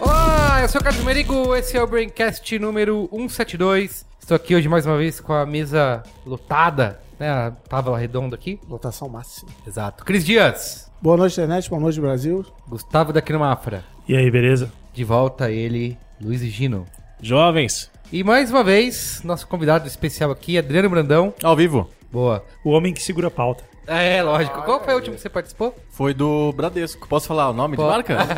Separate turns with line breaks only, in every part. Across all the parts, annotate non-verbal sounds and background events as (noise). Olá, eu sou o Carlos Merigo, esse é o Braincast número 172. Estou aqui hoje mais uma vez com a mesa lotada, né? A tábua redonda aqui.
Lotação máxima.
Exato. Cris Dias,
Boa noite, internet. Boa noite, Brasil.
Gustavo da Crimafra.
E aí, beleza?
De volta ele, Luiz e Gino.
Jovens,
E mais uma vez, nosso convidado especial aqui, Adriano Brandão.
Ao vivo.
Boa.
o homem que segura a pauta.
É, lógico. Qual foi o último que você participou?
Foi do Bradesco. Posso falar o nome
Pode.
de
(laughs)
marca?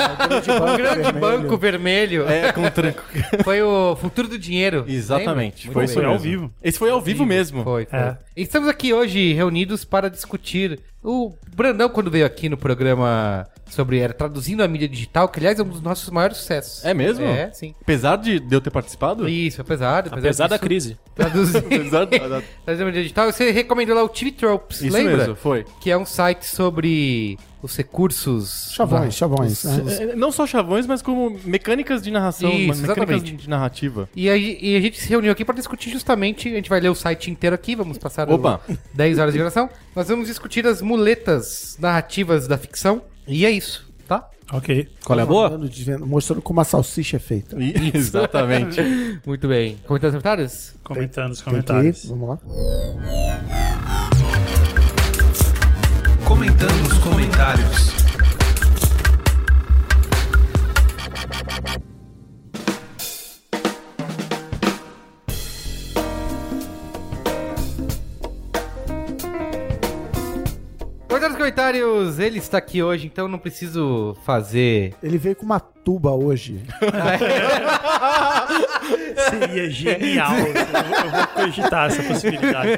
O Um grande Banco Vermelho.
é, com tranco.
Foi o Futuro do Dinheiro.
Exatamente.
Lembra?
Foi
Muito
isso
Foi
bem.
ao
mesmo.
vivo.
Esse foi ao vivo mesmo.
Foi, foi.
É.
Estamos aqui hoje reunidos para discutir. O Brandão, quando veio aqui no programa sobre era traduzindo a mídia digital, que aliás é um dos nossos maiores sucessos.
É mesmo?
É, sim.
Apesar de, de eu ter participado?
Isso, apesar, apesar,
Apesar da
disso,
Tá crise.
Traduzir, (laughs)
Apesar da- da-
traduzir a mídia digital, você recomendou lá o TV Tropes,
Isso
lembra?
mesmo, foi.
Que é um site sobre os recursos.
Chavões,
Ah, os-
chavões, né?
os-
É, Não só chavões, mas como mecânicas de narração,
Isso,
ma- mecânicas
exatamente.
de narrativa.
E, aí, e a gente se reuniu aqui para discutir justamente. A gente vai ler o site inteiro aqui, vamos passar o-
Opa.
10 horas de gravação. Nós vamos discutir as muletas narrativas da ficção. E é isso, tá?
Ok.
Qual
Falando de venda, Mostrando como a salsicha é feita.
(laughs) Exatamente.
Muito bem. Comentários e comentários?
Comentando os
Tem que
comentários.
ir, Vamos lá.
Comentando os comentários.
Comentários e comentários. Ele está aqui hoje, então não preciso fazer.
Ele veio com uma tuba hoje.
Seria genial. eu, vou- eu vou cogitar essa possibilidade.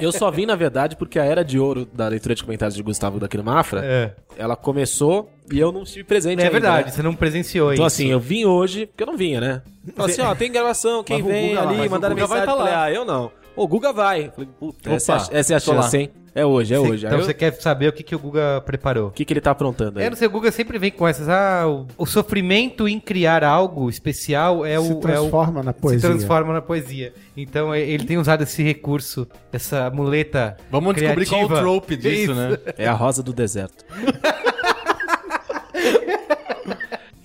Eu só vim, na verdade, porque a era de ouro da leitura de comentários de Gustavo da Mafra,
É,
ela começou e eu não estive presente
é
ainda,
verdade,
né?
você não presenciou
Então,
isso.
assim, eu vim hoje, porque eu não vinha, né? Falei assim, ó, tem gravação, quem
Mas o
vem
Guga lá, mas
ali,
o
mandaram
Guga vai
mensagem.
tá lá.
falei, ah, eu não. Ô, O Guga vai. Falei, puta, essa, é
Opa,
a- essa é a
tô lá.
chance, hein? É hoje, é hoje. Aí
Então
eu-
você quer saber o que, que o Guga preparou?
O que, que ele tá aprontando aí?
É, não sei, o Guga sempre vem com essas. Ah, o, o sofrimento em criar algo especial é
se
o. é o-
transforma na poesia.
Se transforma na poesia. Então é, ele tem usado esse recurso, essa muleta.
Vamos descobrir qual é o
criativa.
trope disso,
Isso.
né?
É a rosa do deserto.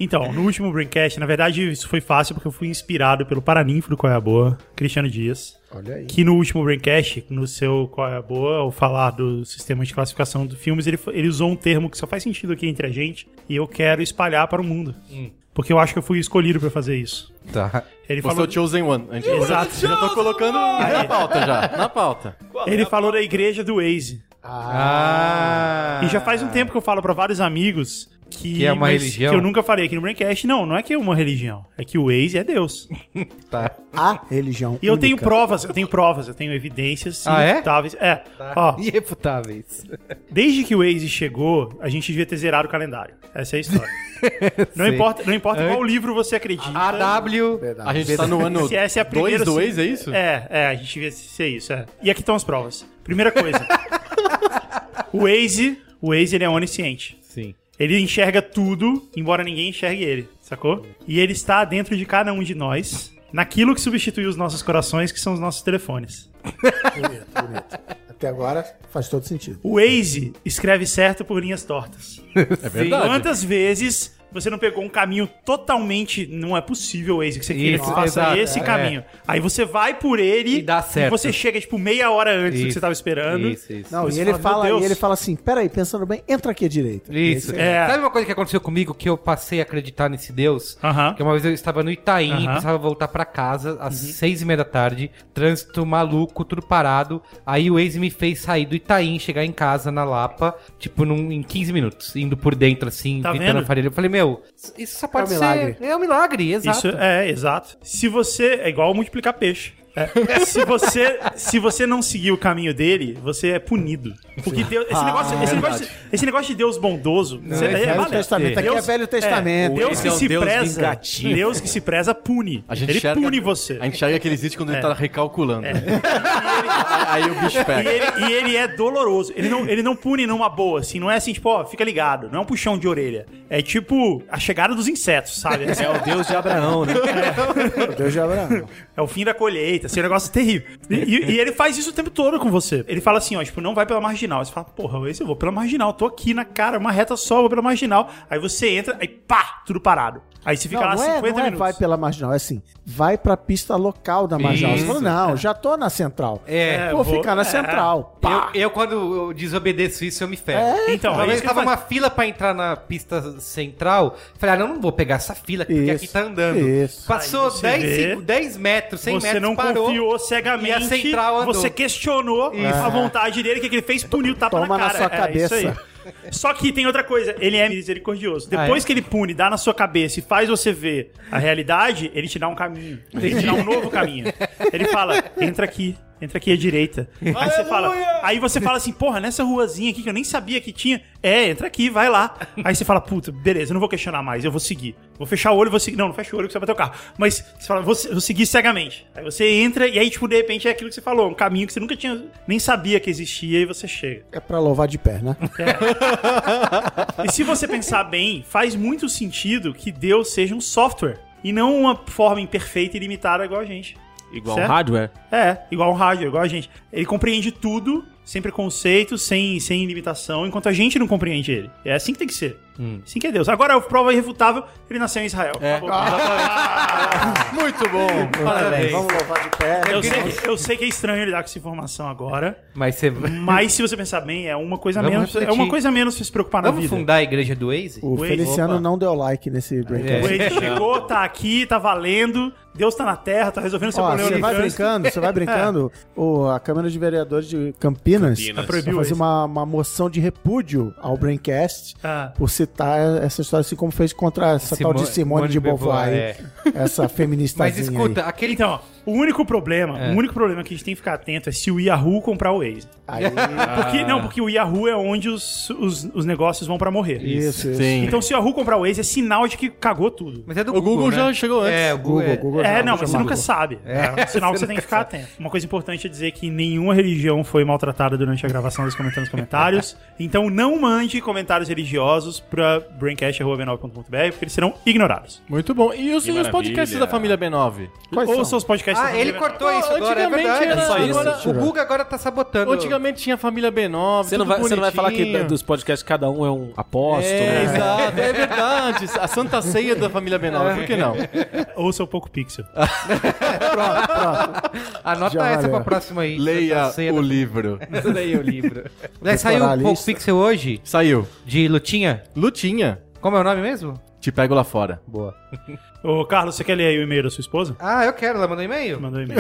Então, no último Braincast, na verdade, isso foi fácil porque eu fui inspirado pelo Paraninfo do Qual é a Boa, Cristiano Dias.
Olha aí.
Que no último Braincast, no seu Qual é a Boa, ao falar do sistema de classificação de filmes, ele, ele usou um termo que só faz sentido aqui entre a gente e eu quero espalhar para o mundo. Porque eu acho que eu fui escolhido para fazer isso.
Tá.
Ele
Você é
falou
o Chosen One. A gente-
Exato.
Já tô colocando na pauta já. Na pauta.
Ele falou da igreja do Waze.
Ah.
E já faz um tempo que eu falo pra vários amigos que,
Que é uma religião.
que eu nunca falei aqui no Braincast. Não, não é que é uma religião. É que o Waze é Deus.
Tá.
A religião.
E eu
única.
tenho provas, eu tenho provas, eu tenho evidências
Ah, é?
irrefutáveis. É. Ó,
Ah. Irrefutáveis.
desde que o Waze chegou, a gente devia ter zerado o calendário. Essa é a história.
(laughs)
não
Sei.
importa, não importa qual
Antes-
livro você acredita.
Ah, AW.
Verdade.
A gente tá no ano
Se essa é a
2
primeira.
do Waze, é isso?
É, é, a gente devia ser isso, é. E aqui estão as provas. Primeira
(laughs)
coisa. o Waze, o Waze ele é onisciente.
Sim.
Ele enxerga tudo, embora ninguém enxergue ele, sacou? E ele está dentro de cada um de nós, naquilo que substituiu os nossos corações, que são os nossos telefones.
Bonito, bonito. Até agora faz todo sentido.
O Waze escreve certo por linhas tortas.
É verdade.
Quantas vezes você não pegou um caminho totalmente. Não é possível, Waze, que você queria
Isso,
que faça
exato,
esse
é.
caminho. Aí você vai por ele
E dá certo.
você chega, tipo, meia hora antes do que
Isso,
você estava esperando.
Isso, isso.
Não,
Você
e ele
fala,
fala,
meu Deus.
e ele fala assim: peraí, pensando bem, entra aqui à direita.
Isso.
E aí
É.
Sabe uma coisa que aconteceu comigo que eu passei a acreditar nesse Deus?
Aham.
Que uma vez eu estava no Itaim,
Aham. Uhum.
precisava voltar pra casa às seis e meia da tarde, trânsito maluco, tudo parado. Aí o Waze me fez sair do Itaim, chegar em casa na Lapa, tipo, num- em 15 minutos, indo por dentro assim,
Tá
pintando
vendo?
a farinha. Eu falei, meu, isso só pode
um
ser.
milagre.
É um milagre, exato.
Isso é, exato. Se você. É igual multiplicar peixe. se você, se você não seguir o caminho dele, você é punido. Porque Deus- esse, negócio, esse, negócio, esse negócio de Deus bondoso, você-
é Velho
valeu.
Testamento. Aqui é Velho Testamento.
Deus
Esse
que
é o
se
Deus
preza,
vingativo.
Deus que se preza pune.
A gente
ele
enxerga-
pune você.
A gente enxerga que ele existe quando ele
É.
tá recalculando. (laughs) Aí o bicho
E
pega.
ele, e ele é doloroso. Ele não, ele não pune numa boa, assim. Não é assim, tipo, ó, fica ligado. Não é um puxão de orelha. É tipo a chegada dos insetos, sabe? É,
É o Deus de Abraão, né?
Deus de Abraão.
É o fim da colheita, assim, um negócio terrível. E, e- e ele faz isso o tempo todo com você. Ele fala assim, ó, tipo, não vai pela marginal. Você fala, porra, esse eu vou pela marginal. Tô aqui na cara, uma reta só, vou pela marginal. Aí você entra, aí pá, tudo parado. Aí você fica
Não,
lá
não, é,
50
não é
minutos.
vai pela marginal, é assim, vai pra pista local da marginal. Você fala, não, já tô na central.
É,
vou,
vou-
ficar na
(laughs) é.
central. Pá!
Eu, eu, quando eu desobedeço isso, eu me ferro.
Então, é
Talvez
isso que ele
tava
faz.
uma fila pra entrar na pista central. Falei, ah, não, não vou pegar essa fila, porque
Isso,
aqui tá andando.
isso.
Passou
Aí você
10,
vê,
seg- 10 metros, 100
Você
metros,
não
parou.
confiou cegamente.
e a central andou.
Você questionou a vontade dele, o que, que ele fez? Puniu, tapa
É. Toma
na
na
cara.
sua
É, isso aí.
cabeça.
(laughs) Só que tem outra coisa, ele é misericordioso.
Ah,
Depois
é?
que ele pune, dá na sua cabeça e faz você ver a realidade, ele te dá um caminho. Ele te dá um novo caminho. Ele fala, entra aqui. Entra aqui à direita. Aí você, fala, aí você fala assim, porra, nessa ruazinha aqui que eu nem sabia que tinha. É, entra aqui, vai lá. Aí você fala, puta, beleza, eu não vou questionar mais, eu vou seguir. Vou fechar o olho, vou seguir. Não, não fecha o olho que você vai bater o carro. Mas você fala, vou, se- vou seguir cegamente. Aí você entra e aí, tipo, de repente é aquilo que você falou, um caminho que você nunca tinha, nem sabia que existia e você chega.
É pra louvar de pé, né?
E se você pensar bem, faz muito sentido que Deus seja um software e não uma forma imperfeita e limitada igual a gente.
(laughs) Igual um
Certo?
hardware.
É, igual um rádio, igual a gente. Ele compreende tudo, sem preconceito, sem, sem limitação, enquanto a gente não compreende ele. É assim que tem que ser.
Hum.
Assim que é Deus. Agora, a prova irrefutável, ele nasceu em Israel.
É.
Acabou.
(laughs)
Muito bom.
Parabéns.
Vamos louvar de pé.
Eu, sei, que- eu sei que é estranho lidar com essa informação agora,
Mas você. (laughs)
mas se você pensar bem, é uma coisa
Vamos
menos. É
refletir.
uma coisa menos pra se preocupar na
Vamos
vida.
fundar a igreja do Waze?
O
Wait,
Feliciano
opa.
não deu like nesse
O
breakdown.
É.
Wade chegou, tá aqui, tá valendo. Deus tá na terra, tá resolvendo seu
Ó,
problema
você
no
vai
trânsito.
brincando,
(laughs)
você vai brincando. O, a Câmara de Vereadores de Campinas,
Campinas.
Proibiu
vai fazer
isso.
uma, uma moção de repúdio ao Braincast
Ah.
por citar essa história, assim como fez contra essa tal de Simone de Beauvoir, é. essa (laughs) feminista.
Mas escuta, aquele.
Então, ó, o único problema, o único problema que a gente tem que ficar atento é se o Yahoo comprar o Waze.
Aí.
Porque, não, porque o Yahoo é onde os, os, os negócios vão pra morrer.
(laughs) isso, isso.
Sim.
Então, se o Yahoo comprar o Waze, é sinal de que cagou tudo.
Mas é do
O Google
né?
já chegou antes.
É, o Google.
Google,
é.
Google
É,
já-
não,
já
mas você nunca
marcou.
sabe. É um sinal que você tem que ficar atento. Uma coisa importante é dizer que nenhuma religião foi maltratada durante a gravação dos comentando nos comentários. então não mande comentários religiosos pra braincast.b9.br, porque eles serão ignorados.
Muito bom. E os,
Que
e os
maravilha.
podcasts da família B9?
Quais
Ou
são?
seus podcasts...
Ah, ele cortou isso agora, é
Antigamente
verdade.
era
Só isso.
agora-
O Google agora tá sabotando.
Antigamente tinha a família B9.
Você não,
tudo
vai, você não vai falar que
bonitinho.
dos podcasts cada um é um apóstolo.
É,
né?
exato, é verdade. A Santa Ceia da família B9, por que não?
Ou seu Pouco Pixel.
Anota
Já
essa
valeu.
pra próxima aí.
Leia
Ceia
o
(laughs) da-
livro.
Leia é o
(laughs)
livro. Aliás, Saiu
Decorar a
o Pouco
lista.
Pixel hoje,
Saiu.
de Lutinha.
Lutinha,
Como é o nome mesmo?
te pego lá fora.
Boa.
Ô, Carlos, você quer ler aí o e-mail da sua esposa?
Ah, eu quero, ela mandou e-mail.
Mandou um e-mail.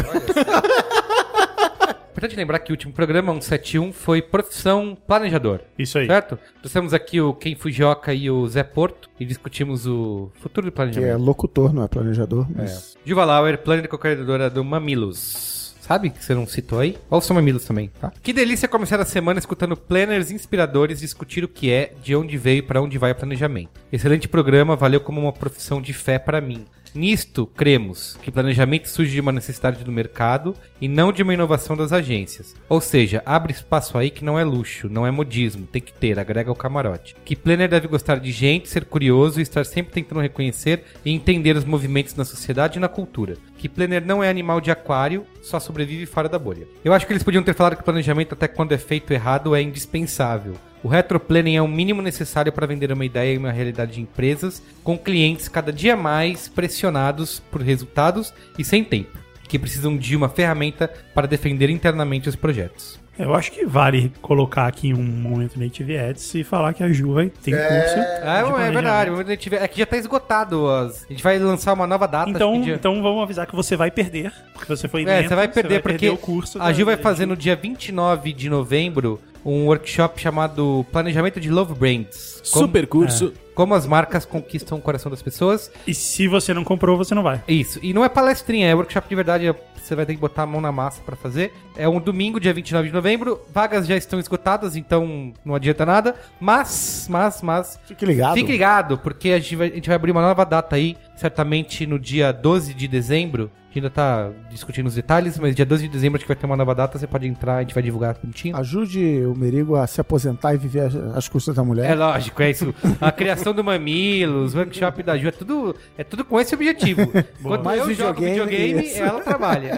Importante lembrar que o último programa, 171, foi Profissão Planejador.
Isso aí.
Certo? Trouxemos aqui o Ken Fujioka e o Zé Porto e discutimos o futuro do
Que é
planejamento.
locutor, não é planejador, mas...
Juva Lauer, planner e co-criadora do Mamilos. Sabe que você não citou aí? Olha o seu Mamilos também, tá? Que delícia começar a semana escutando planners inspiradores discutir o que é, de onde veio e pra onde vai o planejamento. Excelente programa, valeu como uma profissão de fé pra mim. Nisto, cremos que planejamento surge de uma necessidade do mercado e não de uma inovação das agências. Ou seja, abre espaço aí que não é luxo, não é modismo, tem que ter, agrega o camarote. Que planner deve gostar de gente, ser curioso e estar sempre tentando reconhecer e entender os movimentos na sociedade e na cultura. Que planner não é animal de aquário, só sobrevive fora da bolha. Eu acho que eles podiam ter falado que planejamento até quando é feito errado é indispensável. O retroplanning é o mínimo necessário para vender uma ideia e uma realidade de empresas, com clientes cada dia mais pressionados por resultados e sem tempo, que precisam de uma ferramenta para defender internamente os projetos.
Eu acho que vale colocar aqui um momento Native Ads e falar que a Ju vai ter curso.
Ah,
de
é
planejamento.
verdade. mas a gente vê- É que já tá esgotado. As... A gente vai lançar uma nova data. acho
Então,
que dia-
então vamos avisar que você vai perder. Porque você foi
É,
lento,
você vai perder porque
o curso.
a Gil
da-
vai fazer no dia 29 de novembro um workshop chamado Planejamento de Love Brands. Como-
Super curso.
Como as marcas conquistam o coração das pessoas.
E se você não comprou, você não vai.
Isso. E não é palestrinha, é workshop de verdade. é- Você vai ter que botar a mão na massa pra fazer. É um domingo, dia 29 de novembro. Vagas já estão esgotadas, então não adianta nada. Mas, mas, mas.
Fique ligado.
Fique ligado, porque a gente, vai, a gente vai abrir uma nova data aí, certamente no dia 12 de dezembro. A gente ainda tá discutindo os detalhes, mas dia 12 de dezembro acho que vai ter uma nova data. Você pode entrar, a gente vai divulgar bonitinho.
Ah, Ajude o Merigo a se aposentar e viver as, as custas da mulher.
É lógico, é isso. A criação do Mamilos, workshop da Ju, é tudo, é tudo com esse
(laughs)
objetivo. Quando
Mais
eu jogo
videogame,
videogame,
isso.
ela
(laughs)
trabalha.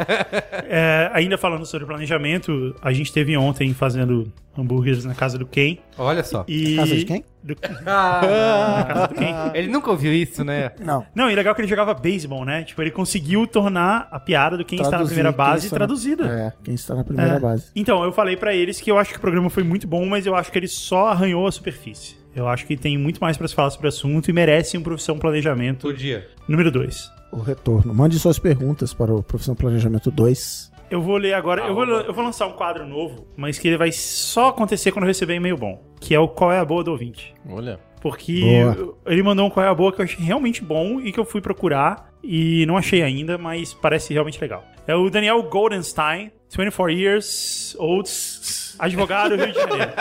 É, ainda falando sobre planejamento, a gente teve ontem fazendo hambúrgueres na casa do Ken.
Olha só.
E...
Casa de quem? Ah,
Do-
Ah,
na casa do Ken.
ele nunca ouviu isso, né?
Não.
Não, e legal que ele jogava beisebol, né? Tipo, ele conseguiu tornar a piada do quem está na
Traduzir,
primeira
quem
base
está na-
traduzida.
É, quem está na primeira
É.
base.
Então, eu falei pra eles que eu acho que o programa foi muito bom, mas eu acho que ele só arranhou a superfície. Eu acho que tem muito mais pra se falar sobre o assunto e merece um profissão planejamento
Todo dia.
número 2.
O retorno. Mande suas perguntas para o Profissão Planejamento 2.
Eu vou ler agora, eu vou, eu vou lançar um quadro novo, mas que ele vai só acontecer quando eu receber um e-mail bom, que é o qual é a boa do ouvinte.
Olha.
Porque
Boa.
eu- ele mandou um qual é a boa que eu achei realmente bom e que eu fui procurar e não achei ainda, mas parece realmente legal. É o Daniel Goldenstein, 24 years old, advogado Rio de Janeiro.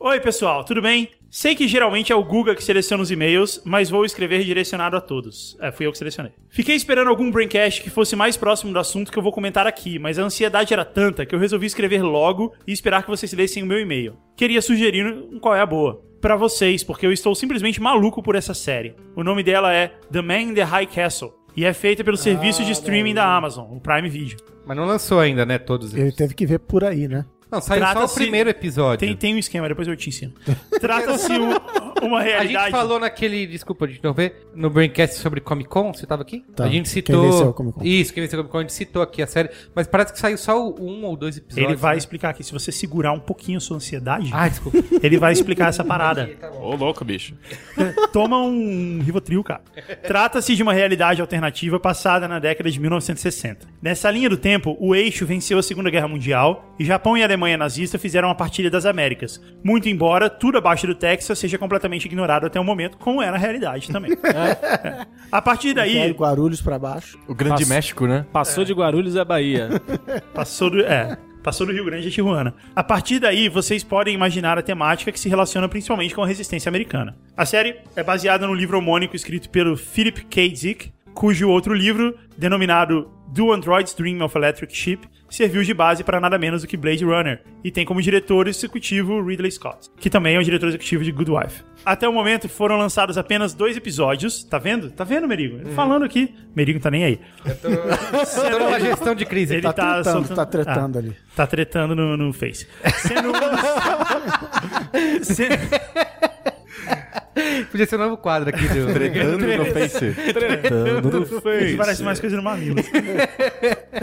Oi, pessoal, tudo bem? Sei que geralmente é o Guga que seleciona os e-mails, mas vou escrever direcionado a todos. É, fui eu que selecionei. Fiquei esperando algum braincast que fosse mais próximo do assunto que eu vou comentar aqui, mas a ansiedade era tanta que eu resolvi escrever logo e esperar que vocês lessem o meu e-mail. Queria sugerir um qual é a boa. Pra vocês, porque eu estou simplesmente maluco por essa série. O nome dela é The Man in the High Castle e é feita pelo serviço
Ah,
de streaming da Amazon, o Prime Video.
Mas não lançou ainda, né? Todos
Ele
eles.
teve que ver por aí, né?
Não, saiu só o
Trata-se-
primeiro episódio.
Tem, tem um esquema, depois eu te ensino. Trata-se o- uma
A
realidade.
gente falou naquele, desculpa, de não ver, no Braincast sobre Comic Con, você tava aqui?
Tá.
A gente
Quem
citou.
venceu a Comic Con.
Isso, quem venceu a Comic Con, a gente citou aqui a série, mas parece que saiu só o um ou dois episódios.
Ele vai
né?
explicar aqui. Se você segurar um pouquinho a sua ansiedade, (laughs)
Ah, (laughs) desculpa.
ele vai explicar essa parada.
Ô, louco, bicho.
Toma um Rivotril, cara. Trata-se de uma realidade alternativa passada na década de 1960. Nessa linha do tempo, o eixo venceu a Segunda Guerra Mundial e Japão e Alemanha nazista fizeram a partilha das Américas. Muito embora tudo abaixo do Texas seja completamente ignorado até o momento, como é na realidade também. É. A partir
Quero
daí,
é Guarulhos pra baixo.
O Grande México, né?
Passou de Guarulhos à Bahia.
Passou do, é, passou do Rio Grande a Tijuana. A partir daí, vocês podem imaginar a temática que se relaciona principalmente com a resistência americana. A série é baseada no livro homônico escrito pelo Philip K. Dick, cujo outro livro, denominado Do Android's Dream of Electric Sheep, serviu de base para nada menos do que Blade Runner, e tem como diretor executivo Ridley Scott, que também é o diretor executivo de Good Wife. Até o momento foram lançados apenas dois episódios, tá vendo? Tá vendo, Merigo? Falando aqui. Merigo tá nem aí.
Tô numa gestão de crise.
Ele
tá?
tá,
Tretando,
soltando-
tá tretando
Ah.
ali.
Tá tretando no, no Face. Sendo um dos- Sendo-
Podia ser um novo quadro aqui do.
Tretando no Face.
Isso parece mais coisa no mamilo.
(laughs)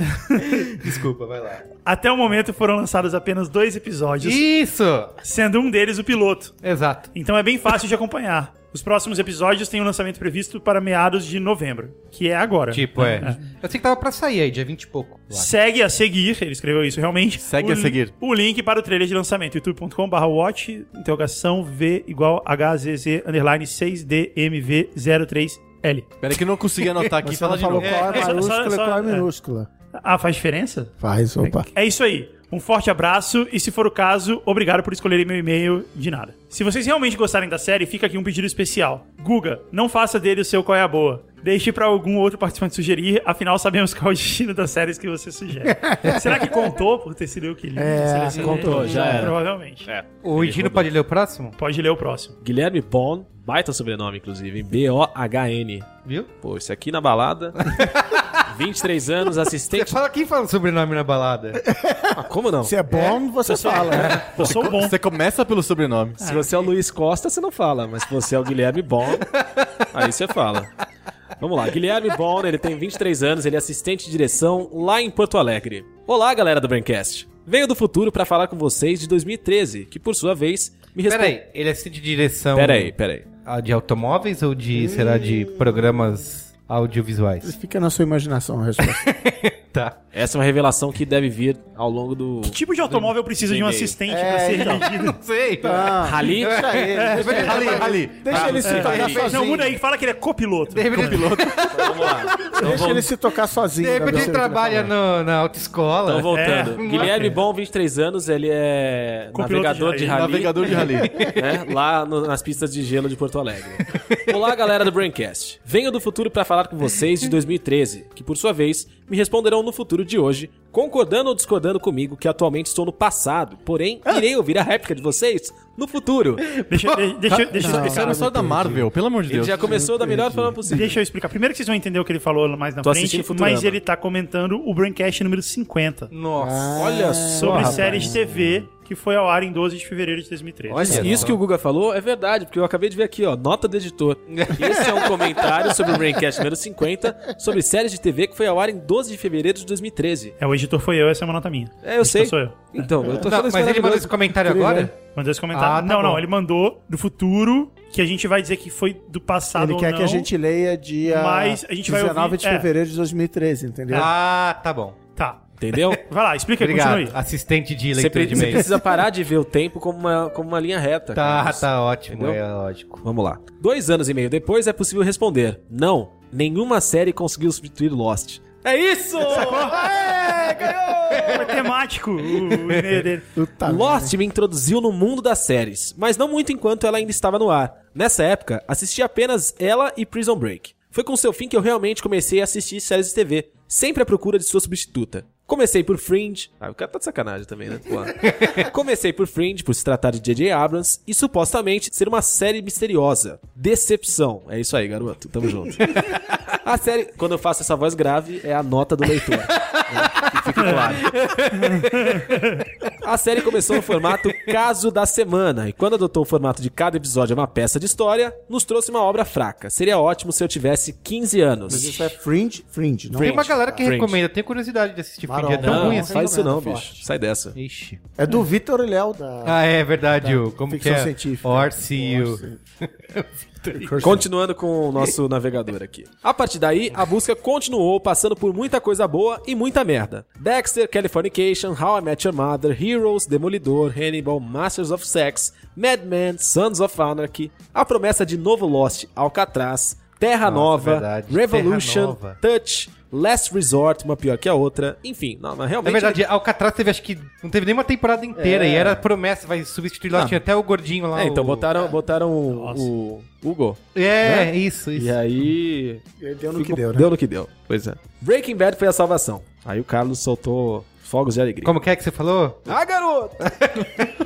Desculpa, vai lá.
Até o momento foram lançados apenas dois episódios,
Isso!
sendo um deles o piloto.
Exato.
Então é bem fácil de acompanhar. Os próximos episódios têm um lançamento previsto para meados de novembro, que é agora. É.
Tipo, é. Eu sei que tava pra sair aí, dia 20 e pouco. lá.
Segue a seguir, ele escreveu isso realmente.
Segue
o,
a seguir.
O link para o trailer de lançamento, youtube.com.br watch, interrogação V igual HZZ, underline 6DMV03L.
Peraí que eu não consegui anotar aqui.
Você
Fala
não
de
falou
novo.
qual é
É, só-
maiúscula e
só-
qual é
é.
minúscula.
Ah, faz diferença?
Faz, opa.
É isso aí. Um forte abraço e, se for o caso, obrigado por escolherem meu e-mail de nada. Se vocês realmente gostarem da série, fica aqui um pedido especial. Guga, não faça dele o seu qual é a boa. Deixe pra algum outro participante sugerir, afinal sabemos qual é o destino das séries que você sugere. Será que contou por ter sido eu que li?
É,
Selecionei?
contou, já era.
Provavelmente.
O Edino pode ler o próximo?
Pode ler o próximo.
Guilherme Bon, baita sobrenome, inclusive. B-O-H-N.
Viu?
Pô, esse aqui na balada. 23 anos,
Você
assistente.
fala quem fala o sobrenome na balada?
Ah, como não?
Se é bom, você fala.
(laughs)
né?
Eu sou bom.
Você começa pelo sobrenome.
Se você é o Luiz Costa, você não fala, mas se você é o Guilherme Bon, aí você fala. Vamos lá, Guilherme Bon, ele tem 23 anos, ele é assistente de direção lá em Porto Alegre. Olá, galera do Braincast. Venho do futuro pra falar com vocês de 2013, que por sua vez me respondeu.
Peraí, ele é assim de direção.
Peraí, peraí.
Ah, De automóveis ou de, será, de programas audiovisuais?
Fica na sua imaginação a resposta.
tá.
Essa é uma revelação que deve vir ao longo do.
Que tipo de automóvel precisa de um
Entendi.
assistente pra
(laughs)
ser dirigido?
Sei.
Rally?
Deixa ele,
é,
deixa
É,
ele,
Ali, ali.
deixa ele
é,
se tocar sozinho.
Não, muda aí, fala que ele é copiloto.
Vamos lá. Então,
Deixa
vamos...
ele se tocar sozinho. né?
De
pra
repente
ver
ele
se vai
trabalha
falar.
no- na autoescola.
Então, voltando.
É.
Guilherme Bom, 23 anos, ele é
Copiloto
navegador
de
de
rally.
rally.
Navegador de rally.
né, lá no- nas pistas de gelo de Porto Alegre. Olá, galera do Braincast. Venho do futuro para falar com vocês de 2013, que por sua vez me responderão no futuro de hoje, concordando ou discordando comigo que atualmente estou no passado, porém irei ouvir a réplica de vocês no futuro.
Deixa, de- deixa, deixa eu
Esse cara é
explicar.
só da Marvel, pelo amor de
Ele
Deus.
já começou da melhor forma possível.
Deixa eu explicar. Primeiro que vocês vão entender o que ele falou mais na
Tô
frente,
assistindo Futurama.
mas ele tá comentando o Braincast número 50.
Nossa.
Olha só,
Sobre
rapaz.
séries de TV, que foi ao ar em 12 de fevereiro de 2013.
Olha, isso que o Guga falou é verdade, porque eu acabei de ver aqui, ó, nota do editor. Esse é um comentário sobre o Braincast número 50, sobre séries de TV que foi ao ar em 12 de fevereiro de 2013.
É, o editor foi eu, essa é uma nota minha.
É, eu sei.
sou eu.
Então, eu tô
Não,
falando isso
mas ele mandou esse
maravilhoso.
comentário agora?
Mandou esse comentário.
Ah, tá
não,
bom.
não, ele mandou do futuro, que a gente vai dizer que foi do passado
Ele
ou
quer
não.
que a gente leia dia
Mas a gente vai
19
ouvir-
de
é.
fevereiro de 2013, entendeu?
Ah, tá bom.
Tá.
Entendeu?
Vai lá, explica aí,
Obrigado.
continua aí.
Assistente de
Você,
leitura
pre-
de
você
e-mails.
precisa parar de ver o tempo como uma, como uma linha reta.
Tá,
Carlos.
tá ótimo,
Entendeu?
é lógico.
Vamos lá. Dois anos e meio depois é possível responder. Não, nenhuma série conseguiu substituir Lost. É isso!
Foi É temático o o e-mail dele.
Puta
Lost me introduziu no mundo das séries, mas não muito enquanto ela ainda estava no ar. Nessa época, assisti apenas ela e Prison Break. Foi com seu fim que eu realmente comecei a assistir séries de TV, sempre à procura de sua substituta. Comecei por Fringe. Ah, o cara tá de sacanagem também, né? Pô. comecei por Fringe, por se tratar de J.J. Abrams, e supostamente ser uma série misteriosa. Decepção. É isso aí, garoto. Tamo junto. A série, quando eu faço essa voz grave, é a nota do leitor. né? Que fique claro. A série começou no formato Caso da Semana, e quando adotou o formato de cada episódio é uma peça de história, nos trouxe uma obra fraca. Seria ótimo se eu tivesse 15
Mas
anos.
isso é fringe? Fringe, não
Tem uma galera que
Fringe.
recomenda, eu tenho curiosidade de assistir Fringe. É
Marola.
tão
Não,
ruim
não
assim.
faz isso não,
né, forte.
bicho. Sai dessa.
Ixi.
É do Vitor e Léo da
Tá.
Ah, é verdade, o. Como que
ficção
é?
científica.
Orcio.
Orcio.
Continuando com o
(laughs)
nosso navegador aqui. A partir daí, a busca continuou, passando por muita coisa boa e muita merda. Dexter, Californication, How I Met Your Mother, Heroes, Demolidor, Hannibal, Masters of Sex, Mad Men, Sons of Anarchy, A Promessa de Novo Lost, Alcatraz,
Nossa,
Terra Nova,
verdade. Terra
Revolution,
Nova.
Touch, Last Resort, uma pior que a outra. Enfim, não, mas
Na
realmente...
verdade, Alcatraz teve, acho que não teve nenhuma temporada inteira
É.
e era promessa, vai substituir lá,
Ah.
tinha até o gordinho lá.
É, então
o-
botaram, botaram o, o Hugo.
É, isso, isso.
Né? E aí,
Ele Deu no
Ficou-
que deu, né?
Deu no que deu. Pois é. Breaking Bad foi a salvação. Aí o Carlos soltou fogos de alegria.
Como que é que você falou?
Ah, garoto!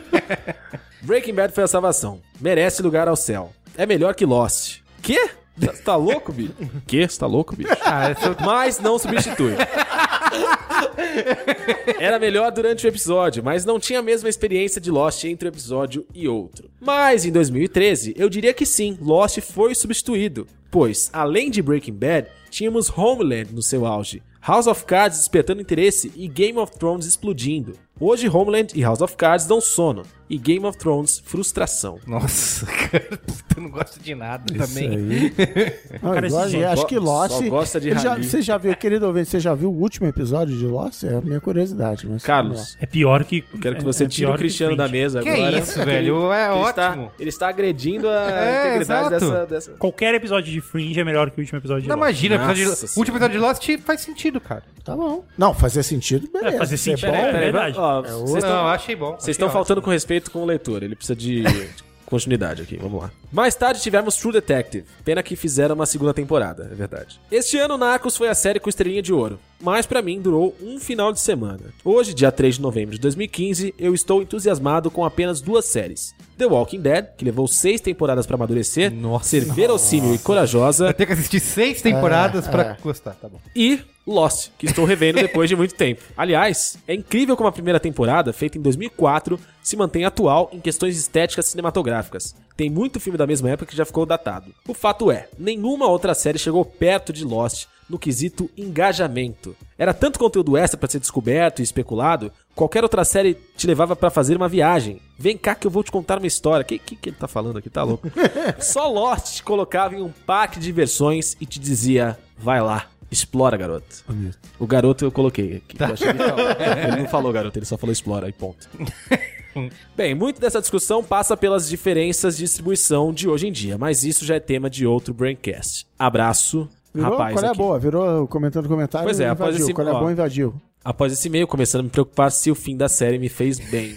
(laughs) Breaking Bad foi a salvação. Merece lugar ao céu. É melhor que Lost. Quê? Tá, tá louco, bicho? Quê? Você tá louco, bicho?
Ah, essa-
Mas não substitui. Era melhor durante o episódio, mas não tinha a mesma experiência de Lost entre um episódio e outro. Mas em 2013, eu diria que sim, Lost foi substituído, pois além de Breaking Bad, tínhamos Homeland no seu auge, House of Cards despertando interesse e Game of Thrones explodindo. Hoje Homeland e House of Cards dão sono e Game of Thrones frustração.
Nossa, (laughs) cara, puta, eu não gosto de nada também.
Não,
É, Cara,
igual
esse
a-
só
acho
go-
que Lost.
só gosta de
Ele já-
rally.
Você já viu, querido ouvinte, você já viu o último episódio de Lost? É a minha curiosidade. Mas
Carlos,
É pior que.
quero que
é-
você
é
tire
pior
o
que
Cristiano da
Fringe.
mesa
Que
agora.
isso, velho, é
ele
ótimo.
Está, ele está agredindo a
É,
integridade
exato.
dessa, dessa.
Qualquer episódio de Fringe é melhor que o último episódio de
Não,
Lost.
imagina,
Nossa
episódio de-
Senhora.
o último episódio de Lost faz sentido, cara.
Tá bom. Não, fazer sentido, beleza.
É, fazer
Se
sentido.
bom,
É,
Peraí,
verdade.
ó,
É o-
Vocês
não,
estão-
achei bom. achei
vocês estão
ótimo.
faltando com respeito com o leitor. Ele precisa (laughs) de continuidade aqui. Vamos lá. Mais tarde tivemos True Detective. Pena que fizeram uma segunda temporada, é verdade. Este ano, Narcos foi a série com estrelinha de ouro. Mas pra mim durou um final de semana. Hoje, dia 3 de novembro de 2015, eu estou entusiasmado com apenas duas séries. The Walking Dead, que levou seis temporadas pra amadurecer,
Nossa.
ser verossímil e corajosa, (laughs)
Eu tenho que assistir seis temporadas
É,
pra gostar, tá bom.
e Lost, que estou revendo depois de muito tempo. Aliás, é incrível como a primeira temporada, feita em 2004, se mantém atual em questões estéticas cinematográficas. Tem muito filme da mesma época que já ficou datado. O fato é, nenhuma outra série chegou perto de Lost no quesito engajamento. Era tanto conteúdo extra pra ser descoberto e especulado, qualquer outra série te levava pra fazer uma viagem. Vem cá que eu vou te contar uma história. Que que, que ele tá falando aqui? Tá louco. Só Lost te colocava em um parque de diversões e te dizia, vai lá. Explora, garoto. O garoto eu coloquei aqui. eu achei que ele, falou. Ele não falou garoto, ele só falou explora e ponto. Bem, muito dessa discussão passa pelas diferenças de distribuição de hoje em dia, mas isso já é tema de outro Braincast. Abraço,
Virou
rapaz.
qual é a
aqui.
boa, virou comentando comentário
Pois é,
e
após
invadiu.
esse-
Qual é a
ó.
boa invadiu.
(laughs) Após esse e-mail, começando a me preocupar se o fim da série me fez bem.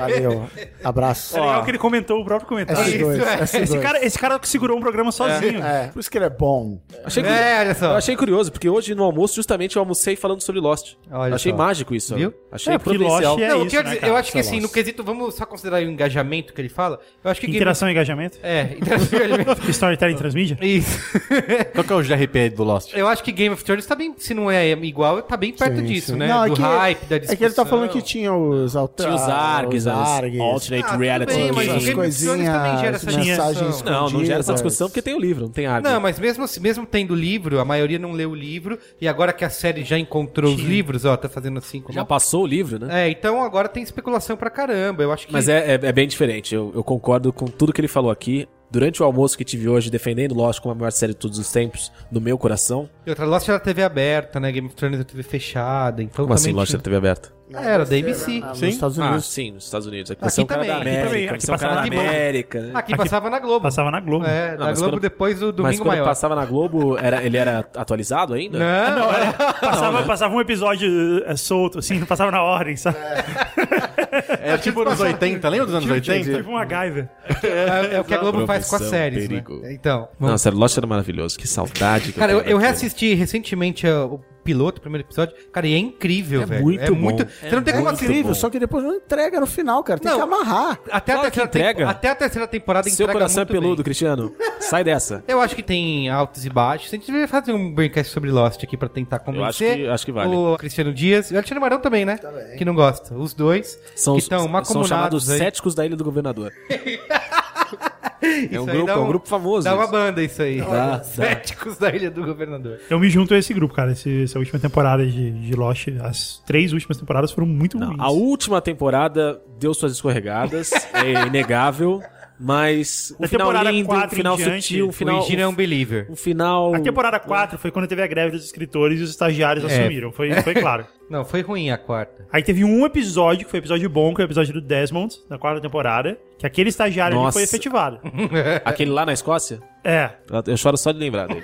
Valeu. Abraço.
É legal que ele comentou o próprio comentário.
S2, S2.
Esse cara, esse cara segurou um programa sozinho.
É, por isso que ele é bom.
Achei que...
É, olha
Eu
só.
achei curioso, porque hoje no almoço, justamente, eu almocei falando sobre Lost.
Olha
achei
só.
mágico isso.
Viu?
Achei
É, porque
providencial.
Lost é-
Não, eu,
isso,
quero
né,
dizer,
cara?
eu acho que assim, no
Celos.
quesito, vamos só considerar o engajamento que ele fala. Eu acho que. quem-
Interação e engajamento.
É, interação e engajamento.
(laughs) Storytelling transmídia.
Isso. (laughs)
Qual que é o GRP do Lost?
Eu acho que Game of Thrones tá bem, se não é igual, tá bem perto
Sim,
disso,
sim.
né?
Não, é
Do
que-
hype, da discussão.
É que ele tá falando que tinha os altares.
Tinha Ah, os ARGs,
os
as
ARGs.
alternate
Ah,
reality.
tudo bem, mas
as
Game of Thrones também gera
coisinhas,
essa
mensagens
discussão.
Não, não gera essa
escondidas.
discussão porque tem o livro, não tem água.
Não, mas mesmo, assim- mesmo tendo livro, a maioria não leu o livro, e agora que a série já encontrou os livros, ó, tá fazendo assim como.
Já passou o livro, né?
É, então agora tem especulação pra caramba. Eu acho que.
Mas é, é, é bem diferente. Eu, eu concordo com tudo que ele falou aqui. Durante o almoço que tive hoje, defendendo Lost como a maior série de todos os tempos, no meu coração.
E outra, Lost era TV aberta, né? Game of Thrones era TV fechada, então.
Como assim,
também
Lost na
tinha-
TV aberta?
É, Era da ABC.
Ah, Nos
Sim?
Estados
Ah,
Unidos.
sim, nos Estados Unidos. Aqui,
Aqui
você é um cara
também,
da
aqui
América.
também, aqui
você é um cara da
passava na Globo.
América. né?
Aqui passava na Globo.
Passava na Globo.
É,
Não,
da
mas
Globo
quando-
depois do
Mas
Domingo
quando
Maior.
passava na Globo, era, ele era atualizado ainda?
Não,
Passava, passava um episódio eh, solto, assim, não passava na ordem, sabe?
É tipo nos 80, lembra dos anos
Tipo
80?
um MacGyver.
é, é o que a Globo faz com as
Profissão,
séries,
perigo.
né? Então, vamos-
Não, é sério, Lost era maravilhoso. Que saudade. que
Cara, eu,
tenho
eu
daquilo.
reassisti recentemente uh, o piloto, o primeiro episódio. Cara, e é incrível,
É
velho.
muito
é
bom.
muito. Você não tem
É
como
incrível,
incrível.
só que depois não entrega no final, cara. Tem
Não.
que amarrar.
Até, a
Claro que
terceira tempo-
entrega.
até a terceira temporada
Seu
entrega
coração é
muito
peludo,
bem.
Cristiano. Sai dessa.
Eu acho que tem altos e baixos. A gente deveria fazer um braincast sobre Lost aqui pra tentar convencer.
que- acho que vale.
O Cristiano Dias e o Alexandre Marão também, né? Que não gosta. Os dois
São,
que estão
são chamados
macomunados aí.
céticos da Ilha do Governador.
Isso
um
aí
grupo,
dá
é um grupo famoso
Dá uma
isso.
banda isso aí.
Dá,
Céticos da Ilha do Governador.
Eu me junto a esse grupo, cara. Esse- essa última temporada de, de Lost, as três últimas temporadas foram muito
Não,
ruins.
a última temporada deu suas escorregadas, é inegável, mas um
Da
final
temporada
lindo, um
quatro em
final
diante,
sutil, um
o
final...
Egino é um
Um,
believer.
um final...
A temporada 4 foi quando teve a greve dos escritores e os estagiários
É.
assumiram, foi, foi claro.
Não, foi ruim a quarta.
Aí teve um episódio, que foi um episódio bom, que foi o episódio do Desmond, na quarta temporada, que aquele estagiário ali
Nossa.
foi efetivado.
Aquele lá na Escócia?
É,
Eu choro só de lembrar dele.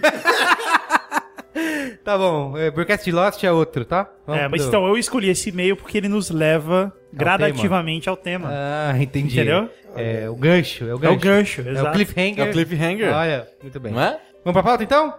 Tá bom, é, Broadcast de Lost é outro, tá? Vamos
é, mas
pro- É
então eu escolhi esse e-mail porque ele nos leva gradativamente ao tema.
Ah, entendi.
Entendeu?
É o gancho, é o
É,
gancho.
o gancho,
É o
exato.
cliffhanger.
É o cliffhanger.
Olha, muito bem.
Não é?
Vamos pra pauta então?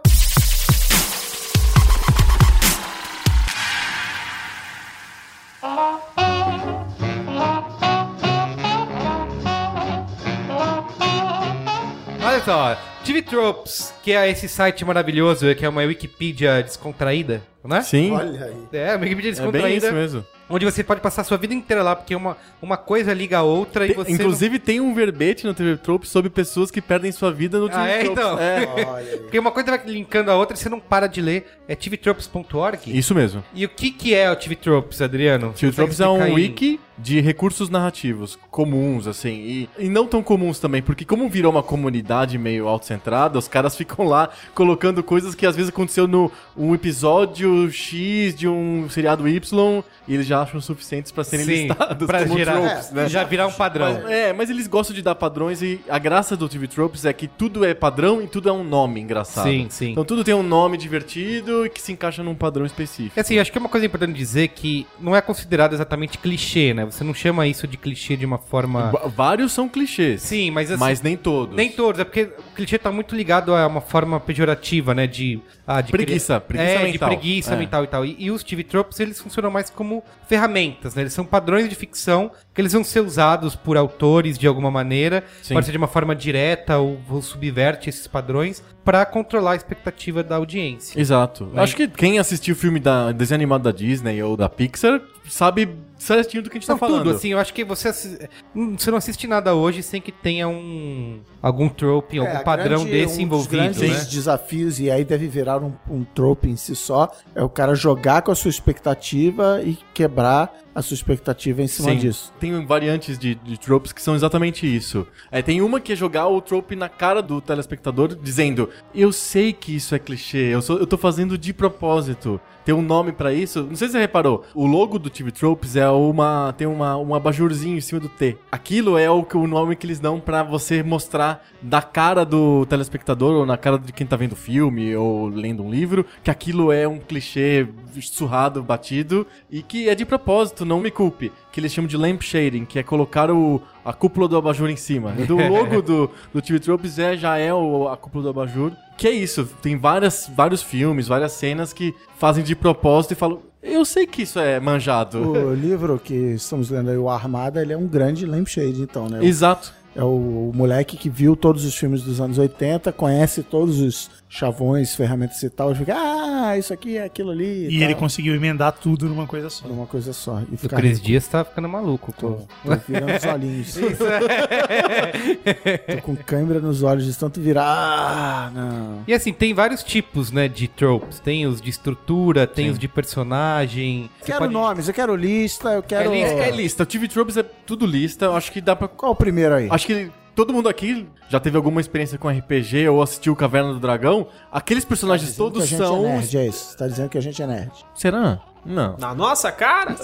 Olha só, TV Tropes, que é esse site maravilhoso, que é uma Wikipedia descontraída, né?
Sim.
Olha aí.
É, uma Wikipedia
É bem
descontraída,
isso mesmo.
onde você pode passar a sua vida inteira lá, porque uma, uma coisa liga a outra e
Tem-
você...
Inclusive, tem um verbete no TV Trope sobre pessoas que perdem sua vida no
não...
TV
Ah, é,
Tropes.
então?
Olha aí.
Porque uma coisa vai linkando a outra e você não para de ler. É tvtropes.org.
Isso mesmo.
E o que, que é o TV Tropes, Adriano?
TV Tropes
Consegue
é um
explicar em-
wiki de recursos narrativos comuns, assim, e, e não tão comuns também, porque como virou uma comunidade meio autocentrada, os caras (laughs) ficam lá colocando coisas que às vezes aconteceu no um episódio X de um seriado Y e eles já acham suficientes pra serem
Sim,
listados
pra
como
gerar,
tropes, né?
já virar um padrão.
Mas- é, mas eles gostam de dar padrões e a graça do TV Tropes é que tudo é padrão e tudo é um nome engraçado.
Sim, sim.
Então tudo tem um nome divertido e que se encaixa num padrão específico.
E assim, acho que é uma coisa importante dizer que não é considerado exatamente clichê, né? Você não chama isso de clichê de uma forma...
Va- Vários são clichês.
Sim, mas assim...
Mas nem todos.
Nem todos, é porque o clichê tá muito ligado a uma forma pejorativa, né? De, ah, de
Preguiça, preguiça
é,
mental.
De preguiça
É.
mental e tal. E, e os TV tropes, eles funcionam mais como ferramentas, né? Eles são padrões de ficção que eles vão ser usados por autores de alguma maneira,
Sim.
pode ser de uma forma direta ou, ou subverte esses padrões pra controlar a expectativa da audiência.
Exato. Acho que quem assistiu o filme da desenho animado da Disney ou da Pixar sabe certinho do que a gente
Não,
tá falando.
tudo, assim, eu acho que você, assi- hum, você não assiste nada hoje sem que tenha um algum trope, algum
É,
padrão
grande-
desse
Um
envolvido,
dos
né?
grandes desafios, e aí deve virar um, um trope em si só, é o cara jogar com a sua expectativa e quebrar a sua expectativa em cima
Sim.
disso.
Tem variantes de, de tropes que são exatamente isso. É, tem uma que é jogar o trope na cara do telespectador, dizendo: Eu sei que isso é clichê, eu, sou, eu tô fazendo de propósito. Tem um nome pra isso. Não sei se você reparou. O logo do TV Tropes é uma. tem uma, um abajurzinho em cima do T. Aquilo é o, que- o nome que eles dão pra você mostrar da cara do telespectador, ou na cara de quem tá vendo filme, ou lendo um livro, que aquilo é um clichê surrado, batido, e que é de propósito, não me culpe. Que eles chamam de lamp shading, que é colocar o, a cúpula do abajur em cima. Do logo do, do TV Tropes é, já é o, a cúpula do abajur. Que é isso, tem várias, vários filmes, várias cenas que fazem de propósito e falam, eu sei que isso é manjado.
O livro que estamos lendo aí, O Armada, ele é um grande lampshade, então, né?
Exato.
É o, o moleque que viu todos os filmes dos anos 80, conhece todos os chavões, ferramentas e tal, e fica, ah, isso aqui é aquilo ali.
E
tal.
tá?
ele conseguiu emendar tudo numa coisa só.
Numa coisa só. E
O
fica
Cris Dias tá ficando maluco.
Tô,
Pô.
tô virando os olhinhos.
(laughs) É.
tô com câimbra nos olhos de tanto virar. Ah, não.
E assim, tem vários tipos, né, de tropes. Tem os de estrutura, tem os de personagem. Você
quero
pode-
nomes, eu quero lista, eu quero.
É lista,
É lista, o TV Tropes é tudo lista, eu acho que dá pra
Qual o primeiro aí?
Acho que todo mundo aqui já teve alguma experiência com RPG ou assistiu Caverna do Dragão. Aqueles personagens
Dizendo que
todos
a gente
são.
É nerd, é isso. Você tá dizendo que a gente é nerd.
Será? Não.
Na nossa cara?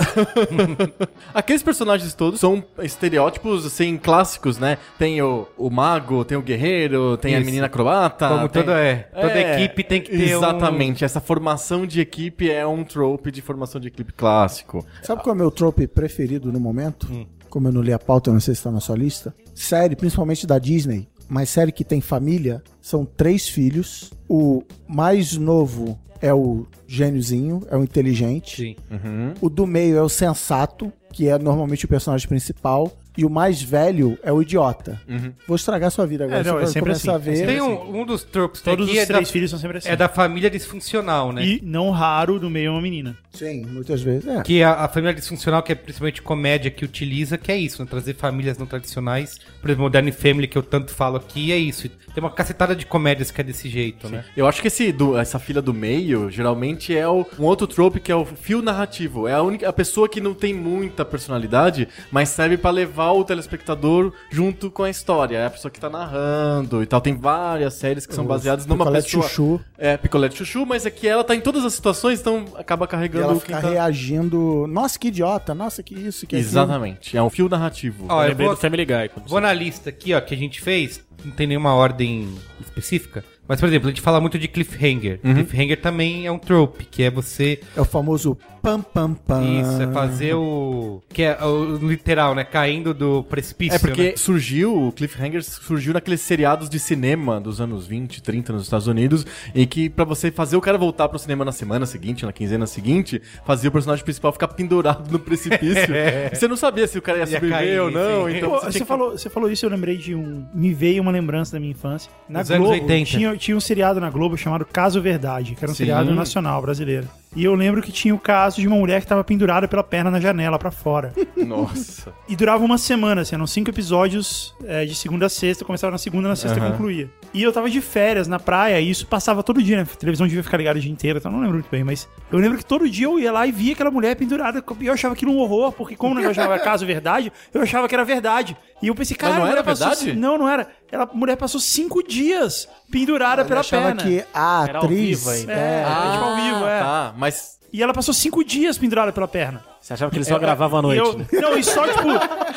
(laughs) Aqueles personagens todos são estereótipos, assim, clássicos, né? Tem o, o mago, tem o guerreiro, tem a
Isso.
menina acrobata.
Como
tem-
toda, é, toda
É,
equipe tem que ter um-
Exatamente. Essa formação de equipe é um trope de formação de equipe clássico.
Sabe qual é o meu trope preferido no momento?
Hum.
Como eu não li a pauta, eu não sei se tá na sua lista. Série, principalmente da Disney, mas série que tem família, são três filhos. O mais novo é o gêniozinho, é o inteligente.
Sim.
O do meio é o sensato, que é normalmente o personagem principal. E o mais velho é o idiota. Vou estragar sua vida agora.
Uhum. É, não,
você
é
vai
sempre
começar
assim.
a ver.
Tem um, um dos tropes que
Todos
aqui
os
é da,
três filhos são sempre assim.
é da família disfuncional, né?
E não raro, no meio é uma menina.
Sim, muitas vezes. É.
Que a, a família disfuncional, que é principalmente comédia que utiliza, que é isso, né? Trazer famílias não tradicionais. Por exemplo, Modern Family, que eu tanto falo aqui, é isso. Tem uma cacetada de comédias que é desse jeito, né?
Eu acho que esse do- essa filha do meio geralmente é o- um outro trope que é o fio narrativo. É a única a pessoa que não tem muita personalidade, mas serve pra levar o telespectador junto com a história. É a pessoa que tá narrando e tal. Tem várias séries que são baseadas numa
Picolé
pessoa.
Chuchu.
É, picolé de chuchu, mas é que ela tá em todas as situações, então acaba
E
carregando
ela
o
fica
tá-
reagindo. Nossa, que idiota. Nossa, que isso, que aquilo.
Exatamente. É um fio narrativo.
Ó, eu
Lembrei
vou,
do Family Guy. como
vou na lista aqui, ó, que a gente fez. Não tem nenhuma ordem específica. Mas, por exemplo, a gente fala muito de cliffhanger.
Uhum.
Cliffhanger também é um trope, que é você.
É o famoso pam pam
Ah.
pam.
Isso, é fazer o. Que é o literal, né? Caindo do precipício.
É porque
né?
surgiu, o Cliffhanger surgiu naqueles seriados de cinema dos anos 20, 30 nos Estados Unidos, e que pra você fazer o cara voltar pro cinema na semana seguinte, na quinzena seguinte, fazia o personagem principal ficar pendurado no precipício. E você não sabia se o cara ia
Ia
sobreviver
cair,
ou não,
sim.
então
Pô,
você
você, (laughs)
tinha que-
falou, você falou isso, eu lembrei de um. Me veio uma lembrança da minha infância. Na
Dos anos
Globo,
80.
Tinha, tinha um seriado na Globo chamado Caso Verdade, que era um
Sim.
seriado nacional brasileiro. E eu lembro que tinha o caso de uma mulher que estava pendurada pela perna na janela pra fora.
Nossa.
E durava uma semana, assim, eram cinco episódios é, de segunda a sexta, começava na segunda, na sexta concluía. E eu tava de férias na praia, e isso passava todo dia, né? A televisão devia ficar ligada o dia inteiro, então eu não lembro muito bem, mas eu lembro que todo dia eu ia lá e via aquela mulher pendurada, e eu achava aquilo um horror, porque como o negócio chamava caso verdade, eu achava que era verdade. E eu pensei, cara,
não
a
era
mulher passou
verdade?
ci- Não, não era. Ela, a mulher passou cinco dias pendurada
Eu
pela
achava
perna.
que a
Era ao
atriz.
vivo ainda.
É, era tipo ao vivo, é.
Tá, mas
E ela passou cinco dias pendurada pela perna.
assim. Você achava que ele
É,
só gravava à
E
noite,
eu-
né?
Não, e só, tipo.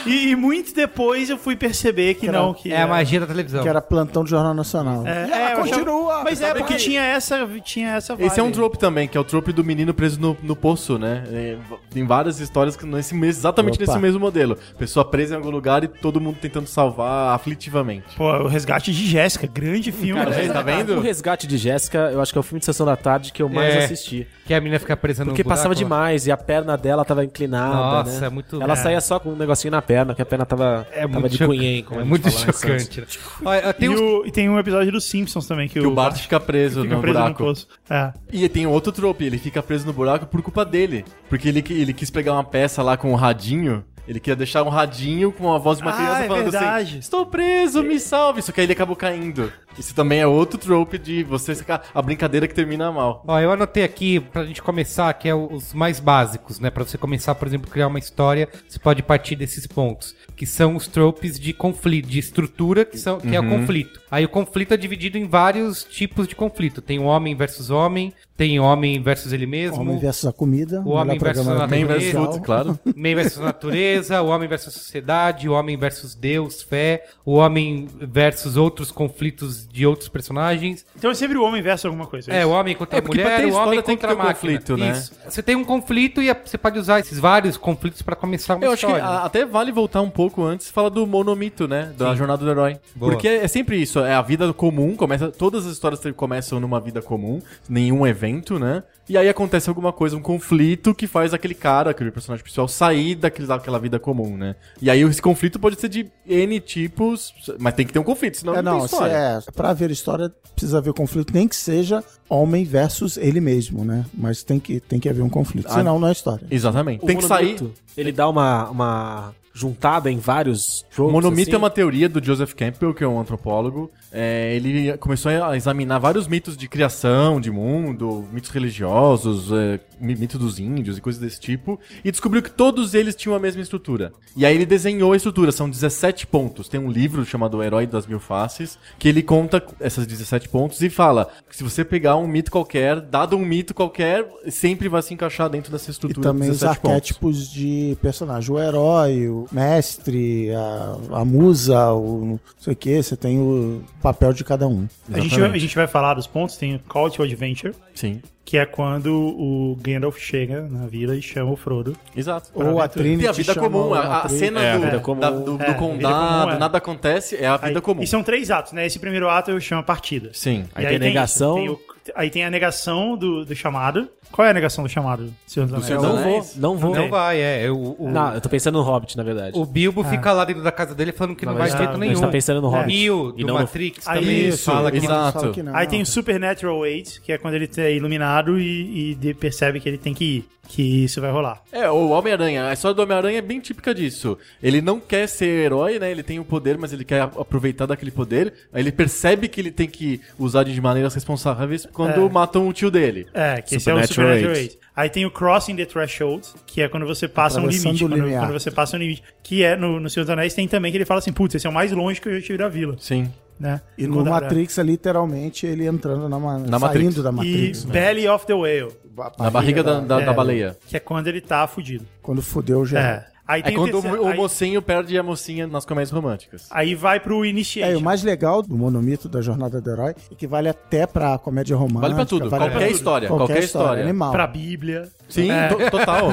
e, e muito depois eu fui perceber que não. Que
É a magia da televisão.
Que era plantão de Jornal Nacional.
É,
E ela
é, eu achava-
continua.
Mas é porque tinha essa. Tinha essa
esse é um
vibe.
trope também, que é o trope do menino preso no, no poço, né? É, v- Tem várias histórias que nesse mesmo, exatamente
Opa.
nesse mesmo modelo. Pessoa presa em algum lugar e todo mundo tentando salvar aflitivamente.
Pô, o resgate de Jéssica, grande filme.
Cara,
né?
tá vendo?
O Resgate de Jéssica, eu acho que é o filme de Sessão da Tarde que eu mais
É.
assisti.
Que a menina fica presa no
Porque
buraco
passava
lá.
demais e a perna dela tava inclinada.
Nossa,
né?
é muito-
Ela
é.
saía só com um negocinho na perna, que a perna tava,
É
tava
muito
de
choca-
cunhém. como
é
a gente
muito
fala lá em Santos.
chocante. né? Olha, eu
E,
tenho-
o- e tem um episódio dos Simpsons também, que,
Que o Bart fica preso
fica
no
preso no
buraco.
poço. É.
E tem outro trope, ele fica preso no buraco por culpa dele. Porque ele, ele quis pegar uma peça lá com um radinho. Ele queria deixar um radinho com a voz de uma
Ah,
criança
é
falando assim:
verdade.
Estou preso, me salve! Só que aí ele acabou caindo. Isso também é outro trope de você ficar a brincadeira que termina mal.
Ó, eu anotei aqui pra gente começar, que é o- os mais básicos, né? Pra você começar, por exemplo, criar uma história, você pode partir desses pontos, que são os tropes de conflito, de estrutura, que, são, que é o conflito. Aí o conflito é dividido em vários tipos de conflito. Tem o homem versus homem, tem homem versus ele mesmo,
Homem versus a comida.
O homem
melhor programa
versus a
Man
Também
vs.
é
legal.
Food, é claro.
Meio versus (laughs) natureza, o homem versus sociedade, o homem versus Deus, fé, o homem versus outros conflitos de outros personagens.
Então é sempre o homem versus alguma coisa.
É, o homem contra
É,
a
porque pra
mulher,
ter
o homem
história tem que
contra a
ter um
máquina.
conflito, né?
Isso. Você tem um conflito e a- você pode usar esses vários conflitos pra começar uma
Eu acho que
história.
a- até vale voltar um pouco antes e falar do monomito, né? Da jornada do herói.
Boa.
Porque é sempre isso, é a vida comum, começa, todas as histórias te- começam numa vida comum, nenhum evento, né? E aí acontece alguma coisa, um conflito que faz aquele cara, aquele personagem principal, sair daquele, daquela vida comum, né? E aí esse conflito pode ser de N tipos, mas tem que ter um conflito, senão
É,
não, tem
não, se
história.
é, pra haver história, precisa haver conflito, nem que seja homem versus ele mesmo, né? Mas tem que, tem que haver um conflito,
Ah,
senão não é história.
Exatamente.
O
tem que sair.
monomito, Ele dá uma, uma juntada em vários jogos.
Monomito
assim.
é uma teoria do Joseph Campbell, que é um antropólogo. É, ele começou a examinar vários mitos de criação, de mundo, mitos religiosos, é, mi- mito dos índios e coisas desse tipo, e descobriu que todos eles tinham a mesma estrutura. E aí ele desenhou a estrutura, são 17 pontos. Tem um livro chamado O Herói das Mil Faces, que ele conta essas 17 pontos e fala que se você pegar um mito qualquer, dado um mito qualquer, sempre vai se encaixar dentro dessa
E
estrutura.
também os
17 pontos.
arquétipos de personagem. O herói, o mestre, a, a musa, o não sei o que, você tem o papel de cada um.
A gente, vai, a gente vai falar dos pontos, tem o Call to Adventure,
Sim,
que é quando o Gandalf chega na vila e chama o Frodo.
exato.
Ou a Trinity
Tem a vida
chama
comum,
o
a, a
Atreus.
cena
É, a
do,
vida comum.
da- do, do
É, a vida
condado,
comum, é.
nada acontece, é a vida
Aí- um
comum.
E são três atos, né? Esse primeiro ato eu chamo a partida.
Sim.
Aí
E
tem a negação.
isso, tem o- aí tem a negação do, do chamado. Qual é a negação do chamado, Senhor dos
Senhor
Anéis?
dos
Não vou,
Anéis?
não vou.
Não vai, é. O, o,
Não, eu tô pensando no Hobbit, na verdade.
o Bilbo fica lá dentro da casa dele falando que não, vai de
mas
jeito
tá-
a gente tá
nenhum.
pensando no
É.
Hobbit.
Neo,
e
do
não no-
Matrix,
Aí
também
isso,
fala que...
exato.
Aí tem o Supernatural 8, que é quando ele é iluminado e, e de- percebe que ele tem que ir, que isso vai rolar.
É, o Homem-Aranha, a história do Homem-Aranha é bem típica disso. Ele não quer ser herói, né? Ele tem o poder, mas ele quer a- aproveitar daquele poder. Aí ele percebe que ele tem que usar de maneiras responsáveis quando matam o tio dele.
É, que esse é o Supernatural
Supernatural 8.
8. Aí tem o Crossing the Threshold, que é quando você passa um
Atravessando
limite.
o
Quando,
limiar.
quando você passa um limite. Que é no, no Senhor dos Anéis tem também que ele fala assim: putz, esse é o mais longe que eu já estive da vila.
Sim.
Né?
E no
Quando-
Matrix, é literalmente, ele entrando na, ma-
Na
saindo
Matrix.
da
E
Matrix. né?
Belly of the Whale,
Na barriga da, da,
É.
da baleia.
que é quando ele tá fudido.
Quando fudeu já.
É. Aí
É
tem
quando
terceiro-
o, o
aí-
mocinho perde a mocinha nas comédias românticas.
Aí vai pro Initiation.
É, e o mais legal do monomito da jornada do herói é que vale até pra comédia romântica.
Vale pra tudo, qualquer
pra tudo.
história, qualquer história.
Animal.
Pra Bíblia.
Sim,
(laughs)
to- total.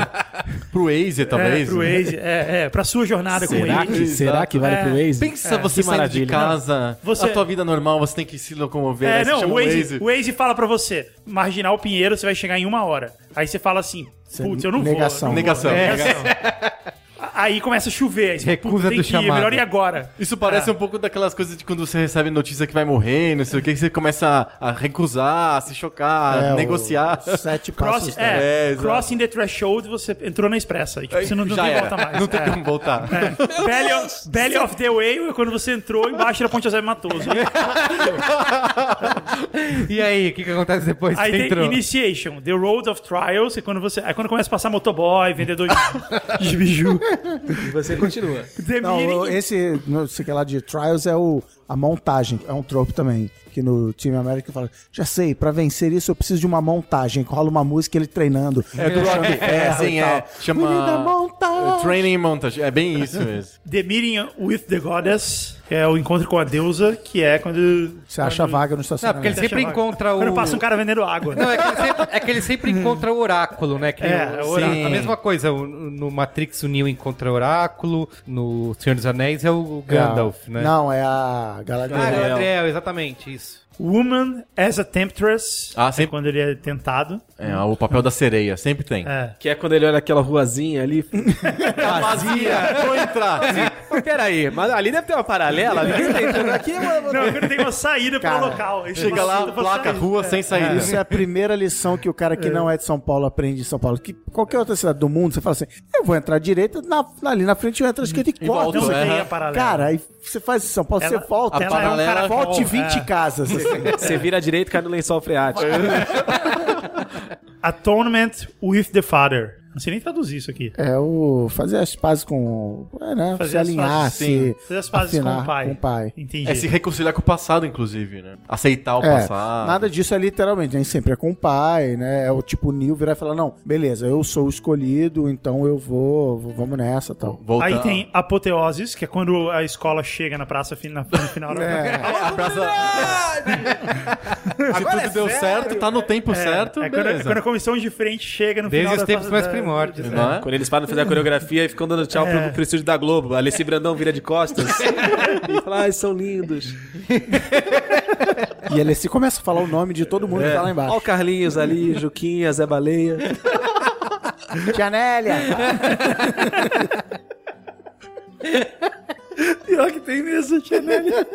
Pro Waze, talvez.
É, pro
né?
Waze. É, é, pra sua jornada
Será
com
que,
ele.
será que vale
É.
pro Waze?
Pensa
É,
você
que
saindo de
maravilha.
casa,
Você-
a tua vida normal, você tem que se locomover,
É,
aí você
não,
chama
o
o
Waze,
Waze.
o Waze fala pra você, marginal Pinheiro, você vai chegar em uma hora. Aí você fala assim, putz, eu não
negação.
vou. eu não
é Negação.
vou, eu não vou. (laughs) Aí começa a chover, aí você fala,
Recusa
"Puta, tem
do
que ir, é
chamado.
melhor ir agora.
Isso
É.
parece um pouco daquelas coisas de quando você recebe notícia que vai morrer, não sei o que, que você começa a a recusar, a se chocar, a
É, o-
negociar.
Sete passos. né?
(laughs) Cross,
da-
É,
é,
exato.
crossing the threshold, você entrou na expressa. Aí, tipo, você não, não
Já
tem
era.
volta mais.
Não tem
É.
como voltar.
Belly of, Belly of the Whale é quando você entrou embaixo da Ponte José Matoso.
E aí, o que, que acontece depois que
Aí
você
tem
entrou?
Initiation, The Road of Trials, que é quando você. É quando começa a passar motoboy, vendedor de, (laughs) de biju.
E você continua.
The
Não,
Meeting-
eu- esse, não sei o que lá de Trials é o, a montagem, é um trope também. Que no Time América fala: já sei, pra vencer isso eu preciso de uma montagem. Rola uma música ele treinando. É,
É, assim, é.
We need a
Chama.
montage.
Training and Montage. É bem isso mesmo.
The Meeting with the Goddess, que é o encontro com a deusa, que é quando.
Você acha a vaga
Não,
no
porque
estacionamento.
ele sempre
Chama-
encontra o...
Quando passa um cara vendendo água.
Não, é que, ele sempre, é que ele sempre encontra o oráculo, né? Que
É,
o-
é o oráculo.
Sim. A mesma coisa, o- no Matrix o Neo encontra o oráculo, no Senhor dos Anéis é o Gandalf, né?
Não, é a Galadriel.
Ah, é o Galadriel, exatamente, isso.
Woman as a Temptress.
Ah,
é
sempre-
quando ele é tentado.
É, o papel da sereia, sempre tem. Tá
É.
Que é quando ele olha aquela ruazinha ali.
Vazia, vou entrar.
É.
Mas Peraí, mas ali deve ter uma paralela. ali que tá entrando aqui,
é
mano.
Não, é quando tem uma saída pro
Cara,
local. Aí tem
Chega
uma
lá,
saída pra
placa,
saída.
rua,
É.
sem saída.
Isso é a primeira lição que o cara que não é de São Paulo aprende em São Paulo. Que qualquer outra cidade do mundo, você fala assim: eu vou entrar à direita, na- ali na frente eu entro à esquerda e, corto.
volta,
Não
é.
né?
tem a paralela.
Cara, aí você faz em São Paulo,
né? Ela-
você volta.
ela é um cara
volte
bom,
20
é.
casas. assim.
(laughs)
Você vira à direita e cai no lençol freático.
Atonement with the Father. Não sei nem traduzir isso aqui.
É o. Fazer as pazes com. É, né?
Fazer
se
as
alinhar,
pazes,
se.
Fazer as fases com
afinar
o pai. Entendi.
É se reconciliar com o passado, inclusive, né? Aceitar o
É,
passado.
nada disso é literalmente, nem sempre é com o pai, né? É o tipo o Neil virar e falar: não, beleza, eu sou o escolhido, então eu vou, vou- vamos nessa tal.
Voltar.
Aí tem apoteoses, que é quando a escola chega na praça fi- na- no final da
É.
A praça... (laughs) Se tudo deu certo, tá no tempo certo,
é quando,
beleza.
é quando a comissão de frente chega no
Desde
final
os
da
tempos
fase
mais
da-
primórdios. né?
Não é?
Quando eles param de fazer a coreografia e ficam dando tchau pro, pro estúdio da Globo. Alessi Brandão vira de costas. (laughs) e fala, ai, são lindos.
E ele se começa a falar o nome de todo
É.
mundo que tá lá
Olha o
embaixo.
Carlinhos ali, Juquinha, Zé Baleia.
Tia Nélia!
Pior que tem mesmo, tia Nelly.
né?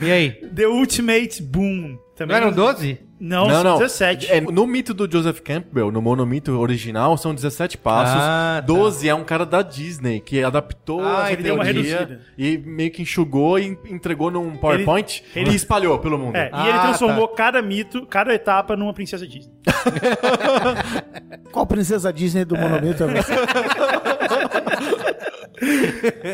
E aí?
The Ultimate Boom.
Não
Também
eram 12?
Não,
Não, não.
17.
É, no mito do Joseph Campbell, no monomito original, são 17 passos.
Ah, tá.
12 é um cara da Disney que adaptou
Ah,
a
ele deu
uma
teoria
reduzida.
e meio que enxugou e en- entregou num PowerPoint
ele-
e espalhou pelo mundo.
É,
Ah,
e ele transformou cada mito, cada etapa numa princesa Disney.
Qual princesa Disney do monumento é você?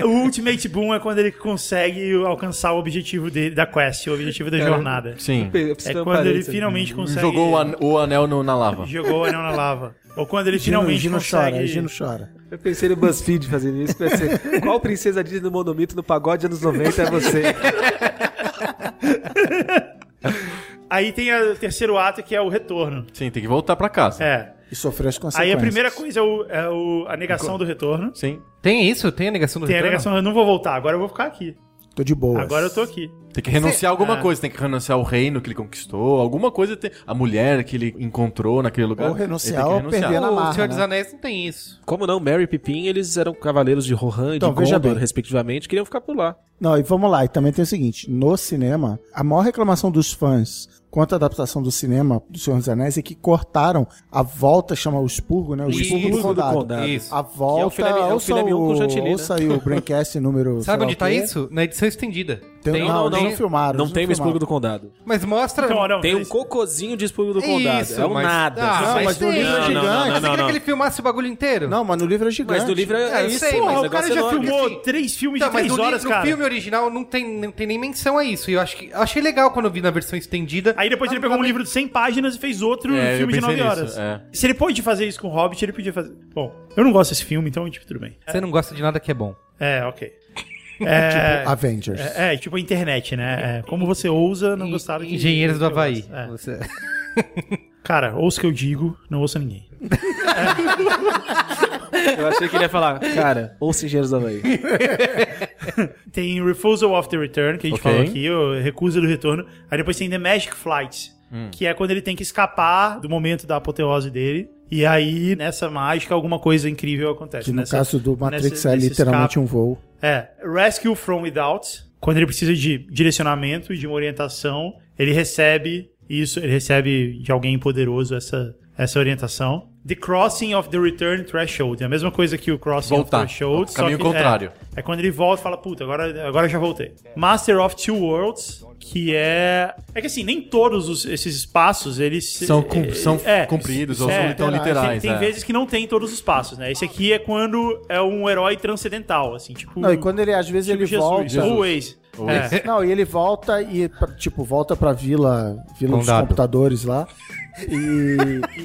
O Ultimate Boom é quando ele consegue alcançar o objetivo dele, da quest, o objetivo da jornada.
um
Sim.
Eu
É
preciso um de uma
quando ele
assim.
parede.
finalmente consegue...
Jogou o, an- o anel no- na lava.
Jogou o anel na lava. Ou quando ele
Gino,
finalmente
Gino
consegue...
chora, Gino chora.
Eu pensei no BuzzFeed fazendo isso. Pensei, qual princesa Disney no Monomito no pagode anos 90 é você?
Aí tem a- o terceiro ato, que é o retorno.
Sim, tem que voltar pra casa.
É.
E sofreu as consequências.
Aí a primeira coisa é, o- é o- a negação do retorno.
Sim.
Tem isso? Tem a negação do
Tem a
retorno?
negação, eu não vou voltar, agora eu vou ficar aqui.
Tô de boa.
Agora eu tô aqui.
Tem que renunciar
é.
a alguma coisa, tem que renunciar ao reino que ele conquistou, alguma coisa, tem... a mulher que ele encontrou naquele lugar.
Ou
ele tem que
renunciar ou perder na
O Senhor
marra,
dos
né?
Anéis não tem isso.
Como não, Mary e Pippin, eles eram cavaleiros de Rohan e
Então,
de
veja
Gondor,
bem.
respectivamente, queriam ficar por lá.
Não, e vamos lá. E também tem o seguinte. No cinema, a maior reclamação dos fãs quanto à adaptação do cinema do Senhor dos Anéis é que cortaram a volta, chama o expurgo, né? O
Isso,
expurgo do
Expurgo do
condado.
Condado.
Isso.
A volta...
Que é o filé- é o
ouça
filé mignon com chantilly, né?
ouça aí o Braincast número... sei
Sabe
lá
onde
o
tá
quê.
isso? Na edição estendida.
Tem,
Tem-
não,
não,
eles não,
não.
filmaram.
Não
eles
tem o
filmaram.
expurgo do condado.
Mas mostra...
Então, não,
Tem um
mas-
cocôzinho de expurgo do condado.
Isso,
é um
mas-
nada.
Ah,
Você
Não,
só
mas
mas no
tem.
livro é
Não, não,
gigante.
Mas Ah, você queria que ele filmasse o bagulho inteiro?
Não, mas no livro é gigante.
Mas no livro é,
É, eu
isso,
sei,
mas
mas
o
Porra, o cara
negócio é
já
enorme.
filmou
assim.
três filmes
Então,
de
mas
três
no,
horas,
livro- no
cara.
filme original não tem, não tem nem menção a isso. E eu acho que eu achei legal quando eu vi na versão estendida.
Aí depois ele pegou um livro de 100 páginas e fez outro
É, eu
filme de
pensei
9
nisso,
horas.
é.
Se ele pôde fazer isso com o Hobbit, ele podia fazer. Bom, eu não gosto desse filme, então, tipo, tudo bem.
Você não gosta de nada que é bom.
É, ok. É,
Avengers.
é, é, tipo a internet, né? É, como você ousa não gostar de.
Engenheiros do
que eu
Havaí.
gosto. É.
Você-
Cara, ouça o que eu digo, não ouça ninguém.
Eu achei que ele ia falar, cara, ouça Engenheiros da Havaí.
Tem Refusal of the Return, que a gente
Ok.
falou aqui, o Recusa do Retorno. Aí depois tem The Magic Flight, que é quando ele tem que escapar do momento da apoteose dele. E aí, nessa mágica, alguma coisa incrível acontece.
Que no
é- Nessa-
caso do Matrix
nessa-
é
nesse
literalmente
escape.
um voo.
É, Rescue from Without, quando ele precisa de direcionamento e de uma orientação, ele recebe isso, ele recebe de alguém poderoso essa, essa orientação. The Crossing of the Return Threshold, é a mesma coisa que o Crossing
Voltar.
of the Threshold. só
Caminho
que-
contrário.
É, é quando ele volta e fala, puta, agora, agora eu já voltei. Master of Two Worlds, que é... É que assim, nem todos os- esses espaços, eles...
São cum- são
é,
cumpridos ou
é,
são tão
Tem,
literais.
tem
é.
vezes que não tem todos os passos, né? Esse aqui é quando é um herói transcendental, assim, tipo...
Não, e quando ele, às vezes,
Tipo
ele
Jesus,
volta.
Jesus. Always.
(laughs)
Always.
É.
Não, e ele volta e, pra- tipo, volta pra vila, vila dos
Condado.
computadores lá. E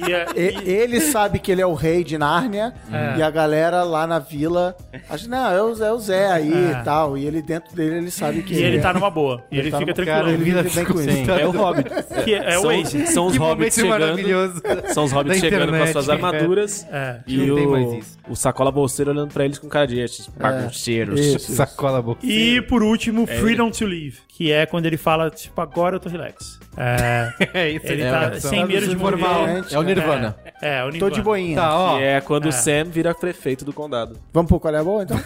E, é-
(laughs) e-
e-
ele sabe que ele é o rei de Nárnia e a galera lá na vila acha, não, é o, é o Zé aí e tal. E ele dentro dele, ele sabe que
e ele
é.
tá numa boa. E ele,
tá
fica
numa-
tranquilo.
Cara, ele
Vila
vive bem
ficou
com isso.
sem.
É o Hobbit.
Que é o
são,
Ace.
são os
Que
Hobbits
momento
chegando.
maravilhoso.
São os Hobbits
Da
chegando com
internet,
as suas
é.
armaduras.
É.
Não
E
tem mais
o,
isso.
o Sacola Bolseiro olhando pra eles com cara de estes bagunceiros.
Isso, isso.
Sacola boca.
E por último, Freedom to Leave, que é quando ele fala, tipo, agora eu tô relax. É,
É isso
ele
aí.
tá
Tá
sem
no
medo de
informal.
morrer.
É o Nirvana.
É, o
Tô
Nirvana.
de boinha.
Tá, ó.
Que é quando o Sam vira prefeito do condado.
Vamos pro qual é a boa, então?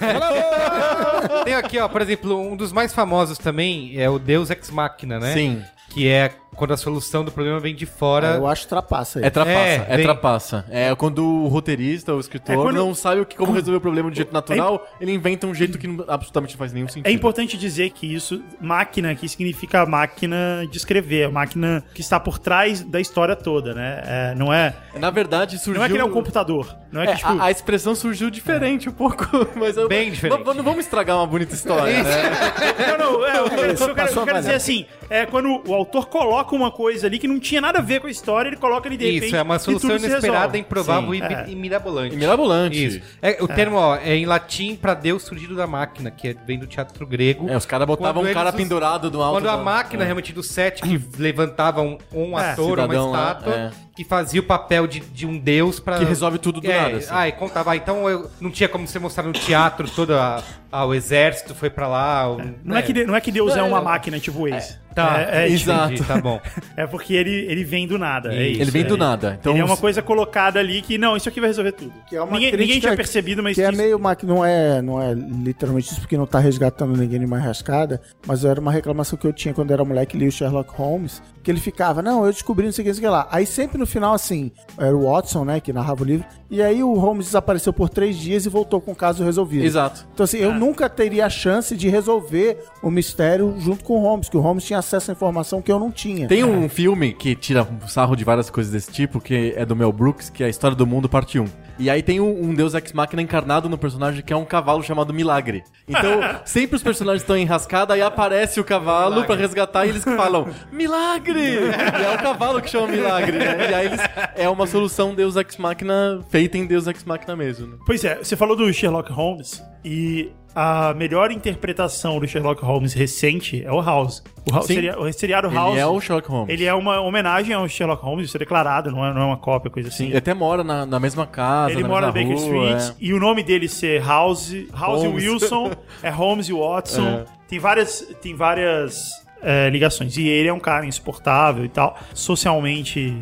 Tem aqui, ó, por exemplo, um dos mais famosos também é o Deus Ex Machina, né?
Sim.
Que é quando a solução do problema vem de
Ah,
fora.
Eu acho trapaça aí.
É trapaça,
É,
é,
bem.
trapaça. É quando o roteirista, o escritor,
É quando-
não sabe o que, como resolver o problema de jeito natural, ele inventa um jeito que não- absolutamente não faz nenhum sentido.
É importante dizer que isso, máquina aqui significa a máquina de escrever, a máquina que está por trás da história toda, né? É, não é,
Na verdade, surgiu...
não é que ele é um computador, não é,
É,
que tipo,
a, a expressão surgiu diferente um pouco, (laughs) mas... eu-
Bem diferente.
Não, não vamos estragar uma bonita história, né?
não, não, é, eu quero,
isso,
eu quero-
passou
eu
a
quero
valer.
dizer assim, é quando o autor coloca uma coisa ali que não tinha nada a ver com a história, ele coloca ali de repente
Isso, é uma
e
solução
tudo se
inesperada,
resolve.
improvável
Sim,
e, mi-
é.
e mirabolante.
E mirabolante.
Isso. É, o termo, ó, é em latim pra Deus surgido da máquina, que é- vem do teatro grego.
É, os caras botavam
Quando
um cara
eles-
pendurado do alto.
Quando a
da-
máquina realmente do set que levantava um, um
É,
ator, uma
cidadão lá,
estátua,
é.
que fazia o papel de, de um deus pra.
Que resolve tudo do
é,
nada, assim.
Ah, e contava. ah, Então eu, não tinha como você mostrar no teatro todo a, ah, o exército foi pra lá. o-
Não é. que, de- não é que Deus é, uma máquina, tipo o Waze.
Tá,
É, é, tipo,
exato.
entendi, tá bom.
é porque ele, ele vem do nada. é
Ele
isso,
Ele vem
é
do
isso.
nada. Então,
ele é uma coisa colocada ali que, não, isso aqui vai resolver tudo.
Que é uma
ninguém,
crítica
ninguém tinha percebido, mas
Que é
isso-
meio uma, não é, não é literalmente isso porque não tá resgatando ninguém de mais rascada, mas era uma reclamação que eu tinha quando era moleque li o Sherlock Holmes, que ele ficava, não, eu descobri não sei o que, não sei o que lá. Aí sempre no final, assim, era o Watson, né, que narrava o livro, e aí o Holmes desapareceu por três dias e voltou com o caso resolvido.
Exato.
Então, assim, eu nunca teria a chance de resolver o mistério junto com o Holmes, que o Holmes tinha acesso à informação que eu não tinha.
Tem um filme que tira sarro de várias coisas desse tipo, que é do Mel Brooks, que é a História do Mundo, parte 1. E aí tem um, um deus ex-máquina encarnado no personagem que é um cavalo chamado Milagre.
(laughs)
Então, sempre os personagens estão em rascada, aí aparece o cavalo pra resgatar e eles que falam,
(laughs)
Milagre! e é o cavalo que chama Milagre, né? E aí eles... É uma solução deus ex-máquina feita em deus ex-máquina mesmo, né?
Pois é, você falou do Sherlock Holmes e a melhor interpretação do Sherlock Holmes recente é o House. O, House
Sim.
seria, o seriado House.
Ele é o Sherlock Holmes.
Ele é uma homenagem ao Sherlock Holmes, isso é declarado, não é, não é uma cópia, coisa assim.
Ele até mora na, na mesma casa,
Ele
na
mora na
mesma
Baker
rua, é.
Street e o nome dele ser House, House e
Holmes. É.
Wilson, é Holmes e Watson. Tem várias, tem várias é, ligações. E ele é um cara insuportável e tal, socialmente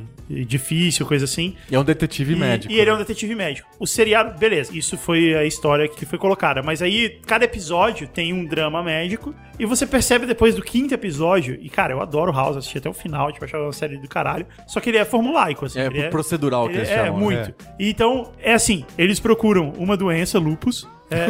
difícil, coisa assim.
É. E é um detetive
E-
médico. né?
E ele é um detetive médico. O seriado, beleza, isso foi a história que foi colocada. Mas aí, cada episódio tem um drama médico. E você percebe depois do quinto episódio. E, cara, eu adoro House, assisti até o final, tipo, achava uma série do caralho. Só que ele é formulaico, assim.
É,
ele
procedural que
ele
eles
É,
chamam, né?
muito. Então, é assim: eles procuram uma doença, lupus. É,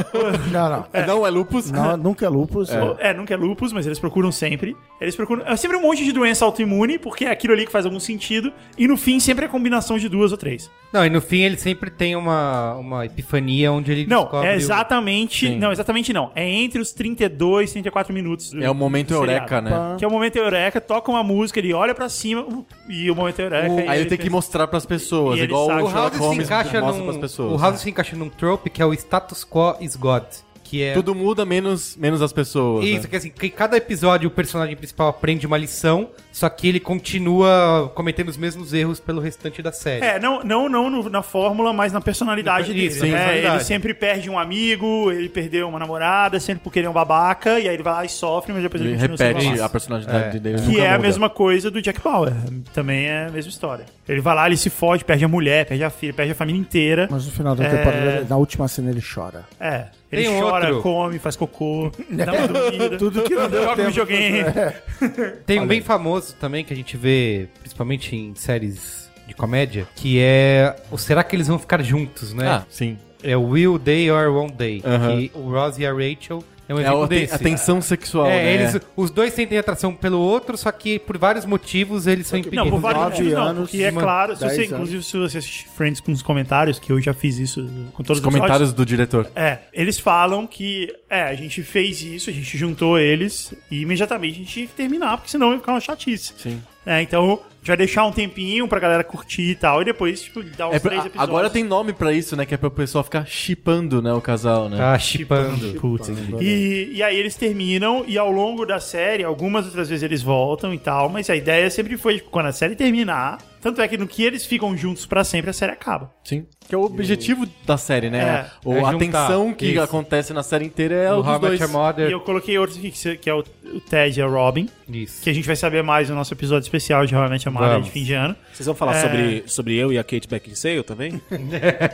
Não, não.
Não é
(laughs)
lupus? (laughs)
Não, nunca é lupus.
Ou- É, nunca é lupus, mas eles procuram sempre. Eles procuram. É sempre um monte de doença autoimune, porque é aquilo ali que faz algum sentido. E no fim, sempre é a combinação de duas ou três.
Não, e no fim ele sempre tem uma, uma epifania onde ele
Não,
descobre.
é
o-
exatamente.
Sim.
Não, exatamente não. É entre os 32 e 34 minutos. do-
É o momento
do
eureka,
seriado.
né?
Que é o momento eureka, toca uma música, ele olha pra cima uh, e o momento eureka. e
Aí ele tem que
pensa-
mostrar pras pessoas,
E ele
igual
sabe.
O
o
House
Sherlock
se
Holmes
encaixa
mostra
num.
pras pessoas.
o House se encaixa num trope que é o status quo is God. Que é.
Tudo muda menos, menos as pessoas.
Isso,
né?
que assim, que cada episódio o personagem principal aprende uma lição, só que ele continua cometendo os mesmos erros pelo restante da série.
É, não, não, não no- na fórmula, mas na personalidade
Isso,
dele.
sim,
né?
personalidade.
Ele sempre perde um amigo, ele perdeu uma namorada, sempre porque ele é um babaca, e aí ele vai lá e sofre, mas depois ele,
Ele
continua sendo um
repete
babaca.
a personalidade dele.
Que é a mesma coisa do Jack Bauer. Também é a mesma história. Ele vai lá, ele se fode, perde a mulher, perde a filha, perde a família inteira.
Mas no final da
É.
temporada, na última cena, ele chora.
É. Ele
Tem
chora,
outro.
come,
(laughs)
faz cocô, dá uma dormida.
Tudo que não deu
joga um
tempo. É.
videogame.
Tem um bem famoso também que a gente vê, principalmente em séries de comédia, que é o Será que eles vão ficar juntos, né?
Ah, sim.
É o Will They or Won't They,
Aham.
que o Ross e a Rachel é um
É
exemplo
a, te-
desse.
a tensão sexual,
É,
né?
eles, os dois sentem atração pelo outro, só que por vários motivos eles são impedidos.
Não, por vários
Nove
motivos não.
anos,
Porque é
uma-
claro, se
dez
você,
anos.
inclusive se você assistir Friends com os comentários, que eu já fiz isso com todos
Os
os,
comentários do diretor.
É, eles falam que é, a gente fez isso, a gente juntou eles e imediatamente a gente tinha que terminar, porque senão ia ficar uma chatice.
Sim.
né? Então, a gente vai deixar um tempinho pra galera curtir e tal, e depois, tipo, dar uns
É pra-
três
a-
episódios.
agora tem nome pra isso, né? Que é pro pessoal ficar chipando, né? O casal, né?
Tá chipando.
Putz. E, e aí eles terminam, e ao longo da série, algumas outras vezes eles voltam e tal, mas a ideia sempre foi, tipo, quando a série terminar, tanto é que no que eles ficam juntos pra sempre, a série acaba.
Sim. Que é o objetivo da série, né?
É.
Ou
É
a
juntar,
tensão que
isso.
acontece na série inteira é
O
o
How I
dos
Met
dois.
Your Mother.
um E eu coloquei outros aqui, que se- que é o, o Ted e a Robin,
Isso.
que a gente vai saber mais no nosso episódio especial de Realmente Amada
Vamos.
de fim de ano.
Vocês vão falar
É.
sobre, sobre eu e a Kate Beckinsale também?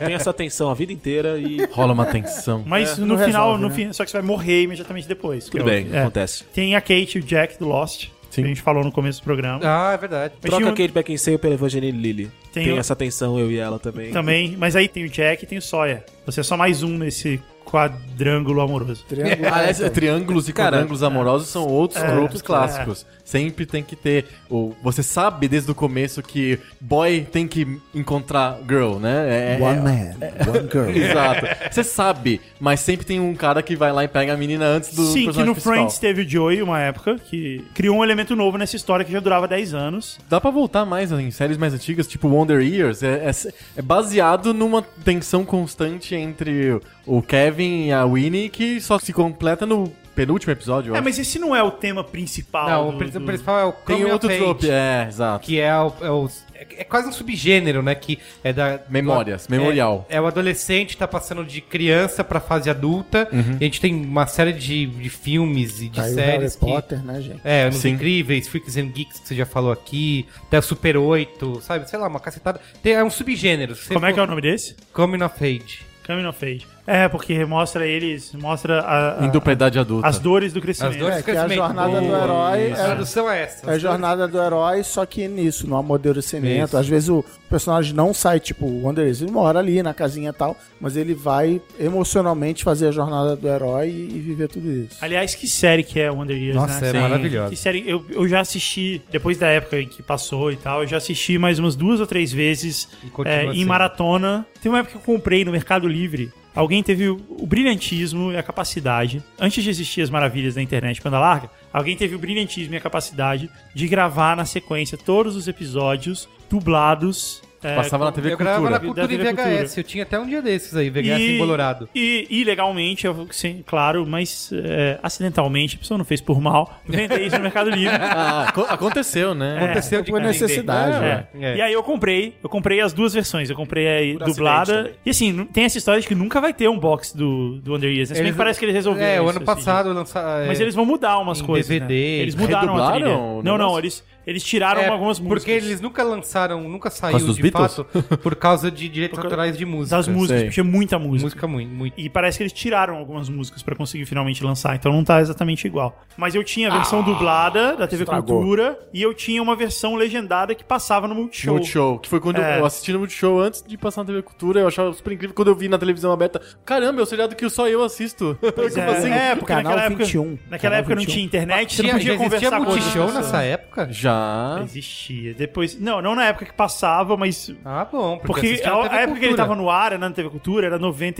Tem essa tensão a vida inteira e...
Rola uma tensão.
Mas
É,
no
não
final,
resolve,
no
né?
fim, só que você vai morrer imediatamente depois. que é
Tudo
o-
bem,
é.
acontece.
Tem a Kate e o Jack do Lost, que a gente falou no começo do programa.
Ah, é verdade.
Mas
Troca
tinha
a
um-
Kate Beckinsale pela Evangeline Lilly. Tem,
Tem o-
essa tensão eu e ela também.
Também, mas aí tem o Jack e tem o Sawyer. Você é só mais um nesse quadrângulo amoroso.
Triângulo.
É, Aliás,
né?
triângulos e
Cara,
quadrangos amorosos são outros
é,
tropos clássicos. Sempre tem que ter. Ou você sabe desde o começo que boy tem que encontrar girl, né? É-
One
é-
man, one girl.
(laughs) Exato. Você sabe, mas sempre tem um cara que vai lá e pega a menina antes do
Sim, que
personagem
no
principal.
Friends teve o Joey uma época que criou um elemento novo nessa história que já durava 10 anos.
Dá pra voltar mais né, em séries mais antigas, tipo Wonder Years. É, é- é baseado numa tensão constante entre o Kevin e a Winnie que só se completa no penúltimo episódio. eu
É,
acho.
mas esse não é o tema principal.
Não,
do-
o prin- o
do-
principal é o
Tem
coming
outro
of age,
trope, é, exato.
Que é, o, é, o- é quase um subgênero, né? Que é da.
Memórias,
do- é-
memorial.
É, o adolescente tá passando de criança pra fase adulta.
Uhum.
E a gente tem uma série de, de filmes e de
Tá aí o Harry
séries. que-
Potter, né, gente?
É, Anos
Sim.
Incríveis, Freaks and Geeks, que você já falou aqui, até o Super 8, sabe? Sei lá, uma cacetada. Tem, é um subgênero. Se você
Como é
for-
que é o nome desse?
Coming of Age.
Coming of Age. É, porque mostra eles, mostra a- a-
Em dupla idade adulta.
é, as dores do crescimento.
As dores
É,
do
que a
crescimento.
jornada do
A
herói é,
tradução é essa.
é a jornada do herói, só que nisso, no amadurecimento.
Isso.
Às vezes o personagem não sai, tipo, o Wanderers, ele mora ali na casinha e tal, mas ele vai emocionalmente fazer a jornada do herói e, e viver tudo isso.
Aliás, que série que é Wonder Years,
Nossa,
né?
é
Sim.
maravilhosa.
Que série, eu, eu já assisti, depois da época em que passou e tal, eu já assisti mais umas duas ou três vezes
continua
é, em
sendo.
maratona. Tem uma época que eu comprei no Mercado Livre. Alguém teve o, o brilhantismo e a capacidade, antes de existir as maravilhas da internet quando larga, alguém teve o brilhantismo e a capacidade de gravar na sequência todos os episódios dublados. é,
Passava na
com-
TV
Eu gravava na cultura
Cultura.
Da
em
TV Cultura.
VHS. Eu tinha até um dia desses aí, VHS em Colorado.
E, e legalmente, eu, sim, claro, mas é, acidentalmente, a pessoa não fez por mal, (laughs) vender isso no Mercado
(laughs)
Livre.
Ah, aco- aconteceu, né?
Aconteceu de
Por
vender.
necessidade, né?
É.
É.
E aí eu comprei, eu comprei as duas versões. Eu comprei a dublada.
né?
e assim, nu- tem essa história de que nunca vai ter um box do, do Under Years. Né? Se bem que parece que eles resolveram.
É, o
isso,
ano
assim,
passado é, lançaram.
de- Mas eles vão mudar umas
em
coisas. né?
DVD,
Eles mudaram a
redublaram
trilha.
o
Não, não,
negócio?
eles, eles tiraram algumas músicas.
É, Porque eles nunca lançaram, nunca
causa
saiu
dos
de
Beatles?
fato por causa de direitos
Por causa
autorais de música.
Das músicas,
Sei.
porque tinha muita música.
Música muito, muito.
E parece que eles tiraram algumas músicas pra conseguir finalmente lançar, então não tá exatamente igual. Mas eu tinha a versão dublada da TV Cultura e eu tinha uma versão legendada que passava no Multishow.
Multishow, que foi quando
É.
eu assisti no Multishow antes de passar na TV Cultura, eu achava super incrível quando eu vi na televisão aberta. Caramba, é o seriado que só eu assisto. Como
é,
assim?
é, porque
Canal
naquela época,
21.
naquela
Canal
época não
21.
tinha internet, você
Tinha,
não podia
já existia
conversar com outras
multishow
pessoas.
nessa época?
Já.
é. Existia. Depois, não, não na época que passava, mas
Ah, bom.
porque,
assistia
a,
na
a
TV
época que ele
Cultura.
tava no ar, era na TV Cultura, era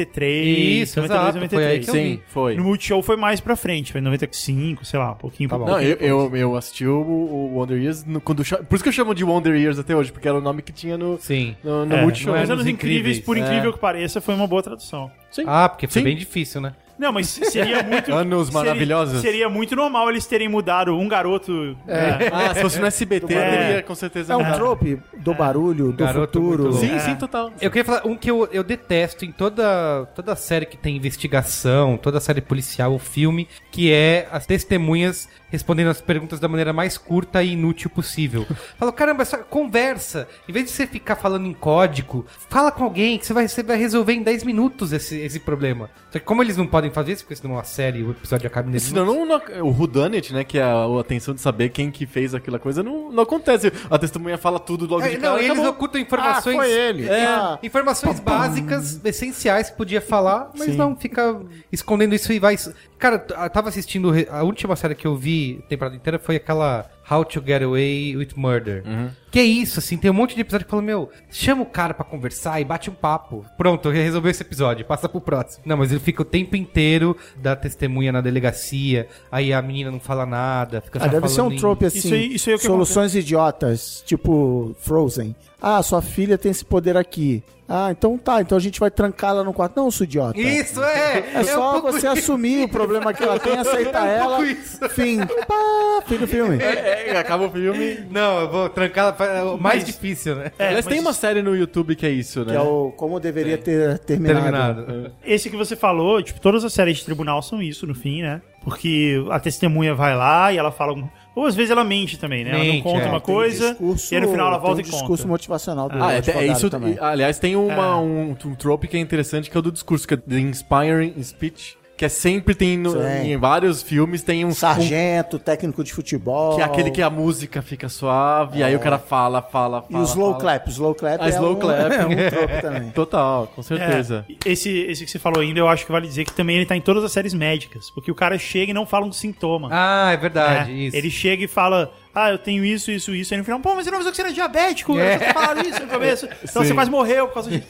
93,
Isso,
92,
exato, foi aí que eu
Sim,
vi.
foi.
No Multishow foi mais pra frente, foi 95, sei lá, um pouquinho
Tá
pra
bom.
Não, eu, eu, eu assisti o, o Wonder Years no- quando eu cha- Por isso que eu chamo de Wonder Years até hoje, porque era o nome que tinha no,
Sim.
no, no
É,
Multishow.
mas
Anos
Anos Incríveis,
Incríveis,
por
é.
incrível que pareça, foi uma boa tradução.
Ah, porque foi
Sim.
bem difícil, né?
Não, mas
(laughs)
seria muito.
Anos
seria-
maravilhosos.
Seria, muito normal eles terem mudado um garoto. né?
Ah, se fosse no SBT,
É.
teria com certeza.
É um
mudado.
trope do barulho, do
Garoto muito
futuro.
louco.
Sim, sim, total.
Eu queria falar um que eu, eu detesto em toda, toda série que tem investigação, toda série policial ou filme, que é as testemunhas respondendo as perguntas da maneira mais curta e inútil possível. Fala, caramba, essa conversa. Em vez de você ficar falando em código, fala com alguém que você vai, você vai resolver em 10 minutos esse, esse problema. Só que como eles não podem fazer isso, porque senão a série, o episódio acaba em 10
Senão
minutos.
não, não, o Rudanit, né? Que é a, a atenção de saber quem que fez aquela coisa, não, não acontece. A testemunha fala tudo logo
É,
de
não,
cara.
eles
acabou.
ocultam informações.
Ah, foi ele.
É,
Ah.
informações básicas, essenciais que podia falar, mas não, fica escondendo isso e vai. Cara, t- eu tava assistindo. re- A última série que eu vi, temporada inteira, foi aquela How to Get Away with Murder.
Uhum.
Que é isso, assim, tem um monte de episódio que fala, meu, chama o cara pra conversar e bate um papo. Pronto, resolveu esse episódio, passa pro próximo. Não, mas ele fica o tempo inteiro da testemunha na delegacia, aí a menina não fala nada, fica só
Ah, deve ser
falando
um
em-
trope assim.
tá Isso aí- isso aí é o que
soluções idiotas, tipo Frozen. Ah, sua filha tem esse poder aqui. Ah, então tá, então a gente vai trancar ela no quarto. Não, sua idiota.
Isso, é!
É só
um pouco
você assumir o problema que ela tem, aceitar
É um
ela.
pouco isso.
Fim. Pá, fim do filme.
É, acaba o filme.
Não, eu vou trancar é o mais difícil, né?
É,
Aliás,
mas
tem uma série no YouTube que é isso, né?
Que é o como deveria ter terminado.
Terminado.
Esse que você falou, tipo, todas as séries de tribunal são isso no fim, né? Porque a testemunha vai lá e ela fala. algum- Ou às vezes ela mente também, né? ela não
Mente,
conta
é.
uma
Tem um
coisa
discurso-
e aí no final ela
tem um
volta e
discurso
conta.
motivacional do
Ah, é, é
advogado
isso.
também.
e, aliás, tem uma,
É.
um, um trope que é interessante, que é o do discurso, que é The Inspiring Speech, que é sempre tem no-
Sim.
em vários filmes, tem um, um
Sargento, técnico de futebol.
que é aquele que a música fica suave, e aí o cara fala, fala,
É. E
fala.
o slow
fala.
clap. Slow clap
Ah, slow
um,
clap.
é um trope
(laughs)
também.
Total, com certeza.
É, esse, esse que você falou ainda, eu acho que vale dizer que também ele tá em todas as séries médicas. Porque o cara chega e não fala um sintoma.
Ah, é verdade,
né?
isso.
Ele chega e fala, ah, eu tenho isso, isso, isso. Aí no final, pô, mas você não avisou que você era diabético.
É.
Vocês falaram isso no
(laughs)
começo. Então você quase morreu por causa disso.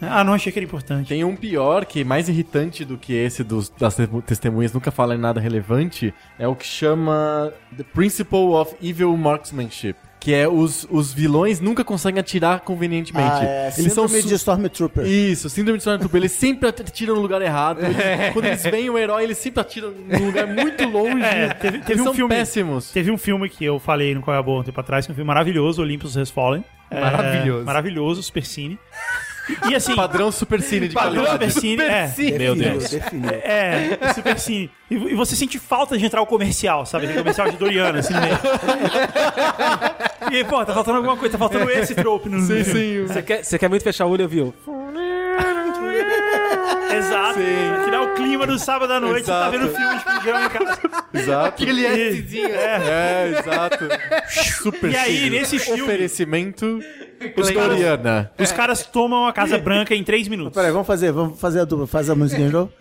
ah, não achei que era importante.
Tem um pior que é mais irritante do que esse dos, das testemu- testemunhas nunca falam em nada relevante, é o que chama The Principle of Evil Marksmanship. Que é os, os vilões nunca conseguem atirar convenientemente.
Ah, é,
Eles são
síndrome
su-
de Stormtrooper.
Isso, síndrome de Stormtrooper. Eles sempre at- atiram no lugar errado.
(laughs)
Eles- Quando eles veem o herói, eles sempre atiram num lugar muito longe.
É, teve- teve
eles
um
são
filme-
péssimos.
Teve um filme que eu falei no Qual é a Boa um tempo atrás, que é um filme maravilhoso, Olympus Has Fallen. É,
Maravilhoso.
maravilhoso, Super Cine. E
(laughs)
assim,
Padrão super cine de
padrão
qualidade.
Super Cine, é.
Meu
Definiu,
Deus.
definiu.
É, Super Cine. E, e você sente falta de entrar o comercial, sabe? Aquele comercial de Doriana,
(laughs)
assim, meio. E aí, pô, tá faltando alguma coisa, tá faltando esse trope no Sim, sim.
Você quer, você quer muito fechar o olho e ouvir o...
Exato. Tirar o clima do sábado à noite,
Exato.
você tá vendo filme de programa em casa.
Exato.
Ele é
E-
Cidinho.
É.
É, exato. Super
E aí,
cine.
nesse filme-
Oferecimento Doriana.
Os caras tomam a Casa Branca em três minutos.
Peraí, vamos fazer, vamos fazer a dupla. Faz a musiquinha de novo.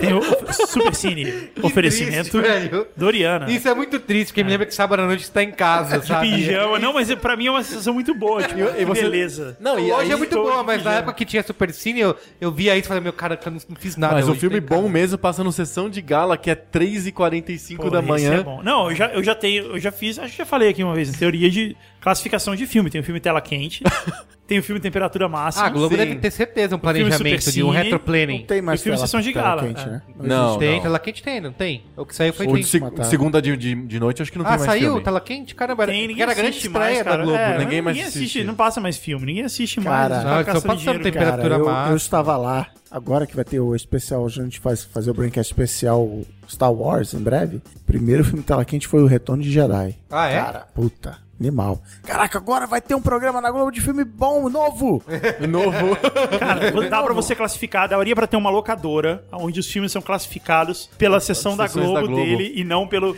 Tem o Super Cine.
Que
Oferecimento.
triste, velho.
Doriana.
Isso é muito triste, porque me lembra que sábado à noite você tá em casa,
(laughs) de
sabe?
pijama. Não, mas é- pra mim é uma sensação muito boa. Tipo,
E- e
que
você-
beleza.
Não, e
Hoje
aí-
é muito
tô
boa,
de
mas na
pijama.
época que tinha Super Cine, eu, eu via isso e falei, meu cara, eu não não fiz nada.
Mas o
hoje,
filme
tem cara.
bom mesmo passa no Sessão de Gala, que é 3h45
tipo
Pô,
da
esse
manhã.
é bom. Não, eu já, eu já tenho, eu já fiz, acho que já falei aqui uma vez, teoria de classificação de filme. Tem o filme tela quente,
(laughs)
tem o filme temperatura máxima.
Ah, a Globo
Sim.
deve ter certeza, um
filme
planejamento
Super
de um
Cine,
retroplanning.
Não tem mais
E filme
tela-
Sessão de
tela
Gala,
Quente,
é.
né?
Não,
Tem,
não.
tela quente tem, não tem? O que saiu foi
Ou de
tem.
seg-
matar.
segunda de, de, de noite, acho que não
Ah,
tem mais
saiu
filme.
tela quente? Caramba,
Tem,
era,
ninguém
era a grande
assiste
estreia
mais, cara.
da Globo,
É,
né?
ninguém mais
assiste.
assiste.
Não passa mais filme, ninguém assiste
Cara,
mais.
não, eles
Não,
só passam tempo-
cara.
Temperatura
Cara, eu,
máxima.
eu estava lá, agora que vai ter o especial, a gente faz fazer o Braincast especial Star Wars em breve. O primeiro filme tela quente foi o Retorno de Jedi.
Ah, é?
Cara, puta, animal. Caraca, agora vai ter um programa na Globo de filme bom, novo.
É,
De (laughs) Novo.
Cara, dá pra você classificar, daria pra ter uma locadora onde os filmes são classificados pela sessão da
sessões
Globo,
da Globo.
dele e não pelo.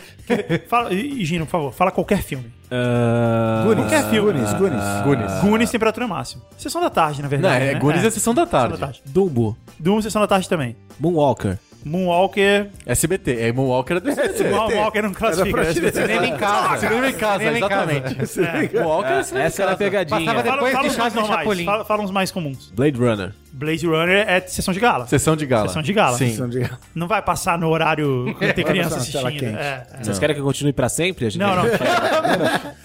fala, e, Gino, por favor, fala qualquer filme.
Ah,
Qualquer filme.
Gunis, Gunis.
Goonies.
Goonies, temperatura máxima. Sessão da tarde, na
Não,
verdade.
é,
né?
Goonies é, Sessão da
Sessão
Tarde.
da tarde.
Dumbo,
Doom, sessão da tarde também.
Moonwalker.
Moonwalker.
SBT. É Moonwalker é do SBT.
Moonwalker não classifica.
Cinema em casa.
Cinema
Cinema em
em casa,
casa.
exatamente.
É.
Moonwalker é cinema em
Essa era
Passava
casa.
a pegadinha.
depois
Fala, fala
de
uns mais
Chaves e
normais.
Chapolin.
Fala, fala uns mais comuns.
Blade Runner.
Blade Runner é sessão de gala.
Sessão de Gala.
Sessão de Gala.
Sim.
Sessão de Gala.
Não vai passar no
(laughs)
horário quando tem criança
Vai passar na tela
assistindo.
quente.
É, é.
Vocês querem que eu continue pra sempre? A gente
Não, não.
vai-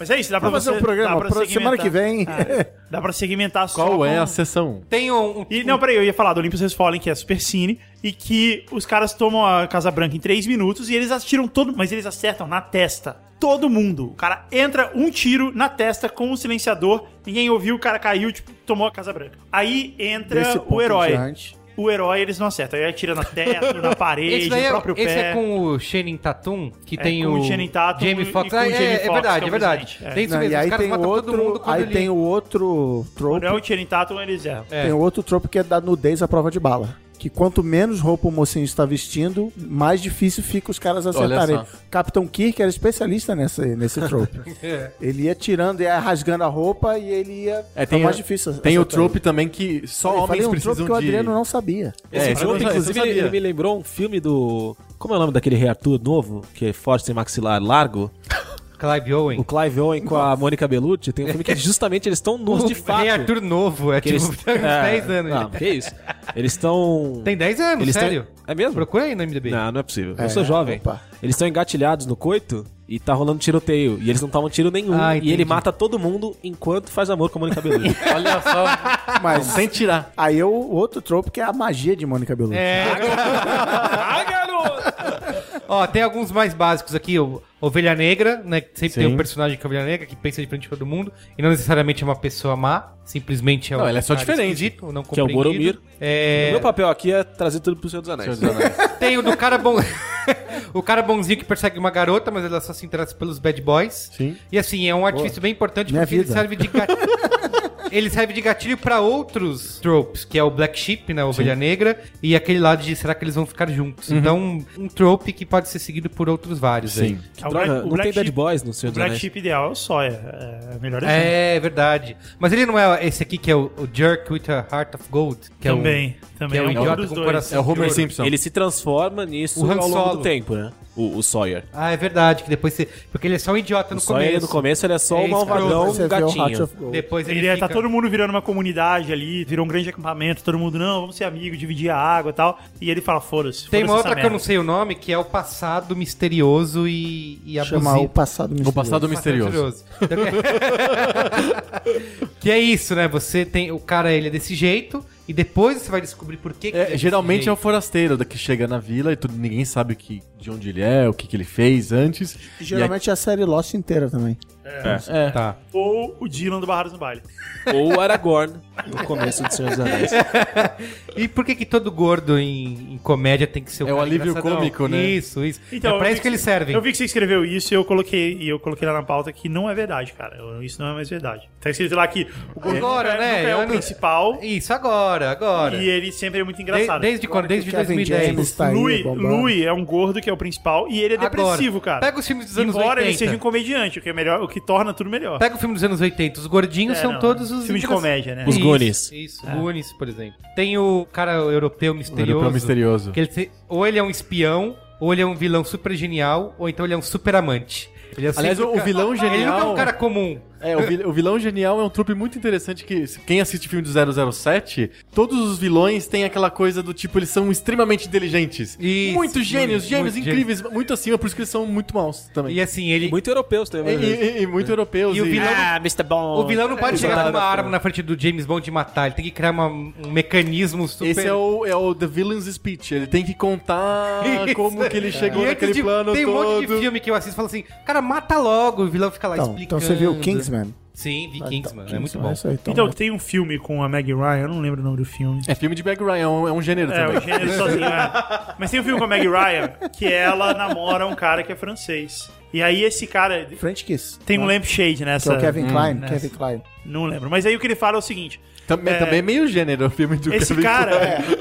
Mas é isso, dá pra
Vamos
você.
fazer um programa
dá pra
pro- semana
segmentar.
que vem.
É, dá pra segmentar só.
Qual é
com-
a sessão?
Tem um... um-
E, não, peraí, eu ia falar do Olympus Has Fallen, que é Super Cine, e que os caras tomam a Casa Branca em 3 minutos e eles atiram todo. Mas eles acertam na testa. Todo mundo. O cara entra um tiro na testa com um silenciador, ninguém ouviu, o cara caiu, tipo, tomou a Casa Branca. Aí
Desse
entra
ponto
o herói.
em diante.
O herói eles não acertam. Aí atira na teto, na
(laughs) Esse,
parede,
daí
no
é,
próprio
esse
pé.
é com o Shannon Tatum, que
É,
tem
com
o,
o Channing Tatum
Jamie
e- e
Foxx.
com o
Ah, é,
Jamie
é
Fox,
verdade,
que é
é
o
verdade.
presidente.
Tem isso
Não,
mesmo,
e
os
aí
caras
tem
matam todo mundo
outro,
quando
aí
ele-
tem o outro
Quando é
trope,
o Channing Tatum, eles erram.
É.
tem outro trope que é da nudez à prova de bala. que quanto menos roupa o mocinho está vestindo, mais difícil fica os caras acertarem.
só.
Capitão Kirk era especialista nessa, nesse trope.
é
Ele ia tirando, ia rasgando a roupa e ele ia.
É,
tá
tem,
mais difícil.
tem o
acertar
trope
ele.
também que só
Eu
homens
falei um trope
precisam
que o
de...
Adriano não sabia.
É,
(laughs) Esse
isso
filme,
eu não- isso eu
inclusive,
não
ele,
sabia.
ele me lembrou um filme do. Como é o nome daquele rei Arthur novo? Que é forte, tem maxilar largo?
Clive
O
Owen.
Clive Owen com a Mônica Bellucci. Tem um
(laughs)
filme que justamente eles estão nus de fato.
Rei Arthur novo, é
Que
tipo,
eles...
(laughs) tem uns 10
é,
anos.
Não, que isso. Eles estão.
(laughs) Tem 10 anos,
Eles tão-
sério.
É mesmo?
Procura aí no MDB.
Não, não é possível.
É,
Eu sou jovem.
opa.
Eles estão engatilhados no coito e tá rolando tiroteio. E eles não tomam tiro nenhum.
Ah,
e ele
entendi.
mata todo mundo enquanto faz amor com a Mônica
(laughs)
Bellucci.
Olha (laughs) só,
Mas-
sem tirar.
Aí é o outro trope que é a magia de Mônica Bellucci.
É.
Ah,
(laughs) Ah, Ó, tem alguns mais básicos aqui. o Ovelha Negra, né? que Sempre tem um personagem que é Ovelha Negra, que pensa diferente de todo mundo. E não necessariamente é uma pessoa má. Simplesmente é um
Não, ela é só
cara
diferente.
esquisito, Não
Que é o
compreendido.
Boromir.
É,
Meu papel aqui é trazer tudo pro Senhor dos Anéis.
Tem o do cara bom. (laughs) o cara bonzinho que persegue uma garota, mas ela só se interessa pelos bad boys.
Sim.
E assim, é um artifício bem importante
Minha
porque ele
vida.
serve de gatilho. Ele serve de gatilho pra outros tropes, que é o Black Sheep, né, a Ovelha Negra, e aquele lado de será que eles vão ficar juntos. Então, um trope que pode ser seguido por outros vários. aí.
Sim.
Ah, o
Droga,
Black- o
não
Black
tem Dead
Sheep-
Boys no Senhor
O
dos
Black
Anéis.
Sheep ideal é o Sawyer. É melhor exemplo.
né? É verdade. Mas ele não é esse aqui que é o, o Jerk with a Heart of Gold, que é um
também,
que
também.
é um
um
idiota
dos
com
dois.
coração.
É o Homer
Ouro.
Simpson.
Ele se transforma nisso
O Han
ao longo
Solo.
do tempo, né? O, o Sawyer.
Ah, é verdade, que depois você... Porque ele é só um idiota
O
no
Sawyer
começo.
no começo ele é só
É
um
escroto.
malvadão
Você
um
vê o Heart
gatinho.
of Gold.
Depois ele,
Ele é-
fica...
tá todo mundo virando uma comunidade ali, virou um grande acampamento, todo mundo, não, vamos ser amigos, dividir a água e tal. E ele fala, foda-se.
Tem uma
foda-se
outra
essa
que eu não
merda.
sei o nome, que é o passado misterioso e, e abusivo.
Chamar o passado misterioso.
O passado
é
misterioso.
(laughs) que é isso, né? Você tem... O cara, ele é desse jeito, e depois você vai descobrir por que... que ele
É,
desse
geralmente é o
jeito.
forasteiro da- que chega na vila e tudo, ninguém sabe o que, de onde ele é, o que, que ele fez antes. É.
E Geralmente é a série Lost inteira também.
Tá.
Ou o Dylan do Barrados no Baile.
(laughs) Ou o Aragorn no começo do Senhor dos Anéis.
E por que que todo gordo em, em comédia tem que ser
É o
cara
alívio
engraçadão?
cômico, né?
Isso, isso.
Então,
é
eu
pra
vi
isso que eles servem.
Eu vi que você escreveu isso e eu coloquei, e eu coloquei lá na pauta que não é verdade, cara. Eu- Isso não é mais verdade. Tá escrito lá que o Gordo
Agora,
nunca,
né?
nunca é
Eu
o
não-
principal
Isso, agora, agora.
e ele sempre é muito
De-
engraçado.
desde quando? Desde
que o Kevin
2010.
James tá aí,
Louis,
bombando.
Louis é um gordo que é o principal e ele é
Agora.
depressivo, cara.
Pega os filmes dos anos
Embora
80.
ele seja um comediante, o que é melhor, o que torna tudo melhor.
Pega o filme dos anos 80, os gordinhos
É,
Tá, são
não,
todos os.
filme de
engra-
comédia, né?
Os Goonies.
É. Isso, Goonies, por exemplo. Tem o cara europeu misterioso.
É. Europeu é misterioso.
Que ele se- Ou ele é um espião, ou ele é um vilão super genial, ou então ele é um super amante. Ele é
Aliás,
sempre
o- o vilão
Ele nunca é um
genial-
cara comum.
É, o, vil- o vilão genial é um trupe muito interessante que se- quem assiste filme do 007, todos os vilões têm aquela coisa do tipo, eles são extremamente inteligentes.
Isso,
muito gênios,
muito,
gênios
muito
incríveis, muito acima, por isso que eles são muito maus também.
E assim, ele.
Muito europeus
E,
também. né?
e- e muito europeus.
E o vilão-
Ah, Mr. Bond.
O vilão não pode
É,
chegar com uma
exato.
arma na frente do James Bond e matar. Ele tem que criar uma- um mecanismo super.
Esse é o, é o The Villain's Speech. Ele tem que contar
(laughs) Isso.
como que ele chegou
E antes
naquele
de-
plano
Tem um
todo.
monte de filme que eu assisto e falo assim, cara, mata logo. O vilão fica lá
Então, então
explicando.
você viu o Kingsman.
Sim, vi
Ah,
Kingsman.
então,
é muito
Kingsman,
bom.
isso aí, então,
Então, tem um filme com a Meg Ryan, eu não lembro o nome do filme.
É filme de Meg Ryan, é um, é um gênero
É, o
também.
gênero sozinho, é. Mas tem um filme com a Meg Ryan que ela namora um cara que é francês. E aí esse cara
French Kiss.
tem um
né?
lampshade
Que
nessa.
é o Kevin Klein.
nessa.
Kevin Klein.
Não lembro. Mas aí o que ele fala é o seguinte:
Também,
É.
também é meio gênero o filme do
esse
Kevin
cara,
Klein.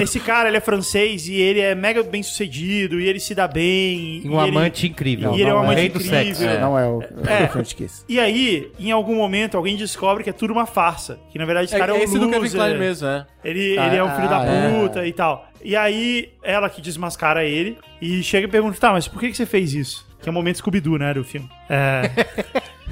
(laughs) esse cara, ele é francês e ele é mega bem sucedido e ele se dá bem.
E
e
um
ele-
amante incrível.
E ele é
Não,
um
não,
amante
rei do
incrível.
sexo.
É.
Não é o, é.
É.
o French Kiss.
E aí, em algum momento, alguém descobre que é tudo uma farsa. Que na verdade esse cara é,
É,
um
esse do Kevin
loser.
Klein mesmo, é.
Ele,
Ah,
ele é um filho da
ah, é.
puta e tal. E aí, ela que desmascara ele e chega e pergunta: tá, mas por que, que você fez isso? Que é o momento Scooby-Doo, né? Do filme. É.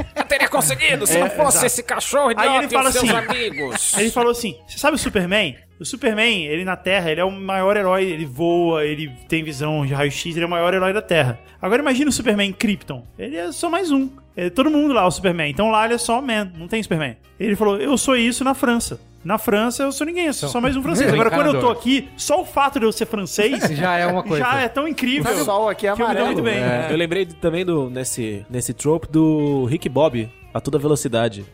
(laughs) Eu teria conseguido se não fosse
exato.
esse cachorro
Aí
idiota
ele fala
e os seus
assim,
amigos.
Aí (laughs) ele falou assim: você sabe o Superman? O Superman, ele na Terra, ele é o maior herói. Ele voa, ele tem visão de raio-x, ele é o maior herói da Terra. Agora imagina o Superman em Krypton. Ele é só mais um. É todo mundo lá, é o Superman. Então lá ele é só o Man, não tem Superman. Ele falou: eu sou isso na França. Na França eu sou ninguém, eu sou só mais um francês.
Então,
Agora quando eu tô
encanador.
aqui, só o fato de eu ser francês
Já é uma coisa.
Já é tão incrível.
O sol aqui é
que eu me dou
amarelo.
tá muito bem.
É,
né?
Eu lembrei de- também do, nesse, nesse trope do Rick Bob, a toda (laughs) velocidade.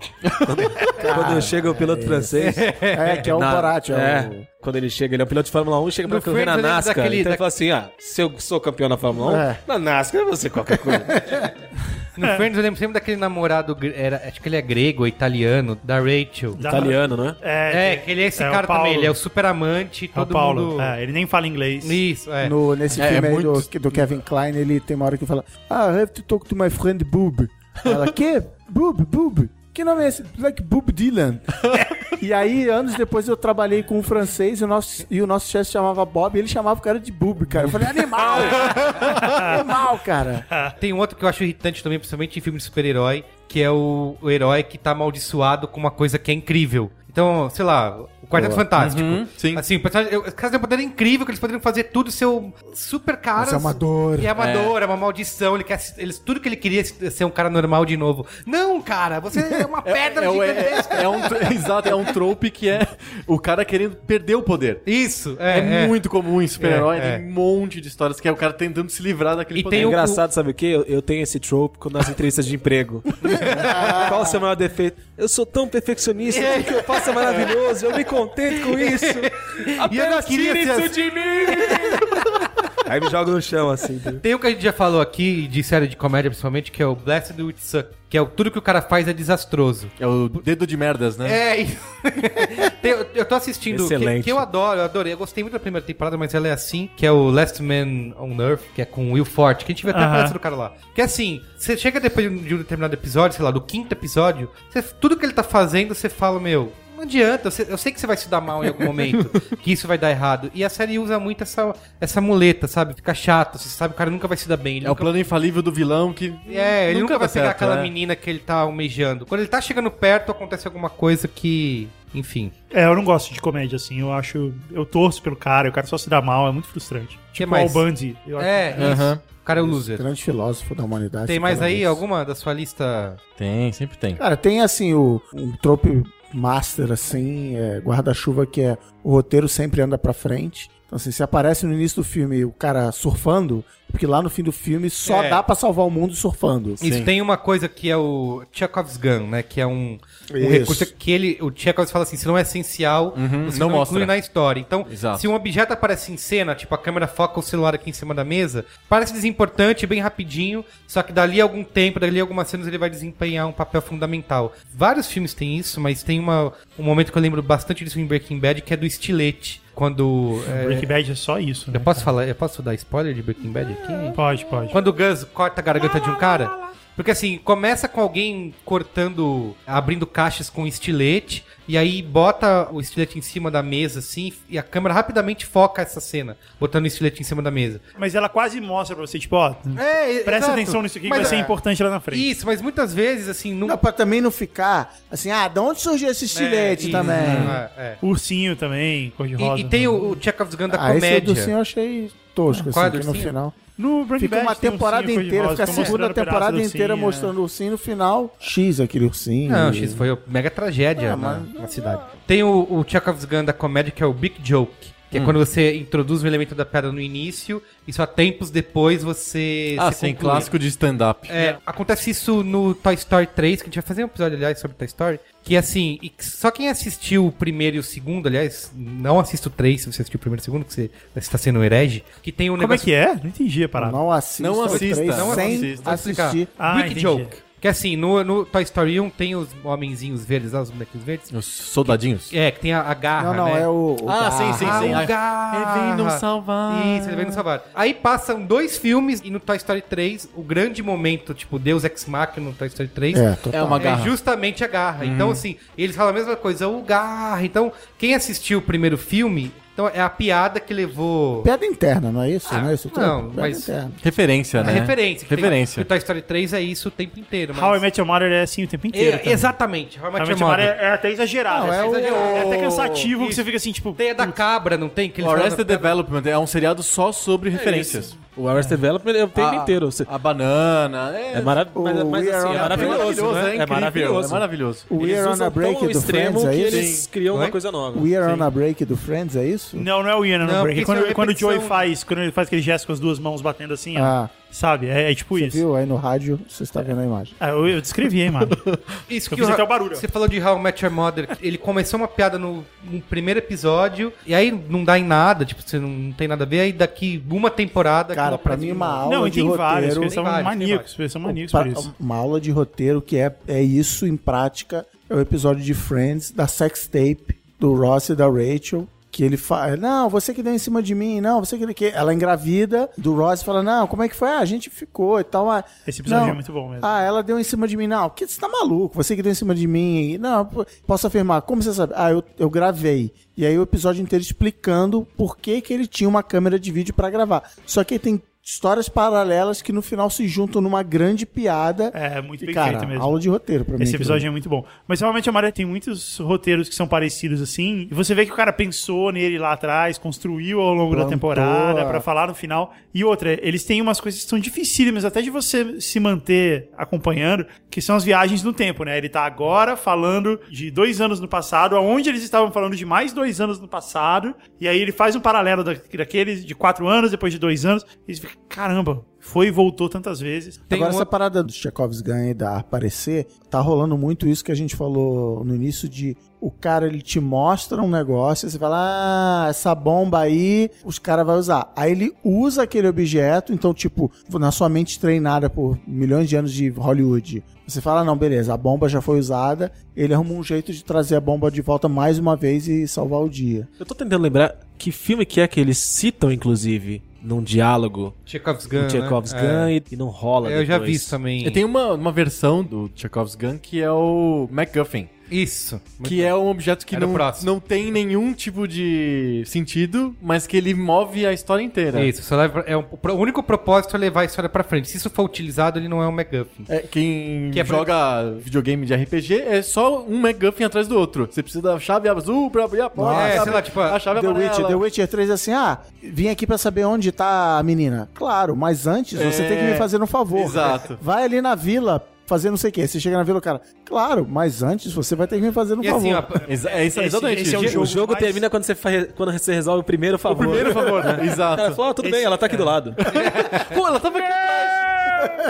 quando, quando chega o piloto francês.
É, que é o
na-
Borat. É. o-
um é, Quando ele chega, ele é um piloto de Fórmula 1 e chega pra
No
correr na
Friends, eu lembro
NASCAR.
daquele-
então
da-
um, ele fala assim: ah, se eu sou campeão na Fórmula 1,
É.
na NASCAR você qualquer coisa.
No
É.
Friends eu lembro sempre daquele namorado, gre- era, acho que ele é grego, ou italiano, da Rachel.
Da-
Italiano, né?
É, que ele é esse
o
cara também, ele é o
Paulo.
super amante,
É o
todo
Paulo.
mundo...
É, ele nem fala inglês.
Isso, é.
No, nesse
É,
filme
é
aí do-
muito-
do, Kevin Klein, ele tem uma hora que fala: Ah, I have to talk to my friend Boob. Ela, que? Boob, Boob. Que nome é esse? Like Boob Dylan. e aí, anos depois, eu trabalhei com um francês e o nosso, e o nosso chefe chamava Bob e ele chamava o cara de Boob, cara. Eu falei:
(laughs)
Animal! animal, cara.
Tem um outro que eu acho irritante também, principalmente em filme de super-herói, que é o, o herói que tá amaldiçoado com uma coisa que é incrível. Então, sei lá, o Quarteto Fantástico.
Uhum. sim.
Assim, o personagem, eu- os caras têm um poder incrível, que eles poderiam fazer tudo ser um super caras.
Mas é uma dor.
E é uma dor, é uma maldição. Ele quer, ele, tudo que ele queria é ser um cara normal de novo. Não, cara, você é uma pedra
(laughs) É, o- é-
gigantesca.
é- é um, (laughs) exato, é um trope que é o cara querendo perder o poder.
Isso, é,
É,
é.
muito comum em super-herói,
É, é.
tem um monte de histórias que é o cara tentando se livrar daquele
E
poder.
É
tem o-
engraçado, sabe o que? Eu, eu tenho esse trope quando nas entrevistas de emprego. Qual o seu maior defeito? Eu sou tão perfeccionista, tudo que eu faço é maravilhoso, eu me contento com isso. Apenas
queria
tire
ser
isso
assim.
de mim! Aí me joga no chão, assim.
Tem o que a gente já falou aqui, de série de comédia principalmente, que é o Blessed with Suck, que é o tudo que o cara faz é desastroso.
É o dedo de merdas, né?
É, e- (laughs) Tem- eu tô assistindo, que,
Excelente.
que eu adoro, eu adorei, eu gostei muito da primeira temporada, mas ela é assim, que é o Last Man on Earth, que é com o Will Forte, que a gente vai até
Aham.
aparecer do cara lá. Que é assim, você chega depois de um determinado episódio, sei lá, do quinto episódio, você- tudo que ele tá fazendo, você fala, meu... Não adianta, eu sei, eu sei que você vai se dar mal em algum momento, que isso vai dar errado. E a série usa muito essa, essa muleta, sabe? Fica chato, você sabe, o cara nunca vai se dar bem. ele
É, o
nunca
plano infalível do vilão que.
é, ele nunca,
dá
vai pegar
certo,
aquela
né?
menina que ele tá almejando. Quando ele tá chegando perto, acontece alguma coisa que. Enfim.
É, eu não gosto de comédia, assim. Eu acho. Eu torço pelo cara, o cara só se dá mal, é muito frustrante. Tipo
mais?
o Bundy. Eu acho-
É,
Aham.
isso. O cara é o loser.
Grande filósofo da humanidade.
Tem
é
mais
cara
aí
desse.
alguma da sua lista?
Tem, sempre tem.
Cara, tem assim o, um trope master, assim, é, guarda-chuva, que é o roteiro sempre anda pra frente. Então, assim, se aparece no início do filme o cara surfando, é porque lá no fim do filme só
É.
dá pra salvar o mundo surfando. assim.
Isso, tem uma coisa que é o Chekhov's Gun, né? Que é um, um
Isso.
recurso que ele. O Chekhov fala assim: se não é essencial, você
Uhum. não
não,
mostra.
inclui na história. Então,
Exato.
se um objeto aparece em cena, tipo a câmera foca o celular aqui em cima da mesa, parece desimportante, bem rapidinho, só que dali a algum tempo, dali a algumas cenas, ele vai desempenhar um papel fundamental. Vários filmes têm isso, mas tem uma, um momento que eu lembro bastante disso em Breaking Bad, que é do estilete. Quando. é,
Breaking Bad é só isso, né?
eu posso falar, eu posso dar spoiler de Breaking Bad aqui?
Pode, pode.
Quando o Gus corta a garganta de um cara. Porque assim, começa com alguém cortando, abrindo caixas com estilete, e aí bota o estilete em cima da mesa, assim, e a câmera rapidamente foca essa cena, botando o estilete em cima da mesa.
Mas ela quase mostra pra você, tipo, ó,
É,
presta atenção nisso aqui que vai ser importante lá na frente.
Isso, mas muitas vezes, assim,
Não,
nunca.
pra também não ficar assim, ah, de onde surgiu esse estilete também?
É, é.
Ursinho também, cor de rosa.
E, e tem o, o Chekhov's Gun da
Ah, esse do
comédia.
sim eu achei tosco,
Qual é
assim,
do
que no
ursinho?
final.
No Breaking
Fica
Bad
uma
tem um
temporada
ursinho,
inteira,
cor de
fica
rosa,
a
ficam
segunda
mostrando
temporada
pedaço do é.
inteira
ursinho,
mostrando o ursinho, no final, X aquele ursinho.
Não,
E-
X foi uma mega tragédia
Ah,
na,
mas-
na cidade. Tem o, o Chekhov's Gun da comédia, que é o Big Joke. Que é quando você introduz o elemento da piada no início e só tempos depois você...
Ah,
se
sim,
conclui.
clássico de stand-up.
É, acontece isso no Toy Story 3, que a gente vai fazer um episódio, aliás, sobre Toy Story. Que assim, e que só quem assistiu o primeiro e o segundo, aliás, não assista o 3 se você assistiu o primeiro e o segundo, que você você está sendo herege, que tem um
Como é
negócio...
que é? Não entendi a parada.
Não assista.
Não
o
assista,
três
não
sem
assista.
assistir.
Ah,
Big
entendi.
Joke. Que assim, no, no Toy Story 1 tem os homenzinhos verdes, lá, os bonequinhos verdes.
Os soldadinhos.
É, que tem a, a garra,
Não, não,
né?
é o.
Ah, sim, sim,
Ah,
sim.
o
Ah,
garra.
Ele vem nos salvar.
Isso, ele vem nos salvar. Aí passam dois filmes e no Toy Story 3, o grande momento, tipo, Deus Ex Machina no Toy Story 3...
É, total.
É uma garra.
justamente a garra. Então, assim, eles falam a mesma coisa, o garra. Então, quem assistiu o primeiro filme, então é a piada que levou.
Piada interna, não é isso? não é isso?
não,
Piada
mas-
interna.
Referência,
a
né?
É referência. que tem-
Referência.
E Toy Story 3 é isso o tempo inteiro. mas-
How I Met Your Mother é assim o
É,
tempo inteiro. também.
exatamente. How I
How I
Met
Met
Your
Your Mother
Mother.
é é até exagerado.
Não, é o-
É até cansativo, que
Isso.
você fica assim, tipo...
Tem a da cabra, não tem? Que
O
eles falam
Arrested
da-
Development é um seriado só
É
sobre referências.
O Arrested Development eu tenho
Ah.
inteiro. Você-
A banana.
É, mara-
O
mas, mas,
We Are
assim,
All
é
É
maravilhoso,
maravilhoso,
né?
é, incrível,
É maravilhoso.
É maravilhoso.
O
Eles
We Are on
usam
a Break
tão
do
extremo
Friends, é
que
isso?
eles criam
Oi?
uma coisa nova.
We Are on a Break do Friends, é isso?
Não, não é o Ian
Não,
no
porque
break. É quando,
isso é
quando o Joey
repetição.
faz, quando ele faz aquele gesto com as duas mãos batendo assim, ó.
Ah,
Sabe? É, é tipo
Você
isso.
viu aí no rádio, você está vendo a imagem.
Ah, eu, eu descrevi, hein, mano.
Isso
Eu
que
fiz
o-
até o barulho.
Você falou de How I Met Your Mother. que Ele começou uma piada no, no primeiro episódio, e aí não dá em nada, tipo, você não, não tem nada a ver. Aí daqui uma temporada.
Cara,
aquilo
pra
parece
mim é
um-
uma (laughs) aula
Não, e
de
tem vários,
roteiro... um
eles são
Tem vários, tem
maníacos, eles são maníacos
Pa-
por isso.
Uma aula de roteiro que é, é isso em prática. É o episódio de Friends, da sex tape do Ross e da Rachel. Que ele fala, não, você que deu em cima de mim, não, você que. que- Ela engravida do Ross e fala, não, como é que foi? Ah, a gente ficou e tal. ah,
Esse episódio
não.
é muito bom mesmo.
Ah, ela deu em cima de mim, não, que você tá maluco, você que deu em cima de mim. Não, pô, posso afirmar, como você sabe? Ah, eu, eu gravei. E aí o episódio inteiro explicando por que, que ele tinha uma câmera de vídeo pra gravar. Só que aí tem histórias paralelas que no final se juntam numa grande piada.
É, muito bem
Cara,
feito mesmo.
aula de roteiro pra mim.
Esse episódio
aquilo.
é muito bom. Mas realmente a Maria tem muitos roteiros que são parecidos assim. E você vê que o cara pensou nele lá atrás, construiu ao longo da
Plantou,
temporada
é.
pra falar no final. E outra, eles têm umas coisas que são dificílimas até de você se manter acompanhando, que são as viagens no tempo, né? Ele tá agora falando de dois anos no passado, aonde eles estavam falando de mais dois anos no passado. E aí ele faz um paralelo da, daqueles de quatro anos, depois de dois anos. E você fica, caramba, foi e voltou tantas vezes.
Tem
Agora,
um
essa
outro-
parada do Chekhov's Gun e da aparecer, tá rolando muito isso que a gente falou no início de o cara, ele te mostra um negócio, e você fala, ah, essa bomba aí, os caras vão usar. Aí ele usa aquele objeto, então, tipo, na sua mente treinada por milhões de anos de Hollywood, você fala, não, beleza, a bomba já foi usada, ele arruma um jeito de trazer a bomba de volta mais uma vez e salvar o dia.
Eu tô tentando lembrar que filme que é que eles citam, inclusive, num diálogo
Chekhov's Gun.
do Chekhov's
né?
Gun
É.
e- e não rola
Eu já vi
depois.
isso também.
E tem uma, uma versão do Chekhov's Gun que é o MacGuffin,
Isso.
que é um objeto que
Era o
não,
próximo.
não tem nenhum tipo de sentido, mas que ele move a história inteira.
Isso, só leva- é um- o único propósito é levar a história pra frente. Se isso for utilizado, ele não é um MacGuffin.
É, quem
Que é pra-
joga videogame de RPG é só um MacGuffin atrás do outro. Você precisa da chave azul pra abrir a porta.
É,
a chave-
sei lá, tipo,
a chave
The
amarela.
Witcher, The Witcher 3 é assim, ah, vim aqui pra saber onde tá a menina. Claro, mas antes você tem que me fazer um favor.
exato.
Vai ali na vila fazer não sei o quê. Você chega na vila, o cara, claro, mas antes você vai ter que me fazer um
E
favor.
assim, ó,
Exa- é isso-
Esse-
exatamente.
esse é um
isso.
O
jogo
jogo
mais-
termina quando você, fa- quando você resolve o primeiro favor.
O primeiro favor, né?
O cara
(laughs) Exato.
fala, ah, tudo bem, ela tá aqui do lado.
Pô, ela tava aqui atrás.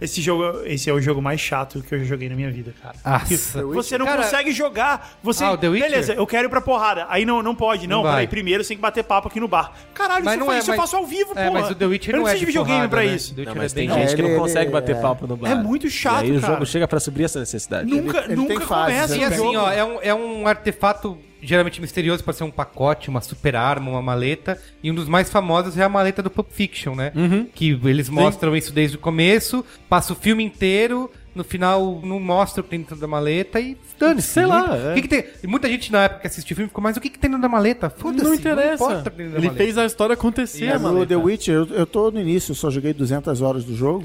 Esse jogo, esse é o jogo mais chato que eu já joguei na minha vida, cara.
(laughs) Nossa.
Você não
Cara-
consegue jogar. Você,
Ah, o The Witcher?
beleza, eu quero ir pra porrada. Aí não, não pode, não.
Não vai.
peraí, primeiro você tem que bater papo aqui no bar. Caralho,
Mas
se eu,
não é,
faço isso, eu
mas-
faço ao vivo,
É,
porra.
mas o The Witcher
eu não
não é
preciso de
de porrada,
videogame pra
né?
isso.
The Witcher
Não, mas
é
tem
bem-
gente que
É,
não
ele-
consegue
ele-
bater
é.
papo no bar.
É muito chato,
E aí
cara.
o jogo chega pra suprir essa necessidade.
Nunca,
Ele- ele
nunca
tem fases,
começa.
E
né?
o
assim,
jogo.
ó, é um, é um artefato geralmente misterioso, pode ser um pacote, uma super arma, uma maleta. E um dos mais famosos é a maleta do Pulp Fiction, né?
Uhum.
Que eles mostram isso desde o começo, passa o filme inteiro. No final, não mostra o que tem dentro da maleta e dane-se.
Sei lá,
Muito-
é.
o que que tem- e Muita gente na época que assistiu o filme ficou, mas o que, que tem dentro da maleta? Foda-se.
Não interessa.
importa o que tem dentro da
Ele
maleta.
fez a história acontecer,
Mas
mano.
o The Witcher, eu, eu tô no início, eu só joguei 200 horas
(laughs)
do jogo.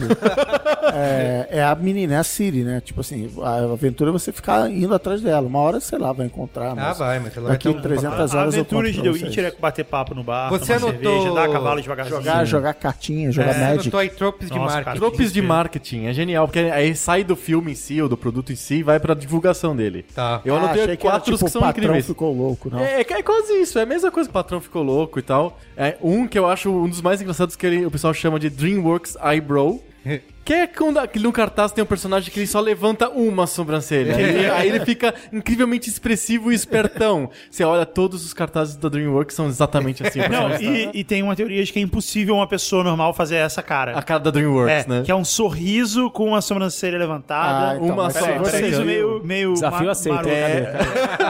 é, é a menina, é a Siri, né? Tipo assim, a aventura é você ficar indo atrás dela. Uma hora, sei lá, vai encontrar.
Ah,
mas
vai, mas ela vai
Daqui
ter um-
300
A
horas eu
aventura
conto
de
pra
The
vocês.
Witcher é bater papo no bar,
Você
tomar
anotou-
cerveja, dar cavalo devagarzinho.
Jogar, jogar cartinha, jogar
Você
Magic.
anotou aí É, tropes de
Nossa,
marketing.
cara.
Tropes de marketing, é genial, porque aí sai do filme em si, ou do produto em si, e vai pra divulgação dele.
Tá.
Eu
Ah,
anotei
achei que era,
quatro que,
tipo,
são
o patrão
incríveis.
ficou louco, não.
É, é que é quase isso, é a mesma coisa que o patrão ficou louco e tal. É, um que eu acho um dos mais engraçados que ele- o pessoal chama de Dreamworks Eyebrow. Que é quando aquele- no cartaz tem um personagem que ele só levanta uma sobrancelha. Aí ele, aí ele fica incrivelmente expressivo e espertão. Você olha, todos os cartazes da Dreamworks são exatamente assim. o
Não,
personagem tá-
e, e tem uma teoria de que é impossível uma pessoa normal fazer essa
tá. A
cara.
cara da Dreamworks,
é,
né?
que é um sorriso com a sobrancelha levantada.
Ah,
então, uma
mas
só.
se
Peraí,
Você
você
sorriso
viu-
meio, meio
Desafio
ma-
aceito.
maroto.
Cadê?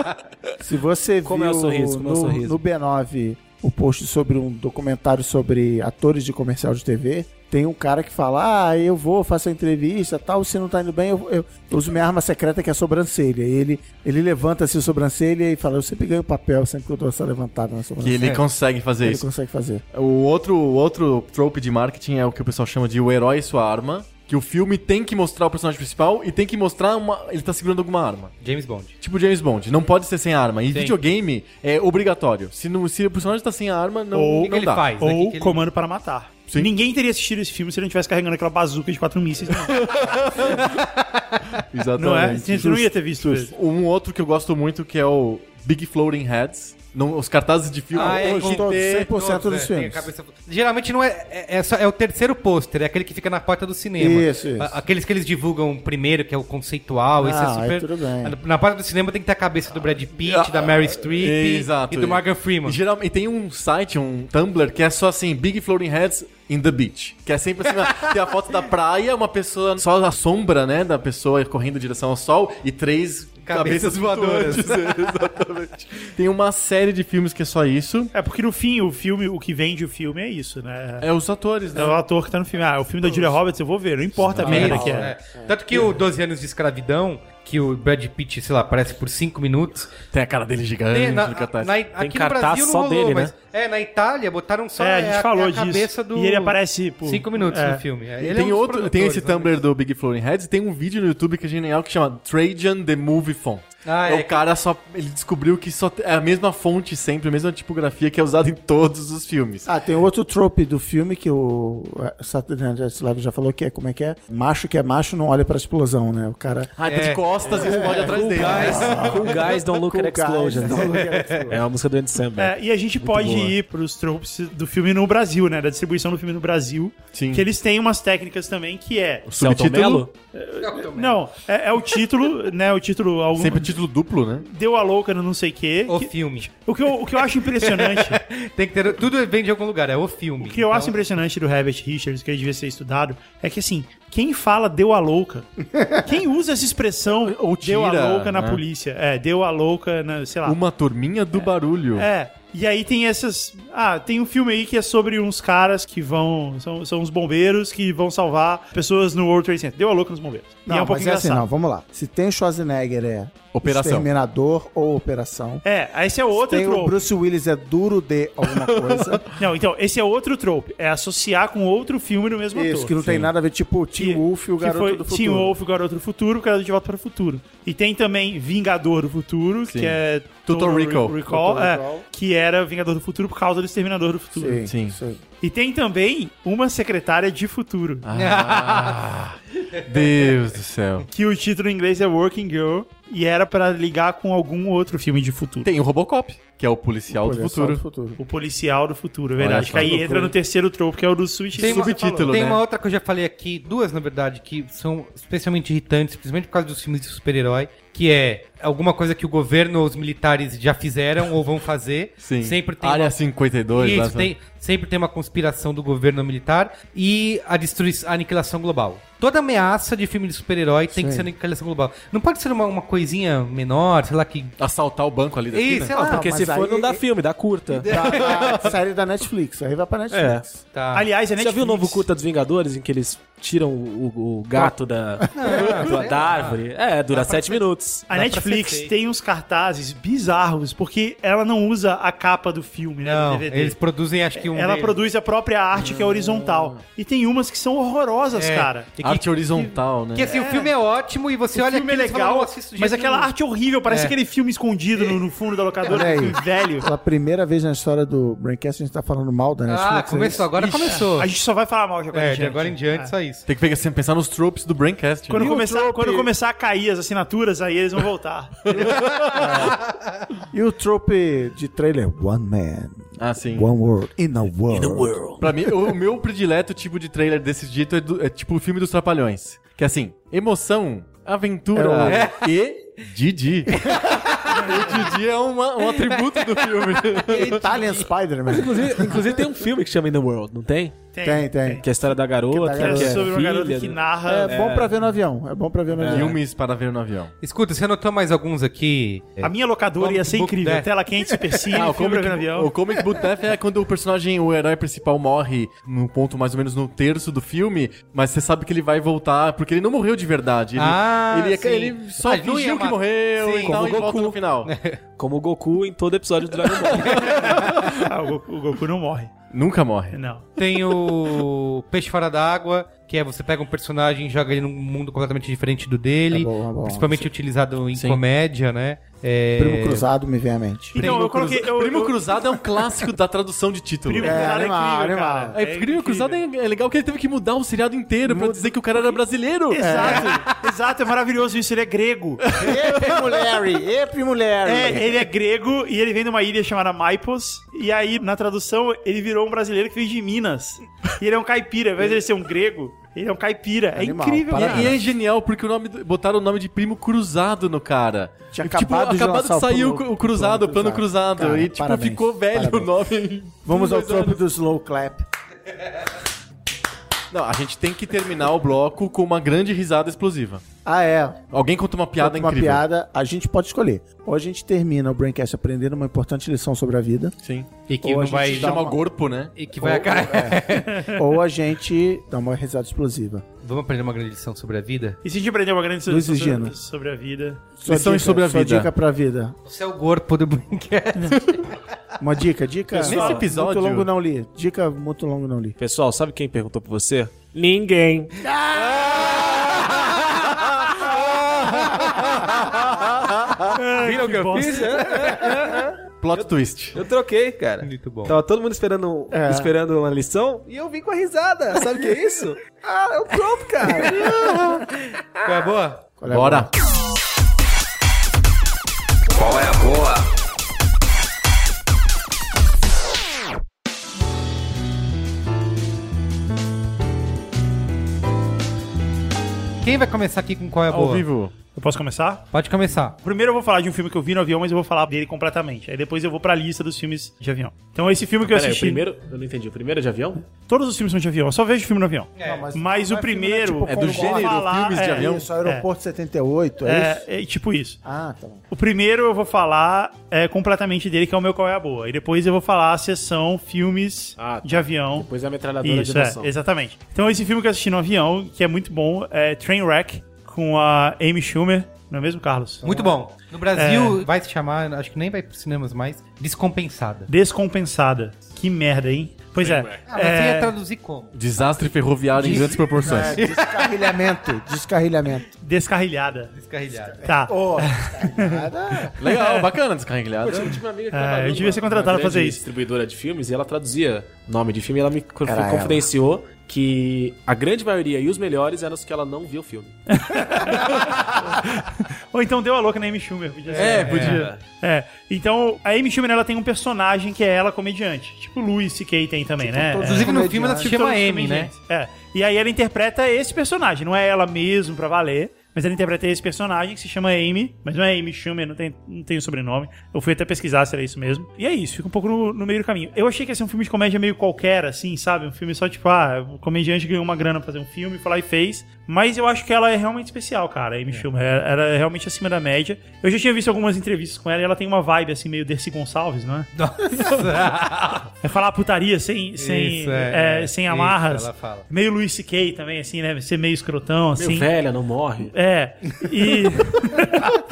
Se você
Como é
viu
o sorriso? Como é o
no,
sorriso?
no B9 o post sobre um documentário sobre atores de comercial de TV, tem um cara que fala: Ah, eu vou, faço a entrevista tal, se não tá indo bem, eu, eu uso minha arma secreta que é a sobrancelha. E ele, ele levanta assim a sobrancelha e fala: Eu sempre ganho papel, sempre que eu dou essa levantada na
Que
sobrancelha.
ele consegue fazer
Ele
isso.
consegue fazer.
O outro, o outro trope de marketing é o que o pessoal chama de o herói e sua arma. Que o filme tem que mostrar o personagem principal e tem que mostrar uma. Ele tá segurando alguma arma.
James Bond.
Tipo James Bond, não pode ser sem arma. E
Sim.
videogame é obrigatório. Se, não, se o personagem tá sem a arma, não,
Ou-
não
O que, que ele
dá. (laughs)
faz? né?
Ou
Que que ele-
Comando para Matar.
Sim.
Ninguém teria assistido esse filme se ele não tivesse carregando aquela bazuca de quatro mísseis. né? Não,
Exatamente.
não é? A gente não ia ter visto isso.
Um outro que eu gosto muito que é o Big Floating Heads. Não, os cartazes de filme.
Ah, é,
hoje
com todos, 100%
tem-
Todos,
dos
é, tem a
filmes.
cabeça- Geralmente não é é, é só- é o terceiro pôster, é aquele que fica na porta do cinema.
Isso, isso.
A- Aqueles que eles divulgam primeiro, que é o conceitual, isso é
Ah, aí
super.
tudo bem.
Na- Na porta do cinema tem que ter a cabeça do Brad Pitt, da Mary Streep
Ah, Exato.
e do Morgan Freeman.
E, geralmente, tem um site, um Tumblr, que é só assim, Big Floating Heads in the Beach. Que é sempre assim, uma- tem a foto da praia, uma pessoa, só a sombra, né, da pessoa correndo em direção ao sol e três
Cabeças
cabeças, voadoras. (laughs) É, Exatamente. Tem uma série de filmes que é só isso.
É porque no fim, o filme, o que vende o filme é isso, né?
É os atores,
É,
né?
o ator que tá no filme. Ah, o filme da Julia Roberts, eu vou ver, não importa a merda que é.
É. Tanto que o 12 anos de escravidão, que o Brad Pitt, sei lá, aparece por 5 minutos.
Tem a cara dele
É,
gigante
Tem, na,
no cartaz.
na- aqui no
cartaz
Brasil não
só
rolou,
dele,
mas. É, na Itália botaram só
né? É, a gente
é
falou
é a
disso.
cabeça do.
E ele aparece por-
5 minutos
é.
no filme. É,
E
ele é um
tem
dos
outro, tem esse
produtores, né?
Tumblr do Big Floating Heads, e tem um vídeo no YouTube que é genial que chama Trajan the Movie Font.
Ah,
é,
é.
o cara só ele descobriu que só é a mesma fonte sempre, a mesma tipografia que é usada em todos os filmes.
Ah, tem outro trope do filme que o eh, Saturday Night Live já falou que é como é que é? Macho que é macho não olha pra explosão, né? O cara.
Ah, tá
É.
de costas e explode atrás dele.
Cool guys don't look at explosion.
Não olha pra explosão.
(laughs) É uma música do Andy Samberg.
É, e a gente pode
boa.
ir pros tropes do filme no Brasil, né? Da distribuição do filme no Brasil.
Sim.
Que eles têm umas técnicas também que é.
O Celton Mello?
tá
Não, é, é o título, né? O título. Algum,
É Sempre título duplo, né?
Deu a louca no não sei quê,
O
(laughs) que-
filme.
O que, eu, o que eu acho impressionante,
(laughs)
Tem que ter. Tudo vem de algum lugar, é o filme.
o que eu acho
Então.
impressionante do Herbert Richards, que ele devia ser estudado, é que assim, quem fala deu a louca, quem usa
(laughs)
essa expressão
Ou
deu a
tira,
louca na
né?
polícia, é, deu a louca na, sei lá.
Tá.
Uma turminha do barulho.
É, e aí tem essas. Ah, tem um filme aí que é sobre uns caras que vão. São, são uns bombeiros que vão salvar pessoas no World Trade Center. Deu a louca nos bombeiros. E
Não,
é um pouco
mas é assim,
engraçado.
não, vamos lá. Se tem o Schwarzenegger é
Operação.
Exterminador ou Operação.
É, esse é outro
tem o
trope.
Bruce Willis é duro de (laughs) alguma coisa.
Não, então, esse é outro trope. É associar com outro filme no mesmo
Isso,
ator.
que não tem nada a ver, tipo o
Que-
Tim Wolf e o
que
Garoto
foi
do Futuro.
Teen Wolf, o Garoto do Futuro, o Garoto de Volta para o Futuro. E tem também Vingador do Futuro, que é
Total
Re-
Recall.
Recall,
Total
é,
Recall.
que era Vingador do Futuro por causa do Exterminador do Futuro.
Sim,
Sim.
isso aí.
E tem também uma secretária de futuro,
Ah.
(laughs)
Deus do céu.
que o título em inglês é Working Girl e era pra ligar com algum outro filme de futuro.
Tem o Robocop, que é o policial
Olha
do
só,
futuro.
do futuro.
O policial do futuro, é
Olha
verdade.
só.
Que aí entra no terceiro tropo, que é o do
Tem uma-
subtítulo.
subtítulo,
Tem
né?
uma outra que eu já falei aqui, duas na verdade, que são especialmente irritantes, principalmente por causa dos filmes de super-herói, que é alguma coisa que o governo ou os militares já fizeram ou vão fazer.
(laughs) Sim.
Sempre tem
Área
uma-
52. lá,
Isso,
sabe?
tem- sempre tem uma conspiração do governo militar e a, destruição, a aniquilação global. Toda ameaça de filme de super-herói tem que ser aniquilação global. Não pode ser uma, uma coisinha menor, sei lá, que...
Assaltar o banco ali né? da
Ei,
esquina.
sei lá,
Porque
Ah, mas
se for,
aí-
não dá filme, dá curta.
Da, (laughs) da série da Netflix, aí vai pra Netflix.
tá.
Aliás, é
Você já
Netflix.
viu o novo curta dos Vingadores, em que eles tiram o, o gato da, (laughs) do- da árvore? É, dura sete minutos.
A Netflix
feito.
tem uns cartazes bizarros, porque ela não usa a capa do filme, né? do
Não,
DVD.
eles produzem acho que um...
Ela
meio-
produz a própria arte que é horizontal. E tem umas que são horrorosas,
É,
cara.
e que-
Arte horizontal, né?
Que assim, o filme é ótimo e você
O
olha
filme é
aquilo e você fala,
legal,
"Nossa, isso de
mas
jeito
aquela
nenhum."
arte horrível, parece
É.
aquele filme escondido no, no fundo da locadora,
Olha aí.
aquele velho.
Pela primeira vez na história do Braincast, a gente tá falando mal da Netflix.
Ah,
é
começou, agora
Ixi,
começou.
A gente só vai falar mal de agora
É,
em
de
diante.
agora em diante,
É.
só isso.
Tem que pegar- sempre pensar nos tropes do Braincast.
Quando
né?
começar, quando começar a cair as assinaturas, aí eles
(laughs)
vão voltar.
isso? E o trope de trailer? One man,
Ah, sim.
one world, in a world.
Pra mim, o o meu predileto tipo de trailer desse jeito é, do- é tipo o filme dos Trapalhões. Que é assim, emoção, aventura
É
e
(laughs)
Didi. o Didi é uma- um atributo do filme.
Italian Spider-Man.
Inclusive, inclusive tem um filme que chama In the World, não tem?
Tem, tem.
Que é a história da garota,
Que
que
da
é,
Era
garota.
sobre uma
filha
garota que
do-
narra.
É bom pra ver no avião. É bom pra ver no avião.
Filmes para ver no avião.
Escuta, você anotou mais alguns aqui?
A minha locadora ia
Comic
ser
Book
incrível.
Death. (laughs)
Tela quente, super cine,
Ah, o
filme pra
Comic,
ver no avião.
o Comic Book Death é quando o personagem, o herói principal morre num ponto mais ou menos no terço do filme, mas você sabe que ele vai voltar, porque ele não morreu de verdade. Ele,
Ah,
ele, é
sim.
ele só
Ah, ele não ia
fingiu que
matar.
morreu
Sim.
e tal,
Como
e
Goku.
volta no final.
(laughs) Como o Goku em todo episódio do Dragon Ball.
Ah, o Goku, o Goku não morre.
Nunca morre.
Não.
Tem o Peixe Fora d'Água, que é você pega um personagem e joga ele num mundo completamente diferente do dele.
É bom, é bom.
principalmente utilizado em comédia, né? É...
Primo Cruzado me vem à mente.
Então, eu
Primo
coloquei.
Cruza-
Eu,
Primo
eu-
Cruzado é um clássico da tradução de título.
Primo
É.
Cruzado é
animal,
incrível,
animal.
cara.
É, Primo Cruzado é, é legal que ele teve que mudar o seriado inteiro pra dizer que o cara era brasileiro.
(laughs)
Exato, exato, é maravilhoso isso. Ele é grego.
Ê, Primo Larry! Ê, Primo Larry!
É, ele é grego e ele vem de uma ilha chamada Maipos. E aí, na tradução, ele virou um brasileiro que veio de Minas. E ele é um caipira. Ao invés de ele ser um grego, ele é um caipira. É
Animal,
incrível,
E-
parabéns.
cara.
E, é genial, porque o nome do- botaram o nome de Primo Cruzado no cara.
Tinha
E, tipo,
acabado de
acabado
lançar
de
o
sair o,
plano-
o Cruzado, o Plano Cruzado.
Cara,
e, tipo,
parabéns,
ficou velho
parabéns.
o nome.
Vamos ao
Dois anos.
tropo do slow clap.
Não, a gente tem que terminar o bloco com uma grande risada explosiva.
Ah, é.
Alguém conta uma piada
uma
incrível.
piada, a gente pode escolher. Ou a gente termina o Braincast aprendendo uma importante lição sobre a vida,
Sim.
E que
Ou a
não
gente
vai.
dá
Chama
uma-
Gorpo, né?
E que vai acabar.
ou a gente dá uma risada explosiva.
(laughs) Vamos aprender uma grande lição sobre a vida?
E se a gente aprender uma grande
Luiz
lição sobre,
Egino.
sobre a vida.
Sua
Lições
dica-
sobre a
sua
vida.
dica pra vida.
Você é o corpo do brinquedo.
Uma dica, dica.
Pessoal, nesse episódio-
Muito longo não li. Dica muito longo não li.
Pessoal, sabe quem perguntou pra você? Ninguém.
Viram o que eu
bosta.
fiz?
Plot twist.
Eu troquei, cara.
Muito bom.
Tava todo mundo esperando,
É.
esperando uma lição e eu vim com a risada. Sabe o que é isso? ah, é o Trump, cara.
Qual é a boa?
é a
Bora.
Qual é a boa?
Quem vai começar aqui com qual é a
Ao
boa?
vivo.
Eu posso começar?
Pode começar.
Primeiro eu vou falar de um filme que eu vi no avião, mas eu vou falar dele completamente. Aí depois eu vou pra lista dos filmes de avião. Então esse filme que eu
Peraí, o
assisti.
primeiro. Eu não entendi. O primeiro é de avião?
Todos os filmes são de avião, eu só vejo filme no avião.
É,
mas
mas-
o
mas filme não é
primeiro.
tipo É
do
como eu vou
gênero filmes de
é,
avião?
Isso, aeroporto 78, é, isso?
É, é tipo isso.
Ah, tá bom.
O primeiro eu vou falar é, completamente dele, que é o meu qual é a boa. E depois eu vou falar a sessão filmes
Ah, tá.
de avião.
Depois é a metralhadora
Isso,
de
é,
noção.
exatamente. Então esse filme que eu assisti no avião, que é muito bom, é Trainwreck, com a Amy Schumer. Não é mesmo, Carlos?
Muito bom. No Brasil vai se chamar, acho que nem vai para cinemas mais, Descompensada.
Descompensada. Que merda, hein? Pois é.
Ah, mas você ia traduzir como?
Desastre ferroviário em grandes proporções.
É, descarrilhamento, descarrilhamento.
Descarrilhada.
Descarrilhada.
Tá.
Ô, descarrilhada.
Legal, bacana descarrilhado.
Eu tinha uma amiga que
É,
trabalhou
eu devia
numa-
ser contratado
numa
pra fazer
grande
isso.
Distribuidora de filmes e ela traduzia nome de filme e ela me co-
Era ela.
confidenciou que a grande maioria e os melhores eram os que ela não viu o filme.
Ou então deu a louca na Amy Schumer. Podia ser.
É, podia.
É, então a Amy Schumer ela tem um personagem que é ela comediante. Tipo o Louis C.K. tem também, né?
todos
É,
Inclusive no filme ela se
tipo,
chama
todos os
M, né?
comediantes. É. E aí ela interpreta esse personagem, não é ela mesmo pra valer. Mas ela interpreta esse personagem que se chama Amy, mas não é Amy Schumer, não tem, não tem o sobrenome. Eu fui até pesquisar se era isso mesmo. E é isso, fica um pouco no, no meio do caminho. Eu achei que ia ser um filme de comédia meio qualquer, assim, sabe? Um filme só tipo, ah, o comediante ganhou uma grana pra fazer um filme, foi lá e fez. Mas eu acho que ela é realmente especial, cara, a Amy Schumer. Ela ela é realmente acima da média. Eu já tinha visto algumas entrevistas com ela e ela tem uma vibe, assim, meio Dercy Gonçalves, não é? É falar putaria sem, sem,
Isso, é.
é, sem
Isso,
amarras.
ela fala.
Meio Luis C.K. também, assim, né? Ser meio escrotão,
Meu
assim.
velha, não morre.
É. E.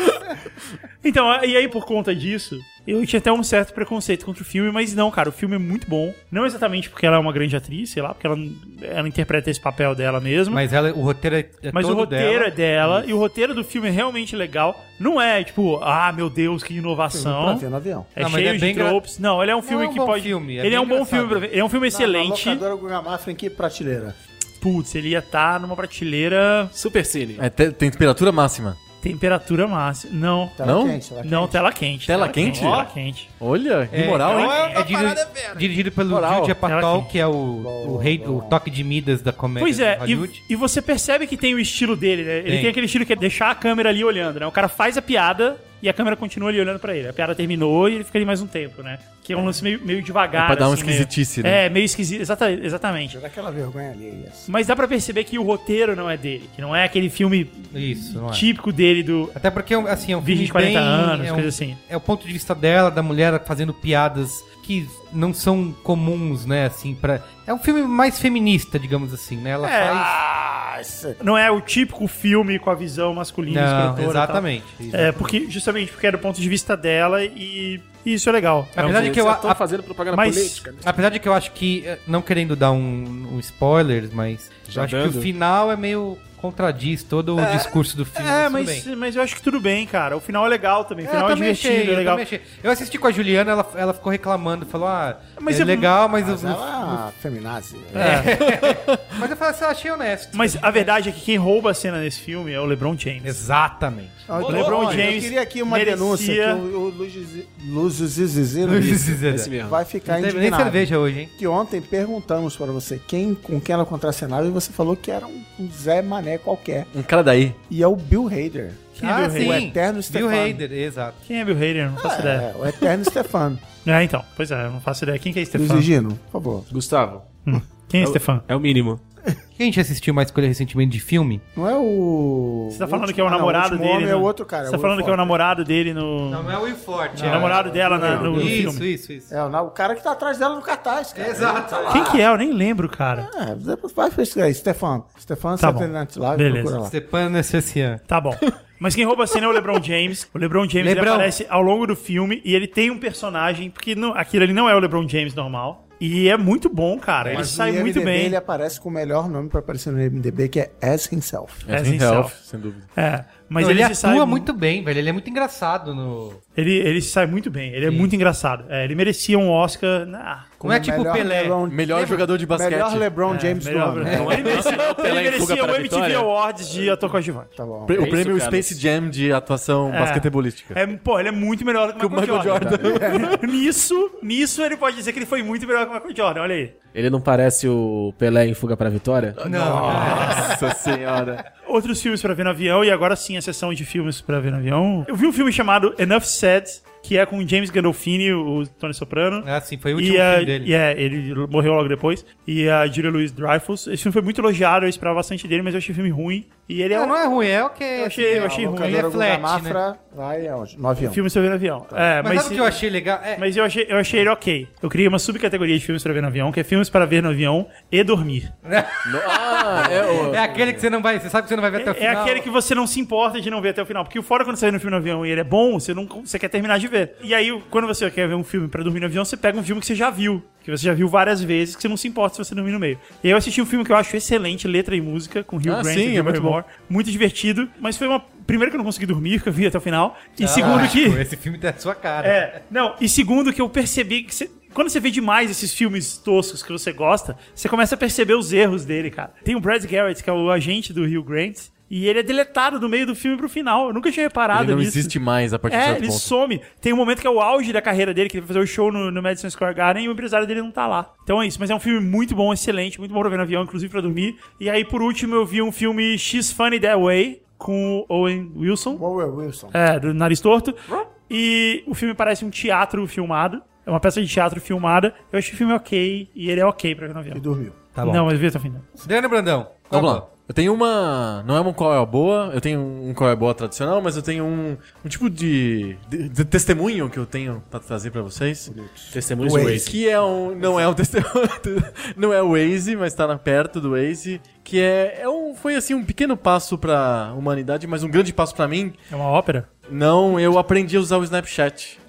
(laughs) então, e aí por conta disso, eu tinha até um certo preconceito contra o filme, mas não, cara, o filme é muito bom. Não exatamente porque ela é uma grande atriz, sei lá, porque ela, ela interpreta esse papel dela
(laughs)
mesma.
Mas ela, o roteiro é, é
Mas o
todo
roteiro é
dela.
dela, e o roteiro do filme é realmente legal. Não é tipo, ah, meu Deus, que
Pra
inovação.
ver no avião.
É
Não, mas
cheio
é bem
de tropes. Não, ele é um filme
é um
que
bom
pode.
filme, é
ele é
bem
um bom
engraçado.
filme pra ver. Ele é um filme excelente.
Na, na locadora Guga Mafra, em que prateleira?
Putz, ele ia estar numa prateleira.
Super Cine.
É, te- tem temperatura máxima.
Temperatura máxima. Não.
Tela
Não?
quente, tela
Não,
quente.
tela quente.
Tela quente?
Tela quente.
Olha, que moral, hein?
É diri- dirigido pelo
Moral.
Jude
Ela
Apatow,
que-
que é o, o rei do toque de Midas da comédia
Pois é,
de Hollywood.
e, e você percebe que tem o estilo dele, né? Ele
Tem.
tem aquele estilo que é deixar a câmera ali olhando, né? O cara faz a piada e a câmera continua ali olhando pra ele. A piada terminou e ele fica ali mais um tempo, né? Que é um lance meio, meio devagar.
É pra dar uma
meio-
esquisitice, né?
É, meio esquisito. Exata, exatamente.
Dá aquela vergonha ali. Assim.
Mas dá pra perceber que o roteiro não é dele, que não é aquele filme
Isso, não é?
típico dele do.
Até porque, assim, é um
Virgem de
filme bem-
40 anos,
é um-
coisa assim.
É o ponto de vista dela, da mulher fazendo piadas que não são comuns, né, assim, para É um filme mais feminista, digamos assim, né? Ela
É,
faz...
Ah, isso-
Não é o típico filme com a visão masculina,
Não,
escritora e tal.
exatamente.
É, porque, justamente porque é do ponto de vista dela e E isso é legal. É um-
Apesar de que eu,
estão
Tá a-
fazendo propaganda
mas-
política. né?
Apesar de que eu acho que, eh, não querendo dar um, um spoiler, mas
Já
eu acho que
dando?
o final é meio contradiz todo o discurso do filme.
É,
tudo
mas,
bem.
mas eu acho que tudo bem, cara. O final é legal também. O
É, eu
final é,
também
divertido,
achei,
é
eu
legal.
também achei. Eu assisti com a Juliana, ela, ela ficou reclamando, falou, ah,
Mas
é,
é-
legal, mas...
Mas
eu,
ela é uma feminazi.
mas eu falei assim, eu achei honesto.
Mas a verdade é que quem rouba a cena nesse filme é o LeBron James.
Exatamente.
Ah, então,
LeBron
olha,
James
Eu queria aqui uma
merecia-
denúncia que o, o Luiz- Luiz Zizizeiro
Esse mesmo.
vai ficar
Não teve nem
indignado.
cerveja hoje, hein?
Que ontem perguntamos pra você quem, com quem ela contracenava e você falou que era um, um Zé Mané qualquer.
Um cara daí.
E é o Bill Hader.
Quem é Bill Hader?
O eterno
Ah, Bill
Stefano.
Hader, exato.
Quem é Bill Hader? Não faço ideia.
É, o
(laughs)
eterno Stefano.
É, então. Pois é, eu não faço ideia. Quem que é
Luiz
Stefan?
Egino, por favor.
Gustavo,
Quem é Stefan?
é o mínimo.
Quem a gente assistiu uma escolha recentemente de filme?
Não é o...
Você tá falando
último-
que é o
ah, não,
namorado
último
dele.
homem é
no-
o outro cara.
Você tá falando que é o
Wilford.
namorado dele no.
é o Will Forte.
o namorado dela na- no, no
isso,
filme.
isso, isso.
É, o na- o cara que tá atrás dela no cartaz, cara.
Exato.
Quem que é? Eu nem lembro, cara.
É, depois vai pesquisar aí, Stefano. Stefano
Tá bom.
Saturday Night Live,
Beleza.
é
procura lá.
Stepan Nessessian.
Tá bom. Mas quem rouba a cena é o LeBron James. O LeBron James ele
Lebrão.
aparece ao longo do filme e ele tem um personagem, porque não, aquilo ali não é o LeBron James normal. E é muito bom, cara. Ele
Mas
sai
no
muito
IMDb
bem.
Ele é
é
aparece com o melhor nome pra aparecer no IMDB, que é As Himself.
É,
Anthony
Zinzel.
Ralph, sem dúvida.
É, mas
Não, ele,
se
atua
sai
muito bem, velho. Ele é muito engraçado no.
Ele, ele se sai muito bem. Ele é muito engraçado. É, ele merecia um Oscar. na-
Não é tipo
melhor
Pelé.
LeBron-
Melhor jogador de basquete. É
Melhor LeBron James do
melhor-
é?
ano. É,
Não, ele merecia, (laughs) ele
Pelé em
merecia
Fuga
o
para a
MTV
Vitória.
Awards de ator coadjuvante.
Tá bom.
Pre-
É
o
isso,
prêmio
Carlos.
Space Jam de atuação
É.
basquetebolística.
É, pô, ele é muito melhor que o Michael, Jordan. (laughs) nisso, nisso ele pode dizer que ele foi muito melhor que o Michael Jordan. Olha aí.
Ele não parece o Pelé em Fuga pra Vitória?
Nossa senhora.
Outros filmes pra ver no avião e agora sim a sessão de filmes pra ver no avião. Eu vi um filme chamado Enough Said, que é com o James Gandolfini, o Tony Soprano.
Ah, sim, foi o último
E, a,
filme dele.
e é, ele morreu logo depois. E a Julia Louis Dreyfus. Esse filme foi muito elogiado, eu esperava bastante dele, mas eu achei o filme ruim. E ele é
Não,
um
não é ruim, é o que Eu
achei- eu achei ruim.
Ele é flat, né?
Mafra vai aonde? um. No avião.
filme sobre avião. É,
Tá. Mas,
mas,
sabe o que eu achei legal? É,
mas eu achei, eu achei ele ok. Eu criei uma subcategoria de filmes pra ver no avião, que é filmes para ver no avião e dormir.
Ah, é o...
é aquele que você não vai. Você sabe que você não vai ver até o
É, é
final.
aquele que você não se importa de não ver até o final. Porque o fora quando você vê no filme no avião e ele é bom, você não você quer terminar de ver. E aí, quando você quer ver um filme pra dormir no avião, você pega um filme que você já viu. Que você já viu várias vezes, que você não se importa se você dormir no meio. E aí eu assisti um filme que eu acho excelente, letra e música, com Hugh
Ah,
Grant e
sim, é
Drew
muito bom.
Barrymore. Muito divertido, mas foi uma... Primeiro que eu não consegui dormir, porque eu vi até o final. E segundo
Ah,
que...
pô, Esse filme tá a sua cara.
É, não, e segundo que eu percebi que cê- quando você vê demais esses filmes toscos que você gosta, você começa a perceber os erros dele, cara. Tem o Brad Garrett, que é o agente do Rio Grant, e ele é deletado do meio do filme pro final. Eu nunca tinha reparado
Ele não
nisso.
existe mais a partir de
É,
certo
ele
ponto.
some. Tem um momento que é o auge da carreira dele, que ele vai fazer o show no, no Madison Square Garden e o empresário dele não tá lá. Então é isso, mas é um filme muito bom, excelente, muito bom pra ver no avião, inclusive pra dormir. E aí, por último, eu vi um filme She's Funny That Way, com o Owen Wilson.
Owen Wilson.
É, do Nariz Torto. E o filme parece um teatro filmado. É uma peça de teatro filmada. Eu achei o filme ok, e ele é ok pra ver no
E
avião.
dormiu.
Tá bom.
Não, mas vi até o né? final.
Dani Brandão. qual
Vamos
é?
lá. Eu tenho uma. Não é uma qual é a boa, eu tenho um qual é a boa tradicional, mas eu tenho um, um tipo de, de- de testemunho que eu tenho pra trazer pra vocês.
Testemunhos de Waze.
Que é um. Não é um (laughs) testemunho. Não é o Waze, mas tá na- perto do Waze. Que é, é um. Foi assim um pequeno passo pra humanidade, mas um grande passo pra mim.
É uma ópera?
Não, eu aprendi a usar o Snapchat.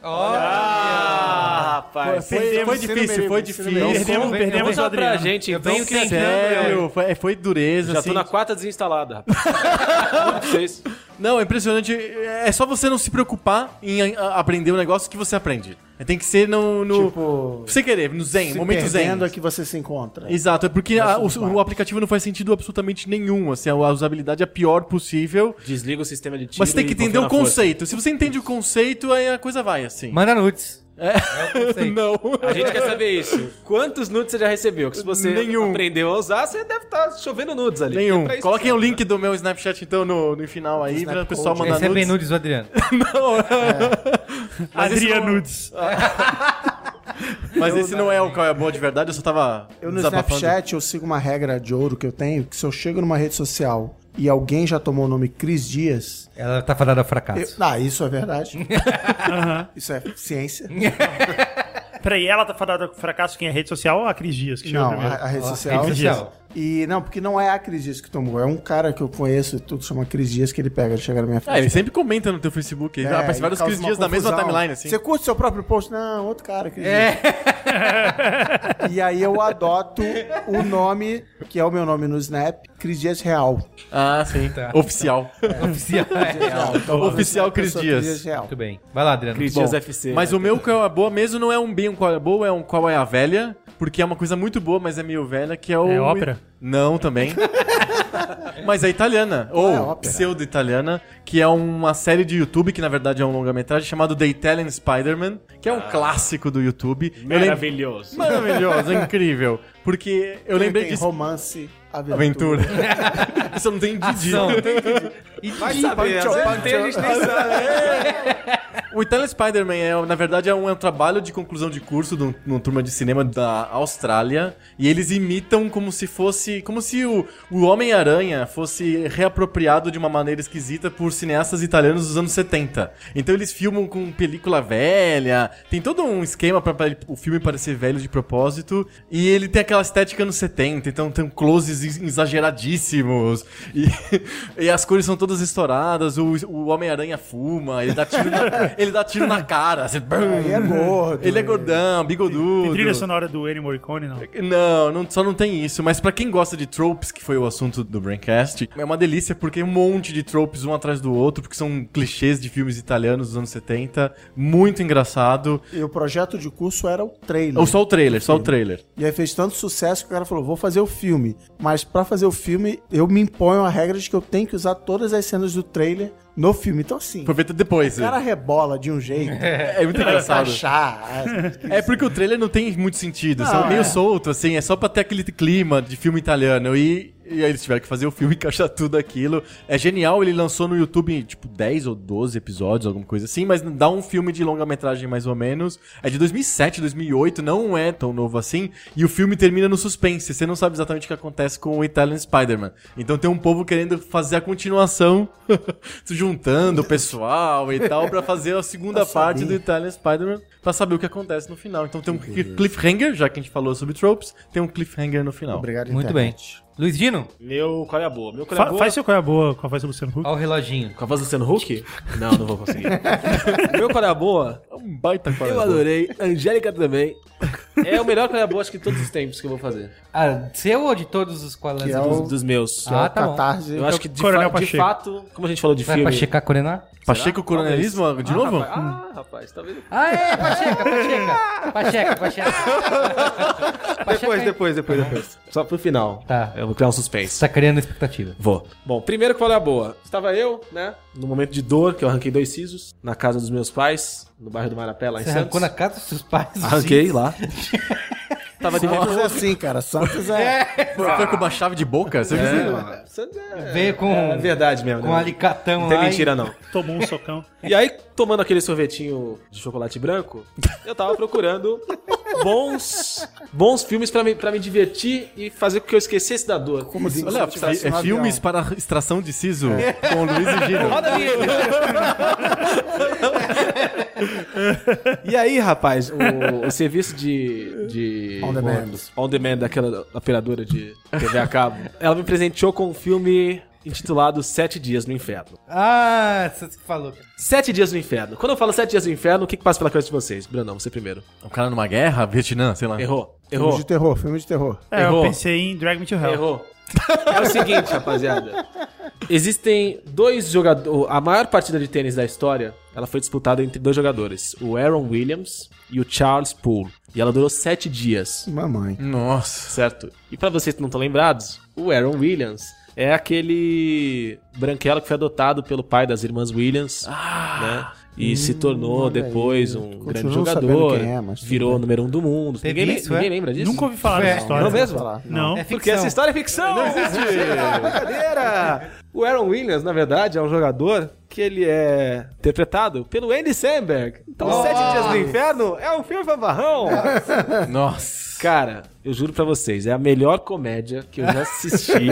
rapaz.
Foi, foi difícil, foi difícil.
Perdemos,
sou-
perdemos
eu
o
Conta pra
Adriano.
gente,
Eu
então.
venho
que-
tentando,
Sério, foi, foi dureza,
Já
assim.
tô na quarta desinstalada, rapaz.
(laughs)
Vocês-
Não, é impressionante. É só você não se preocupar em a- aprender o negócio que você aprende. É, Tem que ser no. no
Tipo,
sem querer, no zen,
se
momento zen.
perdendo é que você se encontra.
Exato, é porque a- o,
Nossa,
o aplicativo não faz sentido absolutamente nenhum. Assim, a usabilidade é a pior possível.
Desliga o sistema de tiro.
Mas você tem
e
que entender
confia
o
na força.
conceito. Se você entende o conceito, aí a coisa vai, assim.
Manda nudes. É
(laughs) não.
A gente quer saber isso. Quantos nudes você já recebeu? Que se você
Nenhum.
aprendeu a usar, você deve estar chovendo nudes ali.
Nenhum.
Porque é pra isso que
Coloquem o
serve,
link do meu Snapchat, então, no, no final aí, pra o pessoal mandar
Recebem É nudes
nudes.
do Adriano.
Mas esse
Adriano
não-
Nudes.
Mas esse não é o qual é a boa de verdade, eu só tava
Eu no
desabafando.
Snapchat eu sigo uma regra de ouro que eu tenho, que se eu chego numa rede social e alguém já tomou o nome Cris Dias,
Ela tá fadada ao
eu,
fracasso.
ah, isso é verdade. Isso é ciência.
Peraí, ela tá fadada com fracasso quem é rede social ou a Cris Dias? Que chegou
Não,
primeiro?
a, a rede
Ó,
social.
rede social.
E não, porque não é a Cris Dias que tomou, é um cara que eu conheço e tudo, chama Cris Dias, que ele pega, ele chega na minha
Ah,
frente.
ele sempre comenta no teu Facebook. Ele
É,
aparece
e
vários
causa
Cris
uma
Dias na mesma
confusão.
timeline, assim. É.
Você curte seu próprio post? Não, outro cara, Cris Dias. e aí eu adoto o nome, que é o meu nome no Snap, Cris Dias Real.
Ah, sim. Oficial.
Tá. (laughs) Oficial. É,
Oficial Cris
Pessoa
Dias.
Real.
Muito bem. Vai lá, Adriano.
Cris Dias FC.
Mas
né?
o meu qual é a boa mesmo não é um bem um qual é a boa, é um qual é a velha, porque é uma coisa muito boa, mas é meio velha, que é o...
É ópera?
(laughs)
Não, também. mas é italiana, ou
é ópera.
pseudo-italiana, que é uma série de YouTube, que na verdade é um longa-metragem, chamado The Italian Spider-Man, que
Ah.
é um clássico do YouTube. Eu lembro-
Maravilhoso.
Maravilhoso, é incrível. Porque eu lembrei
Tem
disso.
romance, aventura.
Aventura. (laughs) Isso eu não tem Didi.
E
Vai saber, às vezes não tem, a gente nem sabe.
(laughs) O Italian Spider-Man, é, na verdade, é um, é um trabalho de conclusão de curso de um- numa turma de cinema da Austrália. E eles imitam como se fosse. Como se o, o Homem-Aranha fosse reapropriado de uma maneira esquisita por cineastas italianos dos anos 70. Então eles filmam com película velha. Tem todo um esquema pra, pra ele- o filme parecer velho de propósito. E ele tem aquela estética anos 70. Então tem closes ex- exageradíssimos. E, (laughs) e as cores são todas estouradas. O, o Homem-Aranha fuma. Ele dá
(laughs)
tiro na, ele dá tiro na cara. assim, bum.
Ele é gordo.
Ele é gordão, bigodudo.
Tem trilha sonora do Ennio Morricone, não.
Não, não- só não tem isso. Mas pra quem gosta de tropes, que foi o assunto do Braincast, é uma delícia porque é um monte de tropes um atrás do outro, porque são clichês de filmes italianos dos anos 70. Muito engraçado.
E o projeto de curso era o trailer.
Ou só o trailer, só o trailer.
E aí fez tanto sucesso que o cara falou: vou fazer o filme. Mas pra fazer o filme, eu me imponho a regra de que eu tenho que usar todas as cenas do trailer no filme. Então, assim, o
Aproveita depois.
cara rebola de um jeito.
(laughs) É, é muito
pra
engraçado.
achar.
É porque o trailer não tem muito sentido.
Não,
é meio
é.
solto, assim. É só pra ter aquele clima de filme italiano. E, e aí eles tiveram que fazer o filme, (laughs) encaixar tudo aquilo. É genial. Ele lançou no YouTube, tipo, 10 ou 12 episódios, alguma coisa assim. Mas dá um filme de longa-metragem, mais ou menos. É de 2007, 2008. Não é tão novo assim. E o filme termina no suspense. Você não sabe exatamente o que acontece com o Italian Spider-Man. Então tem um povo querendo fazer a continuação, (laughs) se juntando o pessoal e tal, pra fazer a segunda
Pra
parte
saber.
do Italian Spider-Man pra saber o que acontece no final. Então tem um cliffhanger, já que a gente falou sobre tropes, tem um cliffhanger no final.
Obrigado,
Muito bem. Luiz Dino,
Meu qual é a boa? Meu qual é a
Fa
boa?
faz seu qual é a boa com a voz do Luciano Huck.
olha o reloginho.
Com a voz do
(laughs)
Luciano Huck? Não, não vou conseguir. meu qual é a boa?
É um baita quadro.
Eu adorei. Angélica também. É o melhor qual é a boa, acho que de todos os tempos que eu vou fazer.
Ah, seu ou de todos os quadros?
Que é
Dos,
o-
dos meus.
Ah, tá bom.
Catarse.
Eu acho que de,
Coronel
fa- de
Pacheco.
fato, como a gente falou de
Vai
filme.
pra checar Corenar?
Pacheco coronelismo de novo?
Rapaz, ah, rapaz, talvez.
Ah, é, Pacheca, Pacheca. Pacheca, Pacheca.
Depois, depois, depois,
É.
depois.
Só pro final.
Tá.
Eu vou criar um suspense.
Você tá criando expectativa.
Vou. Bom, primeiro qual é a boa? Estava eu, né? No momento de dor, que eu arranquei dois sisos, na casa dos meus pais, no bairro do Marapé, lá em
Você
Santos.
arrancou na casa dos seus pais. os
Arranquei lá. Tava de
Santos
repouso.
é assim, cara. Santos é.
Foi, foi com uma chave de boca? Você viu?
Santos é-
Veio com-
É verdade mesmo.
Com
né?
um alicatão
Não
lá.
tem mentira,
e-
não.
Tomou um socão.
E aí, tomando aquele sorvetinho de chocolate branco, eu tava procurando bons, bons filmes pra me, pra me divertir e fazer com que eu esquecesse da dor. Como assim?
Olha, fi- é filmes para extração de siso com Luiz e Gino.
Roda a vinheta. E aí, rapaz, o, o serviço de, de.
On demand.
On demand daquela operadora de TV a cabo. Ela me presenteou com um filme intitulado Sete Dias no Inferno.
Ah, você que falou.
Sete Dias no Inferno. Quando eu falo Sete Dias no Inferno, o que, que passa pela cabeça de vocês? Brunão, você primeiro.
O Um cara numa guerra, Vietnã, sei lá.
Errou.
Filme
Errou.
de terror, filme de terror.
É,
Errou.
eu pensei em Drag Me to Hell.
Errou. É o seguinte, rapaziada. Existem dois jogadores. A maior partida de tênis da história ela foi disputada entre dois jogadores, o Aaron Williams e o Charles Poole. E ela durou sete dias,
Mamãe.
Nossa.
certo? E pra vocês que não estão lembrados, o Aaron Williams é aquele branquelo que foi adotado pelo pai das irmãs Williams, né? E se tornou
Ah, olha
depois
aí.
um
Continuo
grande
sabendo
jogador,
quem é, mas tudo
virou o
bem.
número um do mundo.
Teve
Ninguém,
isso,
ninguém
é?
lembra disso?
Nunca ouvi falar dessa história.
Não mesmo?
falar.
Não.
É
Porque essa história é ficção! Não (laughs) Brincadeira! O Aaron Williams, na verdade, é um jogador que ele é interpretado
Oh.
Então, é um pelo Andy Samberg. Então, Sete Dias no Inferno é um filme fanfarrão.
Nossa.
Cara, eu juro pra vocês, é a melhor comédia que eu
(laughs)
já assisti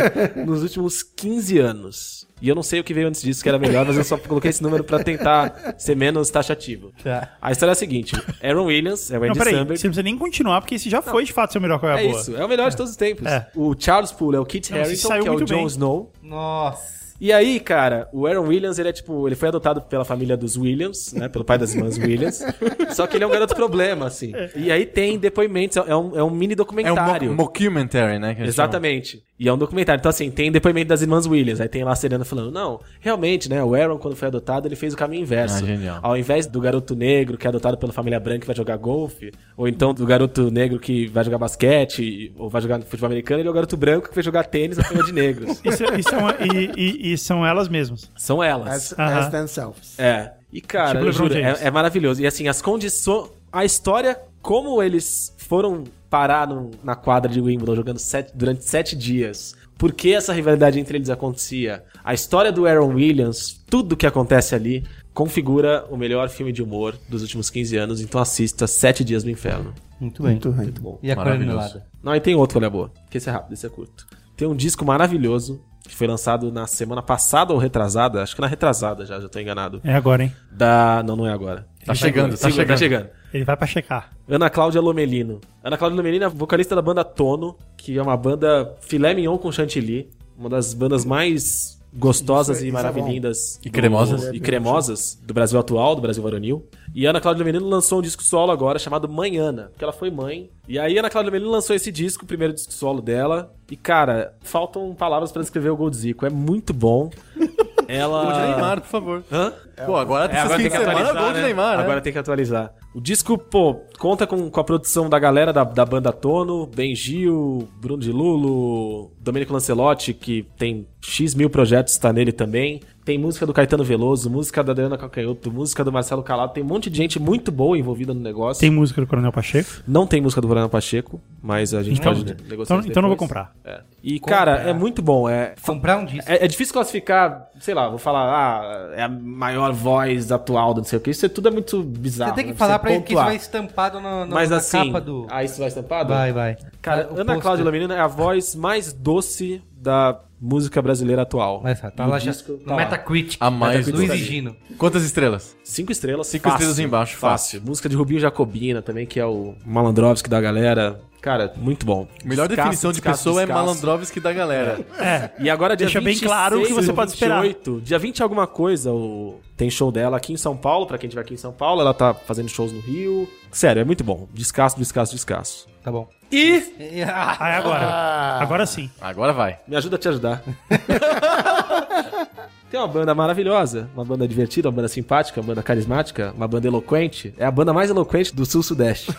nos últimos 15 anos. E eu não sei o que veio antes disso, que era melhor, mas eu só coloquei esse número pra tentar ser menos taxativo.
Tá.
A história é a seguinte: Aaron Williams é o
Não,
Andy
peraí,
Samberg.
você não precisa nem continuar, porque esse já foi de fato seu melhor qual é a
É
boa.
isso, é o melhor de todos os tempos.
É.
O Charles Poole é o Kit
Não, mas isso
Harington,
saiu
que é o
muito
Jon
bem.
Snow.
Nossa.
E aí, cara, o Aaron Williams, ele é tipo, ele foi adotado pela família dos Williams, né? Pelo pai das irmãs Williams. Só que ele é um garoto problema, assim. E aí tem depoimentos, é um, é um mini
É um
documentário.
mo- mockumentary, né? que eles chamam.
Exatamente. E é um documentário. Então, assim, tem depoimento das irmãs Williams. Aí tem lá a Serena falando: Não, realmente, né? O Aaron, quando foi adotado, ele fez o caminho inverso.
Ah, genial.
Ao invés do garoto negro que é adotado pela família branca e vai jogar golfe, ou então do garoto negro que vai jogar basquete, ou vai jogar futebol americano, ele é o garoto branco que vai jogar tênis na família de
(laughs)
negros.
E, são- e são, é e- e- e são elas mesmas.
São elas.
As,
Aham.
as themselves.
É. E,
Tipo
cara, eu
LeBron
juro, é,
James.
é maravilhoso. E, assim, as condições. A história, como eles foram parar no- na quadra de Wimbledon jogando sete- durante sete dias. Por que essa rivalidade entre eles acontecia? A história do Aaron Williams, tudo que acontece ali, configura o melhor filme de humor dos últimos 15 anos. Então assista Sete Dias no Inferno.
Muito bem.
Muito bem.
E a
Maravilhoso.
coronelada?
Não, e tem outro, olha boa. Que esse é rápido, esse é curto. Tem um disco maravilhoso que foi lançado na semana passada ou retrasada. Acho que na retrasada já, já tô enganado.
É agora, hein?
Da. Não, não é agora.
Tá chegando, tá
Segura,
chegando.
tá
É.
chegando.
Ele vai pra checar.
Ana Cláudia Lomelino. Ana Cláudia Lomelino é vocalista da banda Tono, que é uma banda filé mignon com chantilly. Uma das bandas mais gostosas
Isso é-
e
isso é bom.
maravilhindas.
E
do-
cremosas.
E cremosas do Brasil atual, do Brasil varonil. E Ana Cláudia Lomelino lançou um disco solo agora chamado Manhana, que ela foi mãe. E aí Ana Cláudia Lomelino lançou esse disco, o primeiro disco solo dela. E cara, faltam palavras pra descrever o Goldzico. É
(laughs)
muito bom. Ela.
Gol de Neymar, por favor.
Hã?
Pô, agora,
É,
essas
agora tem que
quintas de semana,
atualizar,
gol de
né?
Neymar, né?
Agora tem que atualizar. O disco, pô, conta com, com a produção da galera da, da banda Tono, Ben Gil, Bruno de Lulo, Domenico Lancelotti, que tem X mil projetos, tá nele também. Tem música do Caetano Veloso, música da Adriana Calcanhoto, música do Marcelo Calado. Tem um monte de gente muito boa envolvida no negócio.
Tem música do Coronel Pacheco?
Não tem música do Bruno Pacheco, mas a gente
Então-
pode negociar
então-
isso
então não vou
depois.
comprar.
É. E, cara, é muito bom. É,
Comprar um disco.
é, é difícil classificar, sei lá, vou falar, ah, é a maior voz atual do não sei o que. Isso é- tudo é muito bizarro.
Você tem que
né?
falar pra ele que isso
pontuar.
vai estampado no, no-
Mas
na
assim,
capa do.
ah, isso vai estampado?
Vai, vai.
Cara,
O
Ana
pôster.
Cláudia Lamirina é a voz mais doce da música brasileira atual.
Vai, tá, tá
No
lá já.
disco, tá
no
lá.
Metacritic.
A mais
Luiz
do-
e Gino.
Quantas estrelas?
Cinco estrelas,
Cinco
fácil.
estrelas embaixo, fácil.
Música de Rubinho Jacobina também, que é o Malandrovski da galera. Cara, muito bom.
Melhor
Descasso,
definição de
descasso,
pessoa
descasso.
é Malandrovski da galera.
É,
E agora dia
Deixa bem
26
claro o que você
ou
pode esperar.
28, Dia 20 alguma coisa, o... tem show dela aqui em São Paulo, pra quem estiver aqui em São Paulo, ela tá fazendo shows no Rio. Sério, é muito bom. Descasso, descasso, descasso.
Tá bom.
E
Ah, é agora. Agora sim.
Agora vai.
me ajuda a te ajudar. (laughs) Tem uma banda maravilhosa, uma banda divertida, uma banda simpática, uma banda carismática, uma banda eloquente. É a banda mais eloquente do Sul-Sudeste.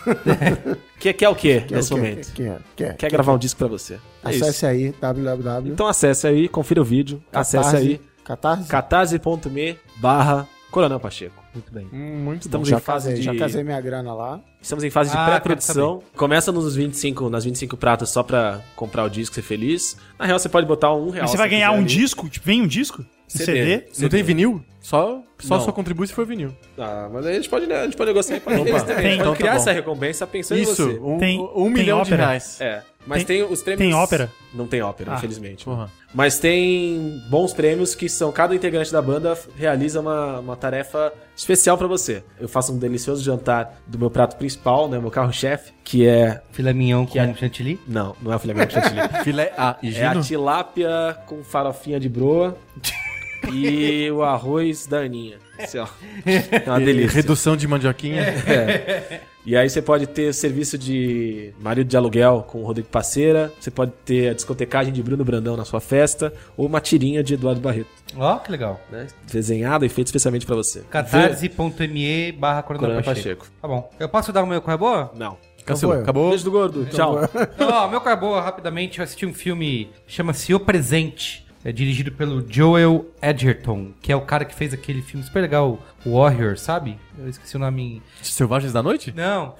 que quer o quê nesse momento?
Quem é? Quem é?
Quer gravar um disco pra você. É isso.
Acesse aí, www.
Então acesse aí, confira o vídeo, acesse aí.
Catarse?
catarse.me barra Coronel Pacheco.
Muito bem.
Muito
Estamos
bom.
em
Já
fase
casei-
de-
Já casei minha grana lá.
Estamos em fase de
Ah,
pré-produção. Começa nos 25, nas 25 pratas só pra comprar o disco, ser feliz. Na real, você pode botar um real.
Mas você
se
vai ganhar
quiser
um
ali.
disco? Tipo, vem um disco? CD?
CD.
Não tem vinil? Só, só
Não.
só contribui se for vinil.
Ah, mas aí a gente pode, né, a gente pode negociar aí pra
Opa,
eles também. A
tem.
gente pode
Então tá
criar
bom.
essa recompensa pensando
Isso,
em você.
um,
Tem-
um
tem
milhão de
ópera?
reais.
É, mas tem,
Tem-
os prêmios...
tem ópera?
Não tem ópera,
Ah.
infelizmente.
Porra.
Mas tem bons prêmios que são. Cada integrante da banda realiza uma, uma tarefa especial pra você. Eu faço um delicioso jantar do meu prato principal, né? Meu carro-chefe, que é.
Filé mignon com
é-
chantilly.
Não, não é o filé mignon com chantilly.
Filé Ah, A e
é a
Gino?
tilápia com farofinha de broa (laughs) e o arroz da Aninha. Assim, ó. É uma
E-
delícia. É.
Redução de mandioquinha. (laughs)
E aí você pode ter o serviço de marido de aluguel com o Rodrigo Passeira, você pode ter a discotecagem de Bruno Brandão na sua festa, ou uma tirinha de Eduardo Barreto,
Ó, que legal.
né? Desenhada e feita especialmente pra você. Vê-
catarse.me barra Coronel
Coronel
Pacheco.
Pacheco.
Tá bom. Eu posso dar o meu qual é boa?
Não.
Cancelou.
eu.
Acabou.
Beijo do gordo. Tchau.
Ó, o meu qual é boa, rapidamente, eu assisti um filme, chama-se O Presente. É dirigido pelo Joel Edgerton, que é o cara que fez aquele filme super legal, Warrior, sabe? Eu esqueci o nome em
Selvagens da Noite?
não. (laughs)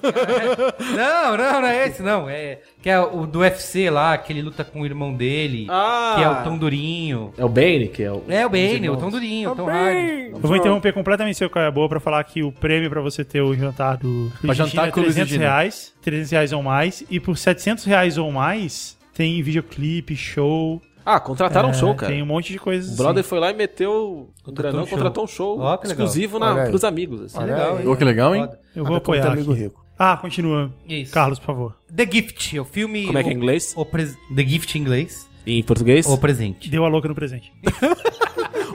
não, não, não é esse, não. É, que é o do UFC lá, que ele luta com o irmão dele,
Ah!
que é o Tom Durinho.
É o Bane, que é o.
É o Bane, o Tom Durinho, o Tom Hardy.
Eu vou interromper completamente seu Caia Boa pra falar que o prêmio pra você ter o jantar do
Pra jantar
é
com o Luiz
300
Egino.
reais, 300 reais ou mais, e por 700 reais ou mais tem videoclipe, show,
Ah, contrataram um
é,
show, cara.
tem um monte de coisas
O brother foi lá e meteu o granão,
um show.
contratou um show
Ó, que legal.
exclusivo
Olha
na,
aí.
pros amigos. assim.
Legal,
Ô, que legal, hein?
Foda.
Eu vou
Conta
apoiar
um amigo
aqui.
rico.
Ah, continua.
Isso.
Carlos, por favor.
The Gift, é o filme.
Como é que é em
o-
inglês?
o pres- The Gift em inglês.
E em português?
O presente.
Deu a louca no presente.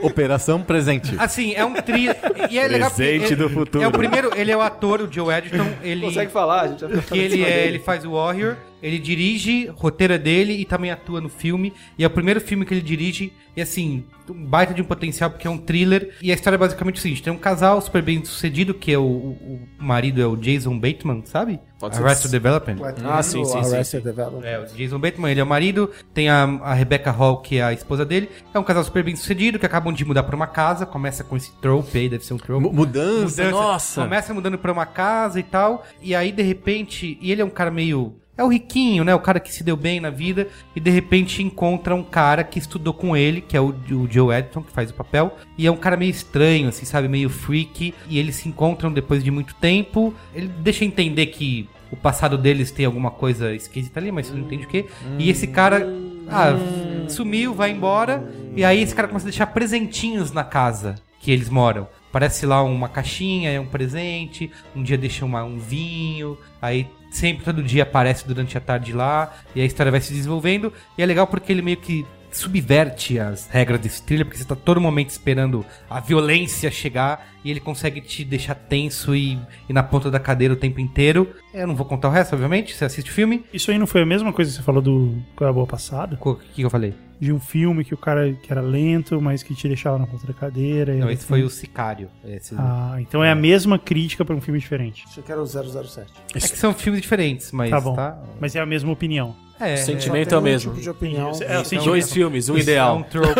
Operação (laughs) Presente.
Assim, é um tri. E é legal porque
Presente
ele-
do futuro.
É o primeiro, ele é o ator, o Joe
(laughs)
Edgerton. Ele,
Consegue falar, a gente já
que ele,
né?
é, ele faz o Warrior, ele dirige, roteira dele e também atua no filme. E é o primeiro filme que ele dirige, e assim, um baita de um potencial, porque é um thriller. E a história é basicamente o seguinte: tem um casal super bem sucedido, que é o, o- o marido é o Jason Bateman, sabe?
Pode ser.
Arrested Development.
Ah, sim, sim, sim.
Arrested Development.
É, o Jason Bateman, ele é o marido, tem a, a Rebecca Hall, que é a esposa dele. É um casal super bem sucedido, que acabam de mudar pra uma casa, começa com esse trope aí, deve ser um trope.
Mu- Mudança,
Mudança.
nossa.
Começa mudando pra uma casa e tal, e aí de repente, e ele é um cara meio... É o riquinho, né? O cara que se deu bem na vida. E de repente encontra um cara que estudou com ele, que é o, o Joe Edton, que faz o papel. E é um cara meio estranho, assim, sabe? Meio freak. E eles se encontram depois de muito tempo. Ele deixa entender que o passado deles tem alguma coisa esquisita ali, mas você não entende o quê. E esse cara ah, sumiu, vai embora. E aí esse cara começa a deixar presentinhos na casa que eles moram. Parece lá uma caixinha, é um presente. Um dia deixa uma- um vinho. Aí sempre, todo dia aparece durante a tarde lá. E a história vai se desenvolvendo. E é legal porque ele meio que subverte as regras desse thriller, porque você tá todo momento esperando a violência chegar e ele consegue te deixar tenso e, e na ponta da cadeira o tempo inteiro. Eu não vou contar o resto, obviamente, você assiste o filme.
Isso aí não foi a mesma coisa que você falou do Coia Boa passado?
O que, que eu falei?
De um filme que o cara que era lento, mas que te deixava na ponta da cadeira. e
Não,
era
esse
assim.
foi o Sicário. Esse-
Ah, então é a mesma crítica pra um filme diferente.
Achei que era o 007.
É que são filmes diferentes, mas
Tá bom.
tá.
Mas é a mesma opinião.
É,
Senti-
Só
Sentimento
tem
é o
um
mesmo.
tipo de opinião.
É, é o
Então,
seguinte,
Dois filmes, um
isso É
ideal.
um
(laughs)
trope.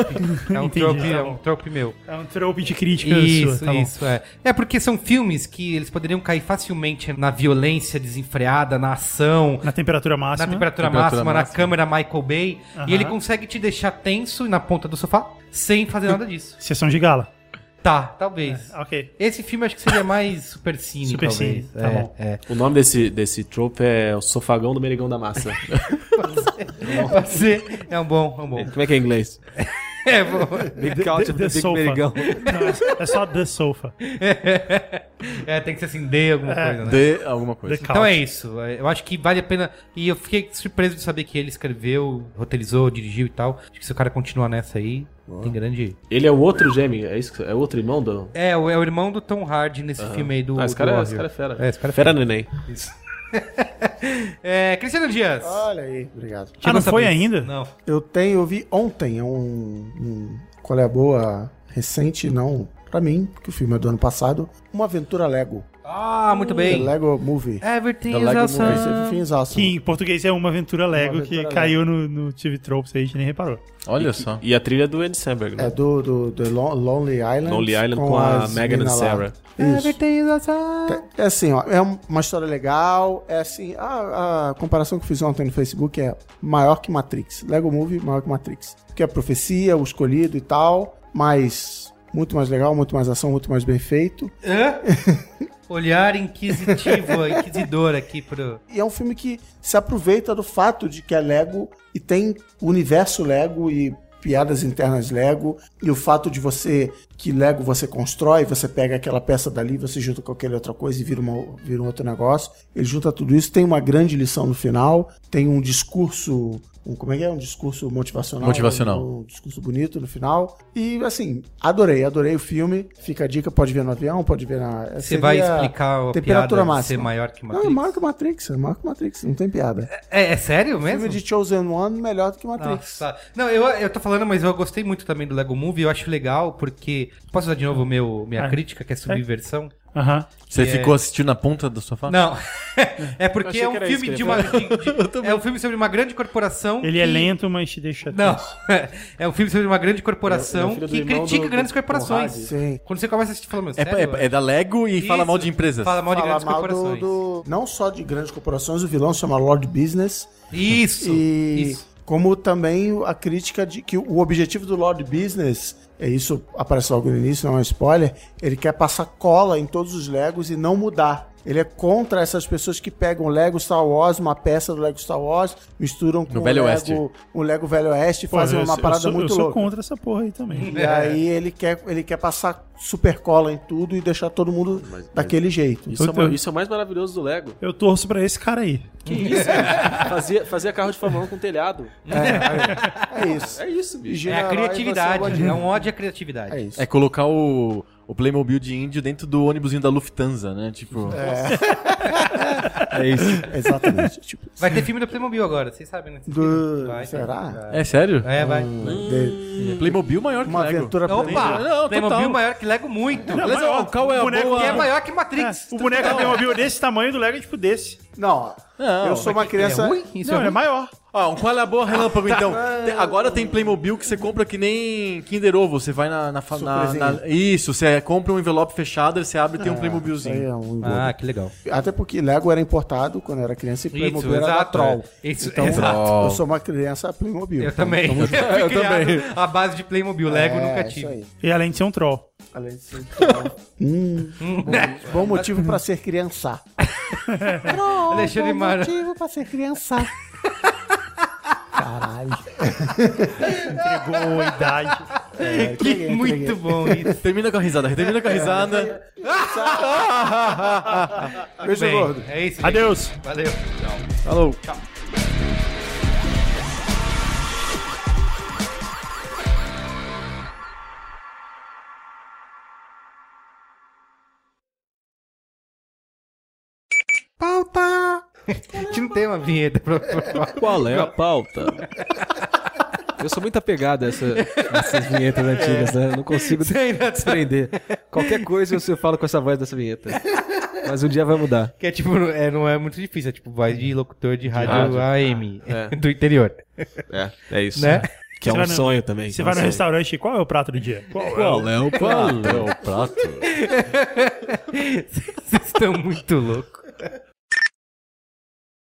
É um
Entendi,
trope,
tá
é
bom.
um trope meu.
é um trope de crítica
Isso,
sua, tá bom.
isso, é. É porque são filmes que eles poderiam cair facilmente na violência desenfreada, na ação,
Na temperatura máxima.
na temperatura,
Temperatura
máxima, na
máxima.
câmera Michael Bay.
Aham.
E ele consegue te deixar tenso e na ponta do sofá sem fazer nada disso.
Sessão de gala.
Tá, talvez.
Ok.
Esse filme acho que seria mais super cine,
É, Super
talvez.
cine, tá
é,
bom.
é. (laughs)
O nome desse, desse trope é o Sofagão do Merigão da
(laughs)
Massa.
Você é um bom, é um bom.
Como é que é em inglês?
(laughs) É bom.
Big Couch
The Sofa. (laughs) Não, é só The Sofa.
É, tem que ser assim, dê alguma coisa, né?
De alguma coisa.
The
Então é
Couch.
isso. É, Eu acho que vale a pena. E eu fiquei surpreso de saber que ele escreveu, roteirizou, dirigiu e tal. Acho que se o cara continuar nessa aí, tem grande.
Ele é o outro gêmeo, é isso? que- É o outro irmão do.
É, o- é o irmão do Tom Hardy nesse filme aí do.
ah, esse cara,
do
é- esse cara é fera.
É, esse cara é
fera. neném.
É, Cristiano Dias.
Olha aí, obrigado.
Ah, não foi ainda?
Não.
Eu tenho, eu vi ontem um, um qual é a boa recente, não, pra mim, porque o filme é do ano passado, uma aventura Lego,
Ah, muito
The
bem.
Lego Movie.
Everything
The
is
Lego
awesome.
Esse é Fins
Que
Awesome.
em português é uma aventura Lego
Uma aventura
que
Lego.
caiu no, no TV Tropes aí, a gente nem reparou.
Olha só.
E a trilha é do Andy Samberg, né?
É do, do, do Lon- Lonely Island.
Lonely Island com a
as
Megan
mina
and
lá.
Sarah.
Isso.
Everything is awesome.
É assim, ó, é um- uma história legal, é assim, a, a comparação que eu fiz ontem no Facebook é maior que Matrix, Lego Movie maior que Matrix, que é a profecia, o escolhido e tal, mas muito mais legal, muito mais ação, muito mais bem feito,
Olhar inquisitivo, (laughs) inquisidor aqui pro.
e é um filme que se aproveita do fato de que é Lego e tem o universo Lego e piadas internas Lego e o fato de você que Lego você constrói, você pega aquela peça dali, você junta com aquela outra coisa e vira, uma, vira um outro negócio. Ele junta tudo isso, tem uma grande lição no final, tem um discurso um- como é que é? Um discurso motivacional.
Motivacional.
Um, um discurso bonito no final. E, assim, adorei, adorei o filme. Fica a dica, pode ver no avião, pode ver na...
Você vai
seria
explicar a
temperatura
piada de ser
máxima.
maior que
Não, é
Matrix?
maior que Matrix, é maior que Matrix, não tem piada.
É, é sério mesmo?
Filme de Chosen One melhor do que Matrix.
Nossa. Não, eu, eu tô falando, mas eu gostei muito também do Lego Movie. Eu acho legal porque. Posso usar de novo meu, minha
É.
crítica, que é subversão?
Aham.
Você
é-
ficou assistindo na ponta da sua fala?
Não. é porque
achei
é um
que era
filme
isso que
de
eu
uma.
ia
de- de- é um filme sobre uma grande corporação.
Ele é
que-
lento, mas te deixa.
Não. (laughs)
tenso.
É um filme sobre uma grande
Ele é
corporação
o filho do
que
irmão
critica
do-
grandes
do
corporações.
Conrad.
Sim.
Quando você começa a assistir, fala, mas
É,
sério?
é- é da Lego e fala
Isso.
mal de empresas.
Fala mal de
Fala
grandes
mal do,
corporações.
do- Não só de grandes corporações, o vilão se chama Lord Business.
Isso.
e
Isso.
como também o- a crítica de que o objetivo do Lord Business, é isso aparece logo no início, não é um spoiler, ele quer passar cola em todos os Legos e não mudar. Ele é contra essas pessoas que pegam Lego Star Wars, uma peça do Lego Star Wars, misturam com o
Velho
Lego,
Oeste.
o Lego Velho Oeste e fazem
eu-
uma
eu
parada
sou-
muito
Eu sou
louca.
contra essa porra aí também.
É.
E aí ele quer, ele quer passar super cola em tudo e deixar todo mundo daquele jeito.
Isso é,
Puta.
ma- isso é o mais maravilhoso do Lego.
Eu torço pra esse cara aí.
Que isso? fazia, fazia carro de Fórmula 1 com telhado.
É, é isso.
É isso,
(laughs)
bicho.
É a
Herói, você
criatividade.
é
É
o
um ódio à criatividade.
É isso.
É colocar o, o Playmobil de índio dentro do ônibusinho da Lufthansa, né? Tipo,
É isso. (laughs) Exatamente. Tipo,
Vai ter filme do Playmobil agora, vocês sabem, né?
do...
Vai,
Será?
é sério?
É, vai.
Hum. De-
É.
Playmobil maior que
Uma
Lego.
aventura pra
Opa!
Não,
Playmobil
total.
um maior que Lego muito.
Não,
Aliás,
maior,
ó, qual é a
o boneco
boa-
Que é
maior.
maior que Matrix.
O boneco tem um desse tamanho do Lego é tipo desse.
Não, eu sou uma criança.
É ruim? Isso
não,
é
ele
ruim?
é maior.
Ah, um qual é a boa
(laughs)
relâmpago então?
Ah.
Tem- agora tem Playmobil que você compra que nem Kinder Ovo. Você vai na. na, fa- na-
Surpresinha.
na- isso, você compra um envelope fechado, você abre e tem um
Isso aí
Playmobilzinho.
é um engodo.
Ah, que legal.
Até porque Lego era importado quando eu era criança e Playmobil
Isso,
era da
exato.
Troll.
É, Isso,
Então,
exato.
eu sou uma criança Playmobil.
Eu
Então,
também.
tamo
Eu
junto.
fui criado à base de Playmobil. Lego
É,
nunca
isso
tive.
aí.
E além de ser um troll.
Além de ser Troll. Hum, bom, bom motivo pra ser
(laughs)
criança. Troll,
Alexandre
bom
Mara.
motivo pra ser criança. Caralho.
Entregou a idade.
É,
(laughs) Que
entreguei, entreguei.
muito bom isso.
Termina com a risada, termina
É.
com a risada.
Beijo
Bem,
gordo.
É isso. gente.
Adeus.
Valeu.
Falou.
(laughs) Pauta! A gente não tem uma um vinheta pra.
Qual é a pauta? Eu sou muito apegado a, essa- a essas vinhetas antigas, né? Eu não consigo
Sei, né?
desprender. Qualquer coisa eu, eu falo com essa voz dessa vinheta. Mas um dia vai mudar.
Que é tipo, é, não é muito difícil, é tipo voz de locutor de rádio,
rádio.
AM
É.
(laughs) do interior,
É, é isso.
né? (laughs)
Que é
Você
um
vai no-
sonho também.
Você vai no restaurante, qual é o prato do dia?
Qual é o
Qual é o prato?
Vocês estão muito loucos.